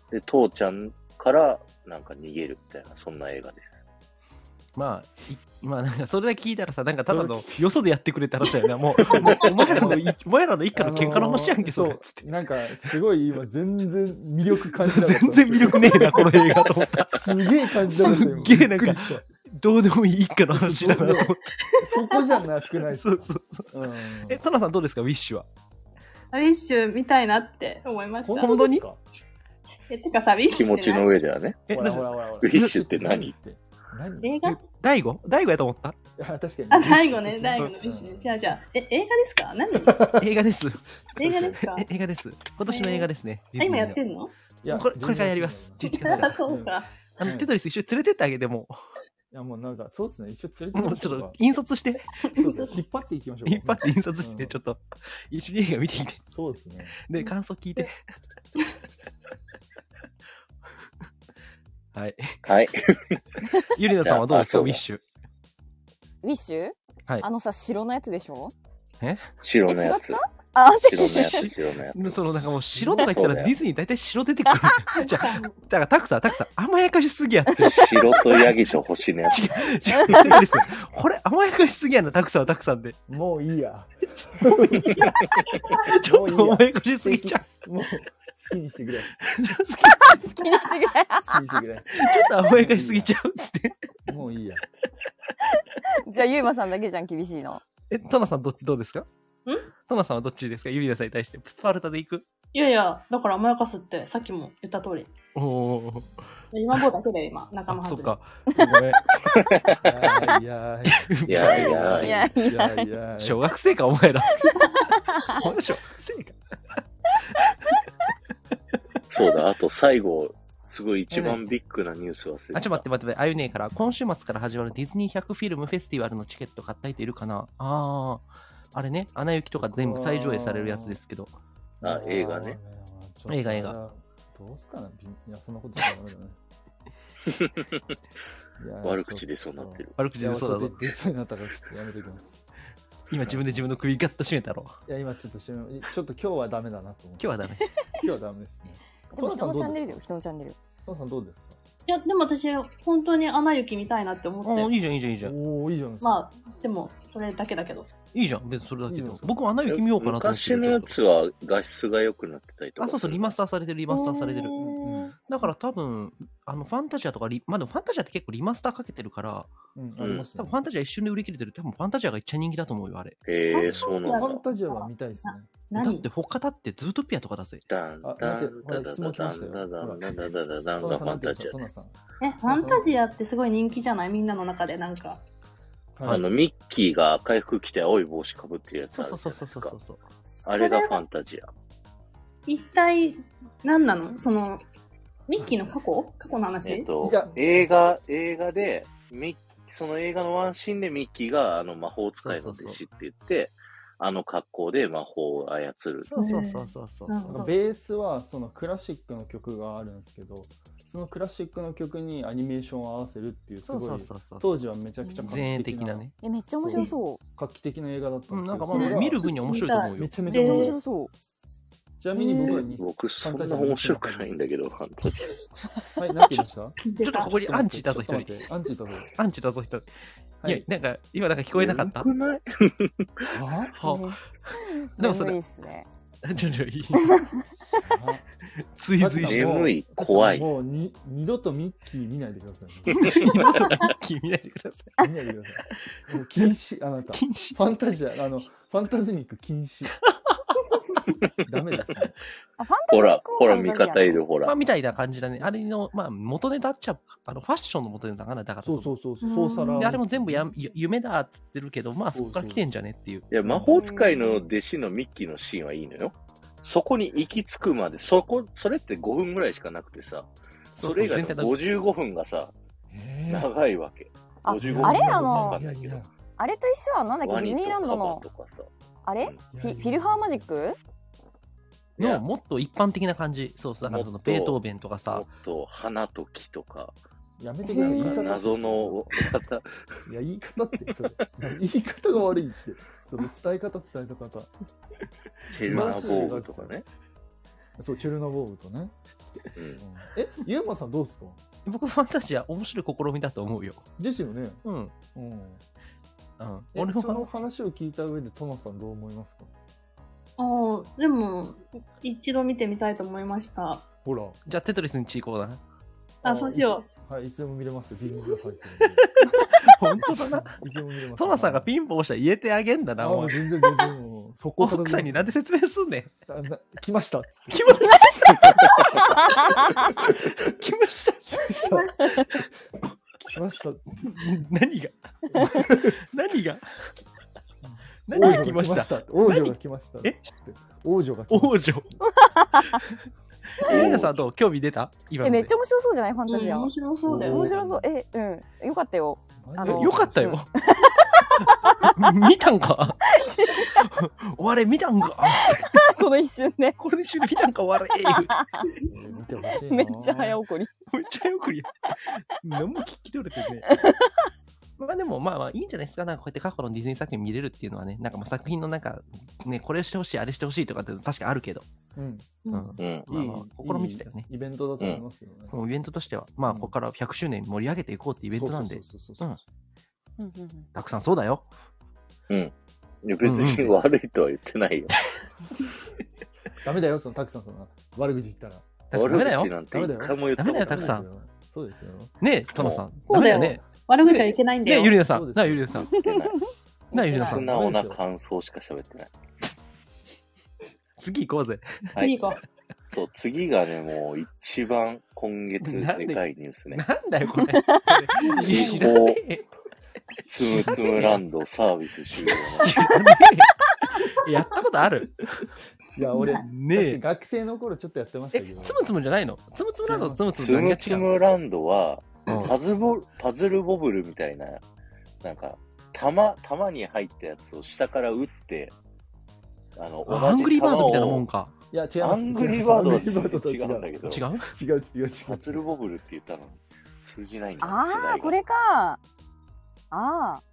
[SPEAKER 1] で、父ちゃんからなんか逃げるみたいな、そんな映画です。
[SPEAKER 4] まあ、いまあなんかそれだけ聞いたらさ、なんかただのよそでやってくれって話だよな。も う、もうお前らのい、お前らの一家の喧嘩の話やんけ、そ
[SPEAKER 5] そ
[SPEAKER 4] れ
[SPEAKER 5] う。
[SPEAKER 4] つって。
[SPEAKER 5] なんか、すごい今、全然魅力感じなかった
[SPEAKER 4] 全然魅力ねえな、この映画と思った。
[SPEAKER 5] すげえ感じなかったよ。
[SPEAKER 4] すっげえなんか
[SPEAKER 5] びっくりした
[SPEAKER 4] どうでもいい一家の話だなと思っ
[SPEAKER 5] そこじゃなくな
[SPEAKER 4] て。
[SPEAKER 5] い
[SPEAKER 4] そうそうそう。
[SPEAKER 5] うん
[SPEAKER 4] え、トナさんどうですか、ウィッシュは。
[SPEAKER 3] ウィッシュ見たいなって思いまし
[SPEAKER 4] ほ
[SPEAKER 3] た
[SPEAKER 4] ん。当に
[SPEAKER 5] ほ
[SPEAKER 3] え、てかさ、ウィッシ
[SPEAKER 1] 気
[SPEAKER 3] ュ
[SPEAKER 1] 持
[SPEAKER 3] って
[SPEAKER 1] ち
[SPEAKER 3] 何
[SPEAKER 1] の上ではね。
[SPEAKER 4] え、どう
[SPEAKER 5] ら
[SPEAKER 4] し
[SPEAKER 5] ほ
[SPEAKER 4] た
[SPEAKER 5] らほらほ
[SPEAKER 1] ウ
[SPEAKER 5] ら
[SPEAKER 1] ィッシュって何
[SPEAKER 5] 何
[SPEAKER 3] 映画
[SPEAKER 4] 大悟大悟やと思った
[SPEAKER 5] あ、確かに。
[SPEAKER 3] あ、大悟ね、大
[SPEAKER 5] 大
[SPEAKER 3] 悟のウィッシュね。じゃあじゃあ、え、映画ですか何
[SPEAKER 4] 映画です。
[SPEAKER 3] 映画ですか
[SPEAKER 4] え映画です。今年の映画ですね。
[SPEAKER 3] あ今やって
[SPEAKER 4] る
[SPEAKER 3] んの
[SPEAKER 4] これこれからやります。11月か
[SPEAKER 3] あ
[SPEAKER 4] ら。
[SPEAKER 3] そうか。
[SPEAKER 4] あのテトリス一緒に連れてってあげてもう。
[SPEAKER 5] や、もうなんか、そうですね。一緒連れて行き
[SPEAKER 4] もう
[SPEAKER 5] まし
[SPEAKER 4] ち
[SPEAKER 5] ょ
[SPEAKER 4] ょ
[SPEAKER 5] う
[SPEAKER 4] っ
[SPEAKER 5] か
[SPEAKER 4] と。印刷して、
[SPEAKER 5] そうそう引っ張っていきましょう。
[SPEAKER 4] 引っ張って印刷して、
[SPEAKER 5] うん
[SPEAKER 4] ちょっと一緒に映画見てきて、
[SPEAKER 5] そうですね。
[SPEAKER 4] で、感想聞いて。 はい。
[SPEAKER 1] はい。
[SPEAKER 4] ゆりなさんはどうですか
[SPEAKER 1] いやあそう
[SPEAKER 4] ウ
[SPEAKER 1] だ
[SPEAKER 4] ィッシュ。
[SPEAKER 2] ウィッシュ
[SPEAKER 4] はい
[SPEAKER 2] あのさ、白のやつでしょえ、
[SPEAKER 1] 白
[SPEAKER 2] 違っ
[SPEAKER 1] のやつ。
[SPEAKER 2] た あ、
[SPEAKER 1] 白のやつ、白のや
[SPEAKER 4] そのなんかもう白とか言った
[SPEAKER 1] そうだ
[SPEAKER 4] ら
[SPEAKER 1] よ
[SPEAKER 4] ディズニー大体白出てくる。じゃあ、だからタクさん、タクさん、甘やかしすぎやって。
[SPEAKER 1] つ。白とヤギと星のやつ。
[SPEAKER 4] 違うですこれ甘やかしすぎやな、タクさんはタクさんで。
[SPEAKER 5] もういいや。
[SPEAKER 4] ちょっと甘やかしすぎちゃう。
[SPEAKER 5] もう、好きにしてくれ。
[SPEAKER 4] ちょっと
[SPEAKER 2] 好きな違い。
[SPEAKER 5] 好きにしてく
[SPEAKER 4] ちょっと甘やかしすぎちゃうっつって。
[SPEAKER 5] れ。もういいや。
[SPEAKER 2] じゃあ、ゆうまさんだけじゃん、厳しいの。
[SPEAKER 4] え、トナさんどっちどうですかんトナさんはどっちですかユリナさんに対して。スパルタで行く
[SPEAKER 3] いやいや、だから甘やかすって、さっきも言った通り。
[SPEAKER 4] おお。
[SPEAKER 3] 今棒だけで今、仲間
[SPEAKER 4] あ、そ
[SPEAKER 3] 外
[SPEAKER 4] っ
[SPEAKER 3] れ。
[SPEAKER 4] か。
[SPEAKER 5] ごめん。いや
[SPEAKER 1] いやいや
[SPEAKER 2] い
[SPEAKER 1] い
[SPEAKER 2] や
[SPEAKER 1] や。
[SPEAKER 5] いやいや。
[SPEAKER 4] 小学生か、お前ら。お前ら小学生か。
[SPEAKER 1] そうだ、あと最後、すごい一番ビッグなニュース忘れてた。
[SPEAKER 4] あ、ちょっと待って待って待って、あゆねえから、今週末から始まるディズニー100フィルムフェスティバルのチケット買った人いるかなああ、あれね、アナ雪とか全部再上映されるやつですけど、
[SPEAKER 1] あ映画ね。
[SPEAKER 5] ちょっと
[SPEAKER 4] 映画映画
[SPEAKER 5] どうすかな。びいや、そんなことしちゃダメだね。 いや
[SPEAKER 1] 悪口出そうになってる。。
[SPEAKER 4] 悪
[SPEAKER 5] い
[SPEAKER 4] 口
[SPEAKER 5] や、
[SPEAKER 4] で
[SPEAKER 5] ち
[SPEAKER 4] そう
[SPEAKER 5] ょ
[SPEAKER 4] だ
[SPEAKER 5] っと
[SPEAKER 4] ぞ。
[SPEAKER 5] 出そうになったから、ちょっとやめておきます。
[SPEAKER 4] 今自分で自分の首ガッと締めたろ。
[SPEAKER 5] いや、今ちょっとしめ、ちょっと今日はダメだなと思
[SPEAKER 4] 今
[SPEAKER 5] って。
[SPEAKER 4] 日はダメ。
[SPEAKER 5] 今日はダメですね。
[SPEAKER 2] でも、
[SPEAKER 5] トナ
[SPEAKER 2] 人
[SPEAKER 5] さん
[SPEAKER 2] の
[SPEAKER 5] ど
[SPEAKER 2] チ
[SPEAKER 5] う
[SPEAKER 2] ャンネル
[SPEAKER 5] で
[SPEAKER 2] だよ、
[SPEAKER 5] すか
[SPEAKER 2] 人のチャンネル。
[SPEAKER 5] トナさんどうですか
[SPEAKER 3] いや、でも私、本当に穴雪見たいなって思
[SPEAKER 4] あ あ、
[SPEAKER 3] っ
[SPEAKER 4] い
[SPEAKER 3] て。
[SPEAKER 4] いじゃん、いいじゃん、いいじゃん。
[SPEAKER 5] おー、いいじゃないですか。
[SPEAKER 3] まあ、でも、それだけだけど。
[SPEAKER 4] いいじゃん、別にそれだけで
[SPEAKER 5] いい
[SPEAKER 4] も
[SPEAKER 5] よ。
[SPEAKER 4] 僕もアナ雪見ようかなと思っ
[SPEAKER 1] 昔
[SPEAKER 4] てる
[SPEAKER 1] の
[SPEAKER 4] ちょ
[SPEAKER 1] や
[SPEAKER 4] っと
[SPEAKER 1] つは画質が良くなってたりとか。
[SPEAKER 4] あ、そうそう、リマスターされてる、リマスターされてる。
[SPEAKER 2] うん
[SPEAKER 4] だから多分、あの、ファンタジアとかリ、まあでもファンタジアって結構リマスターかけてるから、
[SPEAKER 5] うん、あります
[SPEAKER 4] 多
[SPEAKER 5] ね。
[SPEAKER 4] 分ファンタジア一瞬で売り切れてる。多分ファンタジアが一番人気だと思うよ、あれ。
[SPEAKER 1] えー、そう
[SPEAKER 5] フ
[SPEAKER 1] なん
[SPEAKER 5] ァン
[SPEAKER 1] だ。
[SPEAKER 5] タジアは見たいですね。
[SPEAKER 4] だ
[SPEAKER 3] 何
[SPEAKER 4] って他だってズートピアとかだぜ。
[SPEAKER 1] ダンダンダンダンダンダンダンダンダンダンダンダンダン
[SPEAKER 5] ト
[SPEAKER 1] ダン
[SPEAKER 5] ナさ
[SPEAKER 1] フ
[SPEAKER 5] ん
[SPEAKER 1] ァ
[SPEAKER 5] なん
[SPEAKER 1] ンタ
[SPEAKER 5] て言うんです
[SPEAKER 1] ジ
[SPEAKER 5] かトナさん。
[SPEAKER 3] え、ファンタジアってすごい人気じゃないみんなの中で、なんか。
[SPEAKER 1] ア。あ
[SPEAKER 5] はい
[SPEAKER 1] の、ミッキーが赤い服着て青い帽子かぶってるやつ
[SPEAKER 4] そ
[SPEAKER 1] あ
[SPEAKER 4] う
[SPEAKER 1] るじ
[SPEAKER 4] そ
[SPEAKER 1] ゃ
[SPEAKER 4] う
[SPEAKER 1] な
[SPEAKER 4] そ
[SPEAKER 1] いうです
[SPEAKER 4] そうそう
[SPEAKER 1] か
[SPEAKER 4] そ。うそう。
[SPEAKER 1] あれがファンタジア。
[SPEAKER 3] 一体、何なのその、ミッキーの過去過去の話、
[SPEAKER 1] えっと
[SPEAKER 5] いや、
[SPEAKER 1] 映画、映画で、ミッその映画のワンシーンでミッキーがあの魔法使いの弟子って言って、あの格好で魔法を操る。
[SPEAKER 4] そうそうそうそうそう
[SPEAKER 3] なる
[SPEAKER 4] そ
[SPEAKER 3] ほ
[SPEAKER 4] う
[SPEAKER 3] ど。
[SPEAKER 5] ベースはそのクラシックの曲があるんですけど、そのクラシックの曲にアニメーションを合わせるっていう、す
[SPEAKER 4] そう
[SPEAKER 5] ご
[SPEAKER 4] そ、
[SPEAKER 5] いう
[SPEAKER 4] そうそう。
[SPEAKER 5] 当時はめちゃくちゃ画
[SPEAKER 4] 前衛
[SPEAKER 5] 期
[SPEAKER 4] 的
[SPEAKER 5] 的
[SPEAKER 4] な
[SPEAKER 5] な
[SPEAKER 4] ね。
[SPEAKER 2] え、めっちゃ面白そう。
[SPEAKER 5] 画期的な映画だった
[SPEAKER 4] うんん、
[SPEAKER 5] です
[SPEAKER 4] なん
[SPEAKER 5] け
[SPEAKER 4] か
[SPEAKER 5] ど、
[SPEAKER 4] ま
[SPEAKER 5] そ
[SPEAKER 4] あ
[SPEAKER 5] れが
[SPEAKER 4] 見る分には面白いと思う
[SPEAKER 5] め
[SPEAKER 4] よ。
[SPEAKER 5] ちゃめち
[SPEAKER 2] め
[SPEAKER 5] ゃ
[SPEAKER 2] っちゃ
[SPEAKER 5] 面
[SPEAKER 2] 面白
[SPEAKER 5] 白い。
[SPEAKER 2] そう。
[SPEAKER 5] ちなみに僕は
[SPEAKER 2] え
[SPEAKER 5] に
[SPEAKER 1] 僕、そん
[SPEAKER 5] ファン
[SPEAKER 1] な
[SPEAKER 5] タジア
[SPEAKER 1] 面白くないんだ
[SPEAKER 5] け
[SPEAKER 1] けど、ファンタジ
[SPEAKER 5] ど。はい、何て言いました
[SPEAKER 3] ち
[SPEAKER 4] ちょっとここにアンチいたぞ、一人。。
[SPEAKER 5] アンチいたぞ。
[SPEAKER 4] アンチだぞ、一人。
[SPEAKER 5] はい
[SPEAKER 4] や
[SPEAKER 5] い、。
[SPEAKER 4] なんか、今なんか聞
[SPEAKER 1] ア。
[SPEAKER 4] こえなかった
[SPEAKER 1] 眠くない
[SPEAKER 5] は
[SPEAKER 4] は
[SPEAKER 2] え
[SPEAKER 4] でもそれ
[SPEAKER 2] 眠いっすね。
[SPEAKER 4] あ、 ちょちょ、いい。
[SPEAKER 5] は
[SPEAKER 4] 追随して。
[SPEAKER 1] 眠い怖い
[SPEAKER 5] もうに二度とミッキー見ないでください、
[SPEAKER 4] 二度とミッキー見ないでくださ
[SPEAKER 5] 見ないでください。もう禁止、あなた。
[SPEAKER 4] い。
[SPEAKER 5] フ
[SPEAKER 4] 禁止。
[SPEAKER 5] ァンタジア、あの、ファンタズミック禁止。ダメですね。
[SPEAKER 2] あ、ファンタジ
[SPEAKER 1] ほ
[SPEAKER 2] ー
[SPEAKER 1] ら、
[SPEAKER 2] コー
[SPEAKER 1] ほら、
[SPEAKER 2] ファン
[SPEAKER 1] 味
[SPEAKER 2] タジー
[SPEAKER 1] 方いる、ほ
[SPEAKER 4] まあ、
[SPEAKER 1] ら。
[SPEAKER 4] みたいな感じだね。あれの、まあ、元ネタっちゃ、あの、ファッションの元ネタかな。だから。
[SPEAKER 5] そうそううそうそう、フォーサラー
[SPEAKER 4] で、あれも全部やんゆ夢だっつってるけど、まあ、
[SPEAKER 5] そう
[SPEAKER 4] そ
[SPEAKER 5] そ
[SPEAKER 4] うこから来てんじゃねっていう。
[SPEAKER 1] いや、魔法使いの弟子のミッキーのシーンはいいのよ。そこに行き着くまで、そこ、それって5分ぐらいしかなくてさ、
[SPEAKER 4] そ
[SPEAKER 1] そ
[SPEAKER 4] うそ
[SPEAKER 1] れ
[SPEAKER 4] う、
[SPEAKER 1] 以外
[SPEAKER 4] 全
[SPEAKER 1] の
[SPEAKER 4] 体の。
[SPEAKER 1] 55分がさ、
[SPEAKER 5] えー
[SPEAKER 1] 長いわけ。
[SPEAKER 2] あ
[SPEAKER 1] 55
[SPEAKER 2] あれ
[SPEAKER 1] 分
[SPEAKER 2] あの
[SPEAKER 1] わかんないけど
[SPEAKER 2] あれと一緒は、なんだっけ、デ
[SPEAKER 1] ワ
[SPEAKER 2] ィズ
[SPEAKER 1] ニ
[SPEAKER 2] ニーランドの
[SPEAKER 1] と、カバとかさ。
[SPEAKER 2] あれフィフィルハーマジック
[SPEAKER 1] い
[SPEAKER 4] の、
[SPEAKER 1] や
[SPEAKER 4] もっと一般的な感じ。そうそう、だからそ
[SPEAKER 1] も
[SPEAKER 4] の、
[SPEAKER 1] っと
[SPEAKER 4] ベートーベンとか
[SPEAKER 1] も
[SPEAKER 4] さ、
[SPEAKER 1] っと花と木とか、
[SPEAKER 5] やめてくださ
[SPEAKER 2] え
[SPEAKER 5] い。言い
[SPEAKER 2] ー
[SPEAKER 5] 方
[SPEAKER 1] 謎の。方、
[SPEAKER 5] いや、言い方って、それ。言い方が悪いって。その伝え方、伝え方。
[SPEAKER 1] チェルナボーグとかね。
[SPEAKER 5] そう、チェルノボールとね。
[SPEAKER 1] う
[SPEAKER 5] うん
[SPEAKER 1] ん、
[SPEAKER 5] え、ユーマさんどうですか
[SPEAKER 4] 僕、ファンタジア、面白い試みだと思うよ。
[SPEAKER 5] ですよね。
[SPEAKER 4] うん。
[SPEAKER 5] うん。
[SPEAKER 4] うん。
[SPEAKER 5] 俺
[SPEAKER 4] 俺も
[SPEAKER 5] その話を聞いた上でトマさんどう思いますか
[SPEAKER 3] ああ、でも、一度見てみたいと思いました。
[SPEAKER 5] ほら。
[SPEAKER 4] じゃあ、テトリスにチーコー だな。
[SPEAKER 3] あ、そうしよ
[SPEAKER 5] う。はい、いつでも見れますよ。ディズニーが入ってるんで。
[SPEAKER 4] 本当だな。
[SPEAKER 5] いつでも見れます。
[SPEAKER 4] トナさんがピンポン押したら言えてあげんだ
[SPEAKER 5] あ
[SPEAKER 4] な、お
[SPEAKER 5] もう
[SPEAKER 4] 前。
[SPEAKER 5] 全然全然もう。そこから
[SPEAKER 4] 奥さんになんで説明すんねん。
[SPEAKER 5] あな来ましたっつって。
[SPEAKER 4] 来ました来ました
[SPEAKER 5] 来ました。来ました。
[SPEAKER 4] 何が何が何
[SPEAKER 5] 王
[SPEAKER 4] が
[SPEAKER 5] 女
[SPEAKER 4] 来ました
[SPEAKER 5] 王女が来ました。
[SPEAKER 4] え
[SPEAKER 5] つって王女が来ま
[SPEAKER 4] 王
[SPEAKER 5] し
[SPEAKER 4] 女ゆりなさんはどう興味出た今
[SPEAKER 2] え
[SPEAKER 4] ので
[SPEAKER 2] めっちゃ面白そうじゃないファンタジア、
[SPEAKER 3] 面白そうだよ。
[SPEAKER 2] 面白そうえうんよかったよあの
[SPEAKER 4] よかっ たよ。見たんか 我見たんか
[SPEAKER 2] この一瞬ね
[SPEAKER 4] これ一緒に見たんか我言う
[SPEAKER 5] 見てほしいな。
[SPEAKER 2] めっちゃ早送り
[SPEAKER 4] めっちゃよくり何も聞き取れてね。まあでもまあまあいいんじゃないですか。なんかこうやって過去のディズニー作品見れるっていうのはね、なんかもう作品のなんか、ね、これをしてほしい、あれしてほしいとかって確かあるけど、
[SPEAKER 5] うん。
[SPEAKER 4] うん。ま
[SPEAKER 1] うん。
[SPEAKER 4] あまあ、心道だよね。
[SPEAKER 5] いいイベントだと思いますけどね。
[SPEAKER 4] もうイベントとしては、まあここから100周年盛り上げていこうってイ
[SPEAKER 5] イ
[SPEAKER 4] ベントなんで、
[SPEAKER 2] うんうんうん
[SPEAKER 4] たくさんそうだよ。
[SPEAKER 1] いや別に悪いとは言ってないよ。
[SPEAKER 5] ダメだよ、そのたくさんその悪口言ったら。
[SPEAKER 4] たくさんダメだ
[SPEAKER 1] 悪口
[SPEAKER 4] よ。
[SPEAKER 1] なんて一回も言った
[SPEAKER 4] ダメだよたくさん
[SPEAKER 5] ん。そうですよ。
[SPEAKER 4] ねえ、トナさん。
[SPEAKER 3] そうだよ
[SPEAKER 4] ダメね。
[SPEAKER 3] 悪口はいけないんだ
[SPEAKER 4] ねえ、
[SPEAKER 3] よ。
[SPEAKER 4] ゆりなさ。
[SPEAKER 5] そうんです
[SPEAKER 4] な
[SPEAKER 5] よ
[SPEAKER 4] あ、ゆりなさん。
[SPEAKER 1] 言ってない
[SPEAKER 4] なあ、ゆりなさ
[SPEAKER 1] 素
[SPEAKER 4] ん。
[SPEAKER 1] 直な感想しか喋ってない。
[SPEAKER 4] 次行こうぜ。
[SPEAKER 1] はい
[SPEAKER 3] 次行こう。
[SPEAKER 1] そう、次がね、もう一番今月でかいニュースね
[SPEAKER 4] な。んだよ、これ。知らねえ。
[SPEAKER 1] つむつむランドサービス終了の。
[SPEAKER 4] 知らねえやったことある
[SPEAKER 5] いや、俺、
[SPEAKER 4] ね
[SPEAKER 5] 確かに
[SPEAKER 4] え。
[SPEAKER 5] 学生の頃ちょっとやってました
[SPEAKER 4] え
[SPEAKER 5] けど。、
[SPEAKER 4] つむつむじゃないのつむつむなどつむつむ
[SPEAKER 1] つ
[SPEAKER 4] と何が
[SPEAKER 1] む
[SPEAKER 4] 違
[SPEAKER 1] つ
[SPEAKER 4] う
[SPEAKER 1] むランドは、
[SPEAKER 4] うん
[SPEAKER 1] パズボパズルボブルみたいな、なんか、玉、玉に入ったやつを下から打って、あの、
[SPEAKER 4] あアングリーバードみたいなも
[SPEAKER 1] も
[SPEAKER 4] んか。
[SPEAKER 5] いや、違います。
[SPEAKER 1] アングリーバード
[SPEAKER 5] ア
[SPEAKER 1] は
[SPEAKER 5] ングリーバードとは違
[SPEAKER 1] 違うんだ
[SPEAKER 5] う。
[SPEAKER 1] けど、
[SPEAKER 4] 違う
[SPEAKER 5] 違う違う違う。
[SPEAKER 1] パズルボブルって言ったの通じないんだ世代
[SPEAKER 2] ああ
[SPEAKER 1] が
[SPEAKER 2] これかああ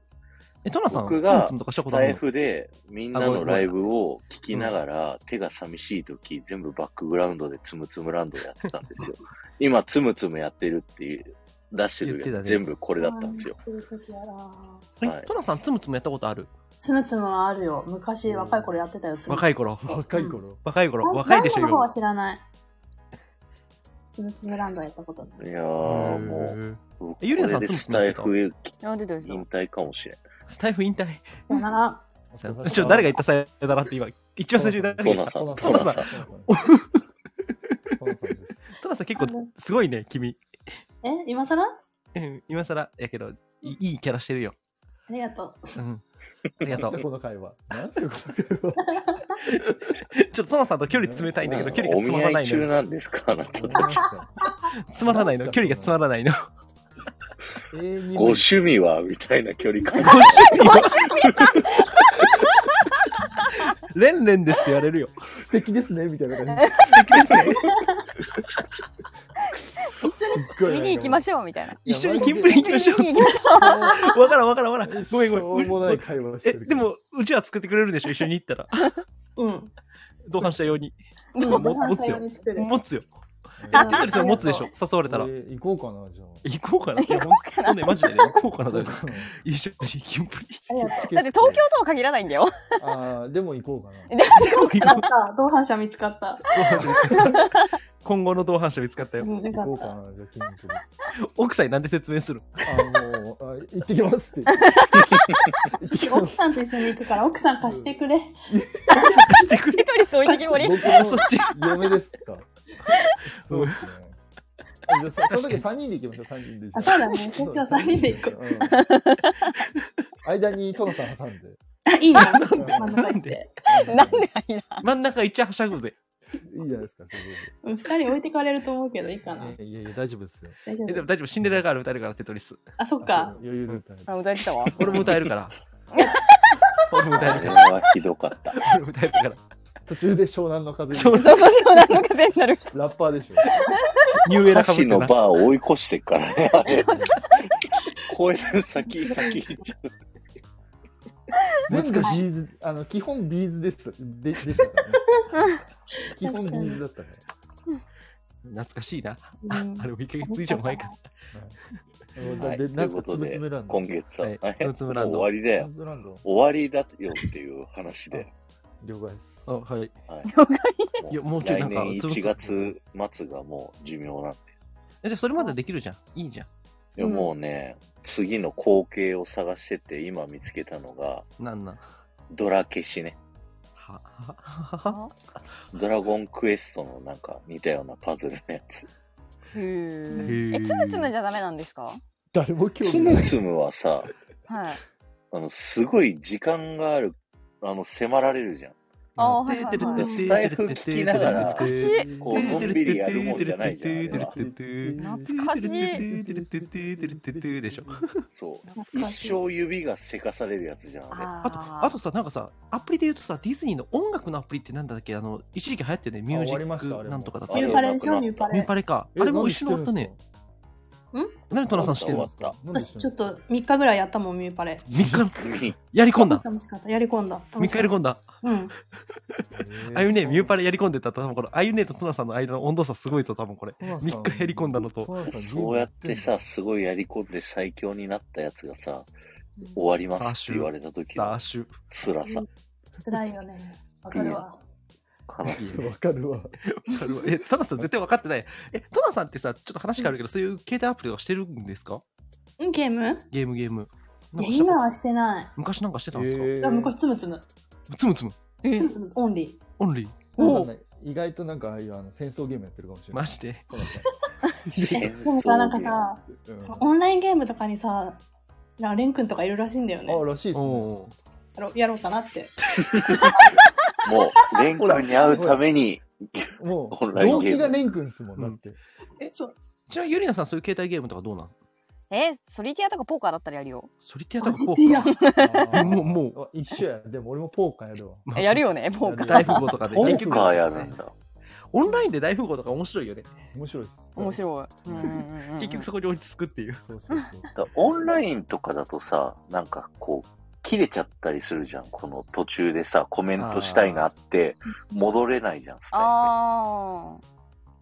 [SPEAKER 4] え、トナさん、つ
[SPEAKER 1] 僕
[SPEAKER 4] む
[SPEAKER 1] が
[SPEAKER 4] つむとかした
[SPEAKER 1] ス
[SPEAKER 4] ことあ
[SPEAKER 1] タイ
[SPEAKER 4] るの
[SPEAKER 1] フでみんなのライブを聞きながら、手が寂しい時、全部バックグラウンドでつむつむランドやってたんですよ。今、つむつむやってるっていう、出してるやつ
[SPEAKER 4] 言ってたね
[SPEAKER 1] 全部これだったんですよ。
[SPEAKER 3] そういう時やな
[SPEAKER 1] はい
[SPEAKER 4] えトナさん、つむつむやったことある
[SPEAKER 3] つむつむはあるよ。昔、若い頃やってたよ。つむ
[SPEAKER 4] 若い頃。
[SPEAKER 5] 若い頃。
[SPEAKER 4] 若い頃。
[SPEAKER 3] ラン
[SPEAKER 4] 若いでし
[SPEAKER 3] ラ
[SPEAKER 4] ょ、
[SPEAKER 3] ンドの方
[SPEAKER 4] 今
[SPEAKER 3] は。知らない。つむつむランドはやったことない。
[SPEAKER 1] いやー、もう、僕
[SPEAKER 4] えゆりなさん
[SPEAKER 1] これで
[SPEAKER 4] つ
[SPEAKER 1] ス
[SPEAKER 4] むつむ
[SPEAKER 1] タイ
[SPEAKER 4] やってた
[SPEAKER 1] フへ
[SPEAKER 2] なんでです
[SPEAKER 1] 引退かもしれ
[SPEAKER 4] スタイフ引退。
[SPEAKER 3] さよなら。
[SPEAKER 4] ちょっと誰が言ったさよならって今、一番最初に誰が
[SPEAKER 1] ない。
[SPEAKER 4] 言
[SPEAKER 1] ト
[SPEAKER 4] っ
[SPEAKER 1] ナ
[SPEAKER 4] た
[SPEAKER 1] さん、
[SPEAKER 5] ト
[SPEAKER 4] ナさん
[SPEAKER 5] そうなんです
[SPEAKER 4] トナさん結構すごいね、君。
[SPEAKER 3] え、今更あ
[SPEAKER 4] うん今更やけど、いいいキャラしてるよ。
[SPEAKER 3] りがとう。
[SPEAKER 4] うん。ありがと
[SPEAKER 5] なんす
[SPEAKER 4] う
[SPEAKER 5] か。この会話。なんすかこの会
[SPEAKER 4] ち
[SPEAKER 5] 話。
[SPEAKER 4] ょっとトナさんと距離詰めたいんだけど、距離
[SPEAKER 1] お
[SPEAKER 4] がつま
[SPEAKER 1] 見
[SPEAKER 4] らな
[SPEAKER 1] 合
[SPEAKER 4] い
[SPEAKER 1] い
[SPEAKER 4] の
[SPEAKER 1] 中
[SPEAKER 4] よ。
[SPEAKER 1] なんですかあなたたち。
[SPEAKER 4] つまらないの。距離がつまらないの。
[SPEAKER 1] ご
[SPEAKER 5] ご
[SPEAKER 1] 趣味はみたいな距離 感。
[SPEAKER 4] レンレンですって言われるよ。
[SPEAKER 5] 素敵ですねみたいな感じ。
[SPEAKER 4] 素敵ですね。
[SPEAKER 2] 一緒に見に行きましょうみたいな
[SPEAKER 4] 一緒にキンプリ行きましょ
[SPEAKER 2] 見に行きましょ
[SPEAKER 5] ょ
[SPEAKER 4] う。わからんわからんわからん。ごめん
[SPEAKER 5] し
[SPEAKER 4] ご
[SPEAKER 5] ょ
[SPEAKER 4] め。
[SPEAKER 5] うんもない会話して
[SPEAKER 4] え、
[SPEAKER 5] る。
[SPEAKER 4] で、も、うちは作ってくれるんでしょ一緒に行ったら。
[SPEAKER 3] うん。
[SPEAKER 4] 同伴したように。
[SPEAKER 3] うん
[SPEAKER 4] も
[SPEAKER 3] ご飯
[SPEAKER 4] 持つ
[SPEAKER 3] 最後
[SPEAKER 4] よ。
[SPEAKER 3] に作る。
[SPEAKER 4] 持つよ。え、
[SPEAKER 3] あ
[SPEAKER 4] テトリスも持つでしょ誘われたら。
[SPEAKER 5] 行こうかな、じゃあ。
[SPEAKER 4] 行こうかな。いや、ほん
[SPEAKER 2] かな
[SPEAKER 4] とね、マジでね。行こうかな。
[SPEAKER 5] どう
[SPEAKER 4] だよ ね一緒にキンプリ。
[SPEAKER 2] うだって東京とは限らないんだ よ
[SPEAKER 5] 京ああ、でも行こうかな。
[SPEAKER 3] やった。同伴者見つかった。
[SPEAKER 4] 今後の同伴者見つかったよ。
[SPEAKER 3] うん、よか
[SPEAKER 5] 行こう
[SPEAKER 3] っ
[SPEAKER 5] か
[SPEAKER 3] た。
[SPEAKER 5] な、じゃあ、筋肉で。
[SPEAKER 4] 奥さんになんで説明する
[SPEAKER 5] あもうあ、行ってきますって。 行ってきま
[SPEAKER 3] 奥
[SPEAKER 5] す。
[SPEAKER 3] さんと一緒に行くから、奥さん貸してくれ。
[SPEAKER 4] してくれ
[SPEAKER 2] テトリス置いてきぼ り
[SPEAKER 5] 僕
[SPEAKER 4] あそっち。
[SPEAKER 5] の嫁ですか。そうですね。あじゃあそその時3人で行きましょう、3人で。
[SPEAKER 3] あそうだね私は三人で行こ
[SPEAKER 5] う。うん間に殿さん挟んで。
[SPEAKER 3] あ、いいな。
[SPEAKER 5] んで
[SPEAKER 3] 真ん中行って。
[SPEAKER 2] なんでいいな
[SPEAKER 4] 真ん中一応はしゃぐぜ。
[SPEAKER 5] いいじゃないですか、そ
[SPEAKER 3] うん二人置いてかれると思うけど、いいかな
[SPEAKER 5] れ。で。いやいや、大丈夫ですよ。
[SPEAKER 3] 大丈
[SPEAKER 4] えで
[SPEAKER 3] 夫
[SPEAKER 4] も。大丈夫、シンデレラガール歌えるから、テトリス。
[SPEAKER 3] あ、そっか。
[SPEAKER 5] 余裕で歌える。
[SPEAKER 2] あ歌えてたわ
[SPEAKER 4] 俺も歌えるから。俺も歌
[SPEAKER 1] あ
[SPEAKER 4] える
[SPEAKER 1] れ
[SPEAKER 4] から。
[SPEAKER 1] はひどかった。
[SPEAKER 4] 俺も歌えるから。
[SPEAKER 5] 途中で湘南の風
[SPEAKER 4] 湘
[SPEAKER 2] そ
[SPEAKER 5] に
[SPEAKER 2] うそうそうなんの風になる
[SPEAKER 5] ラッパーでしょ。
[SPEAKER 4] ニューエラ
[SPEAKER 1] 歌
[SPEAKER 4] か
[SPEAKER 1] 詞
[SPEAKER 4] ぶって
[SPEAKER 1] のバ
[SPEAKER 4] な。
[SPEAKER 1] ーを追い越してっから ね。あ れ声の先、先行っちゃう。
[SPEAKER 5] 全部ビーズ、あの、基本ビーズです。でで したからね。基本ビーズだったか
[SPEAKER 4] 懐かしいな。
[SPEAKER 3] うん
[SPEAKER 4] あれも1ヶ月以上前か。
[SPEAKER 5] ら。もう
[SPEAKER 1] はい
[SPEAKER 5] で、
[SPEAKER 1] とい
[SPEAKER 5] な
[SPEAKER 1] うんこ
[SPEAKER 5] かつ
[SPEAKER 1] と
[SPEAKER 5] ぶつ
[SPEAKER 1] で
[SPEAKER 5] ぶラン、ド。
[SPEAKER 1] 今月は、
[SPEAKER 4] はい
[SPEAKER 1] あれ
[SPEAKER 4] つむつむランド
[SPEAKER 1] もう終わりだ
[SPEAKER 5] つ
[SPEAKER 1] よ
[SPEAKER 5] ぶ。つぶランド。
[SPEAKER 1] 終わりだよっていう話で。
[SPEAKER 5] 了解です。
[SPEAKER 4] あはい。
[SPEAKER 1] も
[SPEAKER 4] いやもうちょ
[SPEAKER 1] 来
[SPEAKER 4] いなんか
[SPEAKER 1] 年
[SPEAKER 4] つむつむ
[SPEAKER 1] 1月末がもう寿命なんで。
[SPEAKER 4] えじゃあ、それまでできるじゃん。いいじゃ
[SPEAKER 1] いやもうね、次の光景を探してて、今見つけたのが、
[SPEAKER 4] ん。なんなん。
[SPEAKER 1] ドラ消しね。
[SPEAKER 4] は、は、は、は。
[SPEAKER 1] ドラゴンクエストのなんか似たようなパズルのやつ。
[SPEAKER 2] へーえ
[SPEAKER 4] へー
[SPEAKER 2] つむつむじゃダメなんですか
[SPEAKER 5] 誰も興
[SPEAKER 1] つ
[SPEAKER 5] 味な
[SPEAKER 1] む
[SPEAKER 5] い。
[SPEAKER 1] つむはさ、
[SPEAKER 2] はい
[SPEAKER 1] あの、すごい時間がある、あの、迫られるじゃん。
[SPEAKER 2] あー
[SPEAKER 4] てーてるてーて
[SPEAKER 1] スタイフ聞きながら
[SPEAKER 2] 懐かしい
[SPEAKER 1] こう、のんびりやるもんじゃないじゃんあれは。
[SPEAKER 2] 懐かしい
[SPEAKER 4] でしょ。
[SPEAKER 1] そう。
[SPEAKER 3] 懐
[SPEAKER 1] 一
[SPEAKER 3] かしい。
[SPEAKER 1] 生指がせかされるやつじゃん、あ
[SPEAKER 2] あ
[SPEAKER 4] あと、あとさ、なんかさ、アプリで言うとさ、ディズニーの音楽のアプリってなんだっけ、あの、一時期流行ってね、ミュージ
[SPEAKER 5] あ終わりましたあ
[SPEAKER 4] ック
[SPEAKER 5] れも
[SPEAKER 4] なんとかだったっ
[SPEAKER 1] あ
[SPEAKER 3] ミ
[SPEAKER 4] け
[SPEAKER 1] れ
[SPEAKER 3] ューパレ
[SPEAKER 4] ミ
[SPEAKER 3] でしょミューパレ。
[SPEAKER 4] ュパレか。
[SPEAKER 5] え
[SPEAKER 4] あれも一緒に終わったね。。何、トナさん知ってる
[SPEAKER 1] 終わっ
[SPEAKER 4] の
[SPEAKER 1] た。
[SPEAKER 5] 何で
[SPEAKER 3] 私
[SPEAKER 5] 知
[SPEAKER 3] ち
[SPEAKER 5] て
[SPEAKER 3] ょ
[SPEAKER 5] る
[SPEAKER 3] っ
[SPEAKER 5] の
[SPEAKER 3] と3日ぐらいやったもん、ミューパレ。
[SPEAKER 4] ?3 日、
[SPEAKER 1] れ。に
[SPEAKER 4] やり込んだ。
[SPEAKER 3] 楽しかった。やり込んだ。
[SPEAKER 4] 3日やり込んだ。
[SPEAKER 3] うん。
[SPEAKER 5] えー
[SPEAKER 4] あゆね、ミューパレやり込んでた多分これ、あゆねとトナさんの間の温度差すごいぞ、多分これ。
[SPEAKER 5] トナさん
[SPEAKER 4] 3日やり込んだのと。
[SPEAKER 5] トナさん
[SPEAKER 1] そうやってさ、すごいやり込んで最強になったやつがさ、終わりますって言われた時
[SPEAKER 4] さ
[SPEAKER 1] の
[SPEAKER 4] あ、シュ。
[SPEAKER 1] 辛さ、
[SPEAKER 3] 辛いよね。わかるわ。
[SPEAKER 1] 悲しい
[SPEAKER 5] ゲームやってんのわかるわ。
[SPEAKER 4] え、トナさん絶対分かってない。 え、トナさんってさ、ちょっと話があるけど、そういう携帯アプリはしてるんですか
[SPEAKER 3] んゲーム
[SPEAKER 4] ゲームゲーム。ないん
[SPEAKER 3] や、今
[SPEAKER 4] かしたこと
[SPEAKER 3] はしてな
[SPEAKER 4] 昔なんかしてたんですか、
[SPEAKER 5] え
[SPEAKER 3] い。
[SPEAKER 5] ー
[SPEAKER 3] あ昔つむつむ。
[SPEAKER 4] つむつむ。
[SPEAKER 2] え
[SPEAKER 3] つむつむオンリ
[SPEAKER 4] オンリー。
[SPEAKER 5] わかんない意外となんかああいうあの戦争ゲームやってるかもしれない。
[SPEAKER 4] マジで。
[SPEAKER 5] トナさん
[SPEAKER 3] ー。え、でもさ、なんかさ、
[SPEAKER 5] うん
[SPEAKER 3] そのオンラインゲームとかにさ、なんかレン君とかいるらしいんだよね
[SPEAKER 5] あ。らしいですね。
[SPEAKER 4] おー
[SPEAKER 3] やろやろうかなって。
[SPEAKER 1] もう、レン君に会うために、
[SPEAKER 5] も
[SPEAKER 1] オン
[SPEAKER 5] う
[SPEAKER 1] ラインゲー
[SPEAKER 5] 動
[SPEAKER 1] ム
[SPEAKER 5] 機がレン君ですもんだって。
[SPEAKER 3] え、そう。
[SPEAKER 4] ちなみにゆりなさん、そういう携帯ゲームとかどうなん
[SPEAKER 2] えーソリティアとかポーカーだったらやるよ。
[SPEAKER 4] ソリティアとかこ
[SPEAKER 3] いや、
[SPEAKER 5] あー
[SPEAKER 4] もうもう
[SPEAKER 5] あ一緒や。でも俺もポーカーやるわ。
[SPEAKER 4] う。
[SPEAKER 2] えやるよね、ポーカー。
[SPEAKER 5] やる
[SPEAKER 4] 大富豪とかで。
[SPEAKER 5] オン
[SPEAKER 1] レン
[SPEAKER 4] 大
[SPEAKER 5] ライン
[SPEAKER 4] 富
[SPEAKER 1] 君
[SPEAKER 4] 豪
[SPEAKER 1] やるんだ。
[SPEAKER 4] オンラインで大富豪とか面白いよね。
[SPEAKER 5] 面白いです。
[SPEAKER 2] 面白い。うんうんうんうん
[SPEAKER 4] 結局そこに落ち着くっていう。
[SPEAKER 5] そうそうそう。
[SPEAKER 1] だオンラインとかだとさ、なんかこう、切れちゃったりするじゃん。この途中でさ、コメントしたいなって、戻れないじゃん、スタイ
[SPEAKER 2] あ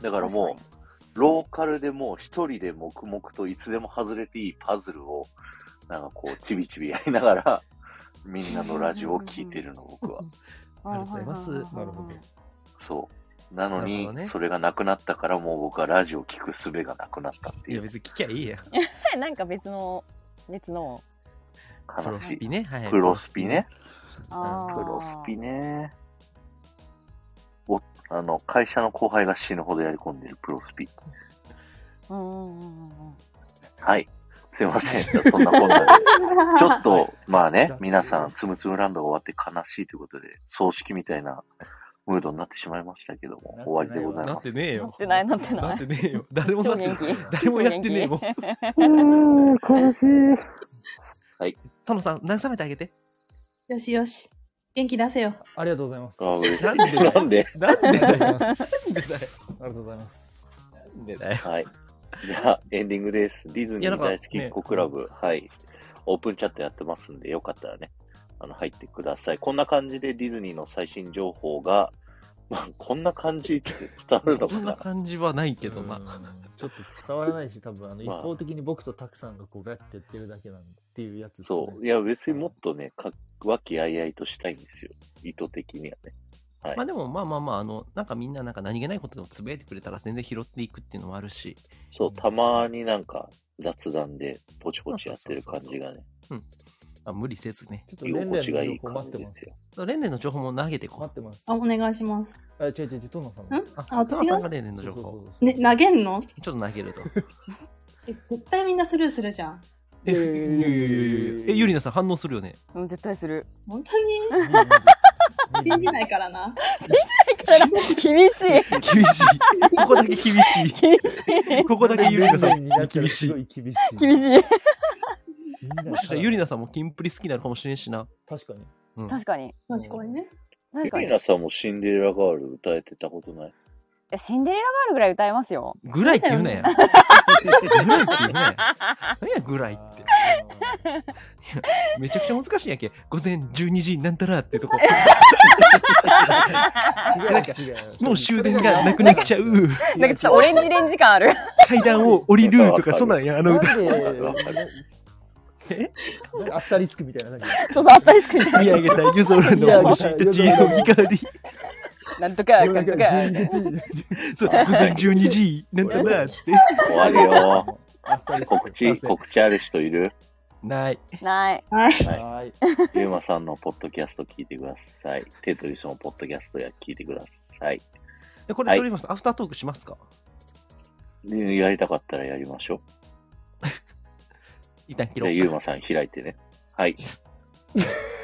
[SPEAKER 1] ルに。だからも
[SPEAKER 2] 確
[SPEAKER 1] う、ローカルでもう一人で黙々といつでも外れていいパズルを、なんかこう、ちびちびやりながら、 みんなのラジオを聞いてるの、僕は。
[SPEAKER 2] あ。
[SPEAKER 4] ありがとうございます
[SPEAKER 2] んんんん
[SPEAKER 5] なるほど
[SPEAKER 1] そう。なの
[SPEAKER 4] なる
[SPEAKER 1] に
[SPEAKER 4] ほどね、
[SPEAKER 1] それがなくなったから、もう僕はラジオ聞く術がなくなったって
[SPEAKER 4] い
[SPEAKER 1] い
[SPEAKER 4] や、
[SPEAKER 1] う
[SPEAKER 4] 別に聞きゃいいや。
[SPEAKER 2] なんか別の、別の。
[SPEAKER 1] 悲
[SPEAKER 4] プロ
[SPEAKER 1] し
[SPEAKER 4] ス
[SPEAKER 1] い
[SPEAKER 4] ピ。ね。 はい。
[SPEAKER 1] プロスピね。。
[SPEAKER 2] あ
[SPEAKER 1] プ
[SPEAKER 2] ー
[SPEAKER 1] ロスピね。おあの会社の後輩が死ぬほどやり込んでるプロスピ。
[SPEAKER 2] うんうんうんうん。
[SPEAKER 1] はい。すいま せん。じゃあそんなこんなで。ちょっと、まあね
[SPEAKER 5] 雑、
[SPEAKER 1] 皆さん、つむつむランドが終わって悲しいということで、葬式みたいなムードになってしまいましたけども、終わりでござい
[SPEAKER 4] な
[SPEAKER 1] ま
[SPEAKER 4] ってねえ
[SPEAKER 2] な
[SPEAKER 4] よ
[SPEAKER 2] っ。てないなって
[SPEAKER 4] な
[SPEAKER 2] な
[SPEAKER 4] っ
[SPEAKER 2] い。
[SPEAKER 4] てねえよ。誰もな
[SPEAKER 2] 超
[SPEAKER 4] って
[SPEAKER 2] 元
[SPEAKER 4] ない。
[SPEAKER 2] 気。
[SPEAKER 4] 誰もやってねえもん
[SPEAKER 2] 超元気
[SPEAKER 1] す。うーん、悲しい。
[SPEAKER 4] トノさん、慰めてあげて。
[SPEAKER 3] よしよし。元気出せよ。
[SPEAKER 5] ありがとうございます。
[SPEAKER 1] あ
[SPEAKER 5] あ
[SPEAKER 1] 嬉し
[SPEAKER 4] なんでだ
[SPEAKER 1] い。な
[SPEAKER 4] よ。
[SPEAKER 1] ん で
[SPEAKER 4] なんでだ
[SPEAKER 5] りがとう
[SPEAKER 4] よ。
[SPEAKER 5] ございます。
[SPEAKER 4] なんでだよ。
[SPEAKER 5] ありがとうございます。
[SPEAKER 4] なんでだよ。
[SPEAKER 1] はい。じゃあ、エンディングです。ディズニー大好きっ子クラブ、はい。オープンチャットやってますんで、よかったらね、あの、入ってください。こんな感じでディズニーの最新情報が、まあ、こんな感じって伝わるの
[SPEAKER 4] こ
[SPEAKER 1] か
[SPEAKER 4] んな
[SPEAKER 1] な。
[SPEAKER 4] 感じはないけど
[SPEAKER 5] う
[SPEAKER 4] な。
[SPEAKER 5] ん。ちょっと伝わらないし、多分あの一
[SPEAKER 1] まあ
[SPEAKER 5] 方的に僕とたくさんがこうガッて言ってるだけなんっていうやつですね。
[SPEAKER 1] そう。いや、別にもっとね、か、和気あいあいとしたいんですよ。意図的にはね。はい
[SPEAKER 4] まあでもまあまあまあ、あの、なんかみんななんか何気ないことでもつぶやいてくれたら全然拾っていくっていうのもあるし、
[SPEAKER 1] そう、たまになんか雑談でポチポチやってる感じがね。
[SPEAKER 4] まあ、無理せずね。
[SPEAKER 5] ちょっと連連の情報待ってます。
[SPEAKER 4] レンレンの情報も投げていこ
[SPEAKER 5] 待っ
[SPEAKER 4] う。
[SPEAKER 5] てます。
[SPEAKER 3] あ、お願いします。
[SPEAKER 5] あ、違う違う違う、トンナさんの。
[SPEAKER 3] ん
[SPEAKER 4] あ、
[SPEAKER 3] あ
[SPEAKER 4] トナさんがレンレンの
[SPEAKER 5] そう
[SPEAKER 4] 情
[SPEAKER 5] そうそう
[SPEAKER 4] 報。
[SPEAKER 5] そう
[SPEAKER 3] ね、投げんの
[SPEAKER 4] ちょっと投げると。
[SPEAKER 3] え、絶対みんなスルーするじゃん。
[SPEAKER 4] え、えゆりなさん反応するよね。
[SPEAKER 2] うん、絶対す る。
[SPEAKER 3] 本当 に信じないからな。
[SPEAKER 2] 厳しい。
[SPEAKER 4] 厳しい。ここだけ厳しい。
[SPEAKER 2] 厳しい。
[SPEAKER 4] ここだけゆりなさんに厳
[SPEAKER 5] 厳
[SPEAKER 4] し
[SPEAKER 5] し
[SPEAKER 4] い。
[SPEAKER 5] い。厳しい。
[SPEAKER 2] 厳しい。
[SPEAKER 4] もしかしたらゆりなさんもキンプリ好きになるかもしれんしな。
[SPEAKER 5] 確かに。
[SPEAKER 4] うん
[SPEAKER 2] 確かに。
[SPEAKER 3] 確かにね。
[SPEAKER 1] ゆ
[SPEAKER 2] 確か
[SPEAKER 1] り
[SPEAKER 2] に。
[SPEAKER 1] なさんもシンデレラガール歌えてたことない。
[SPEAKER 2] えシンデレラガールぐらい歌えますよ。
[SPEAKER 4] ぐらいって言うなや。ぐらいって言うなや。何やぐらいって。めちゃくちゃ難しいんやけ。午前12時なんたらってと こ。
[SPEAKER 5] あー。
[SPEAKER 4] なんかもう終電がなくなっちゃう。
[SPEAKER 2] なんかちょっとオレンジレンジ感ある。
[SPEAKER 4] 階段を降りる とか、そんなんや、あの歌。
[SPEAKER 5] なんで
[SPEAKER 4] え
[SPEAKER 5] なんかアスタリスクみたいな。なんか
[SPEAKER 2] そうそう、あっさりしてみたい
[SPEAKER 4] 見上げた夜空の星と地の光。
[SPEAKER 2] な。なんとか、
[SPEAKER 5] 夜
[SPEAKER 2] なんと
[SPEAKER 5] 中
[SPEAKER 2] か。
[SPEAKER 5] 12時
[SPEAKER 4] そう、午前12時なんたらっつ って。
[SPEAKER 1] 終わるよ。
[SPEAKER 5] アスタリスク
[SPEAKER 1] 告知、告知ある人いる
[SPEAKER 4] ない。
[SPEAKER 2] ない。
[SPEAKER 5] はーい。
[SPEAKER 1] ゆうまさんのポッドキャスト聞いてください。テトリスのポッドキャストや聞いてください。
[SPEAKER 4] でこれ撮ります。アフタートークしますか
[SPEAKER 1] でやりたかったらやりましょ
[SPEAKER 4] 一旦切
[SPEAKER 1] う。
[SPEAKER 4] ろ
[SPEAKER 1] で、
[SPEAKER 4] う。
[SPEAKER 1] ゆうまさん開いてね。はい。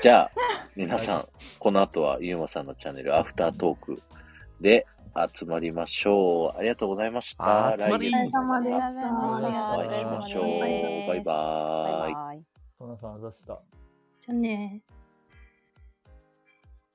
[SPEAKER 1] じゃあ、皆さん、この後はゆうまさんのチャンネル、アフタートークで集まりましょう。ありがとうございました。
[SPEAKER 4] 集まり
[SPEAKER 1] 来月
[SPEAKER 3] お疲れ様でした
[SPEAKER 1] お会いしましょう。
[SPEAKER 2] お疲れ様です
[SPEAKER 1] バイバーイ。
[SPEAKER 5] トナさん、あざした。
[SPEAKER 3] じゃあねー。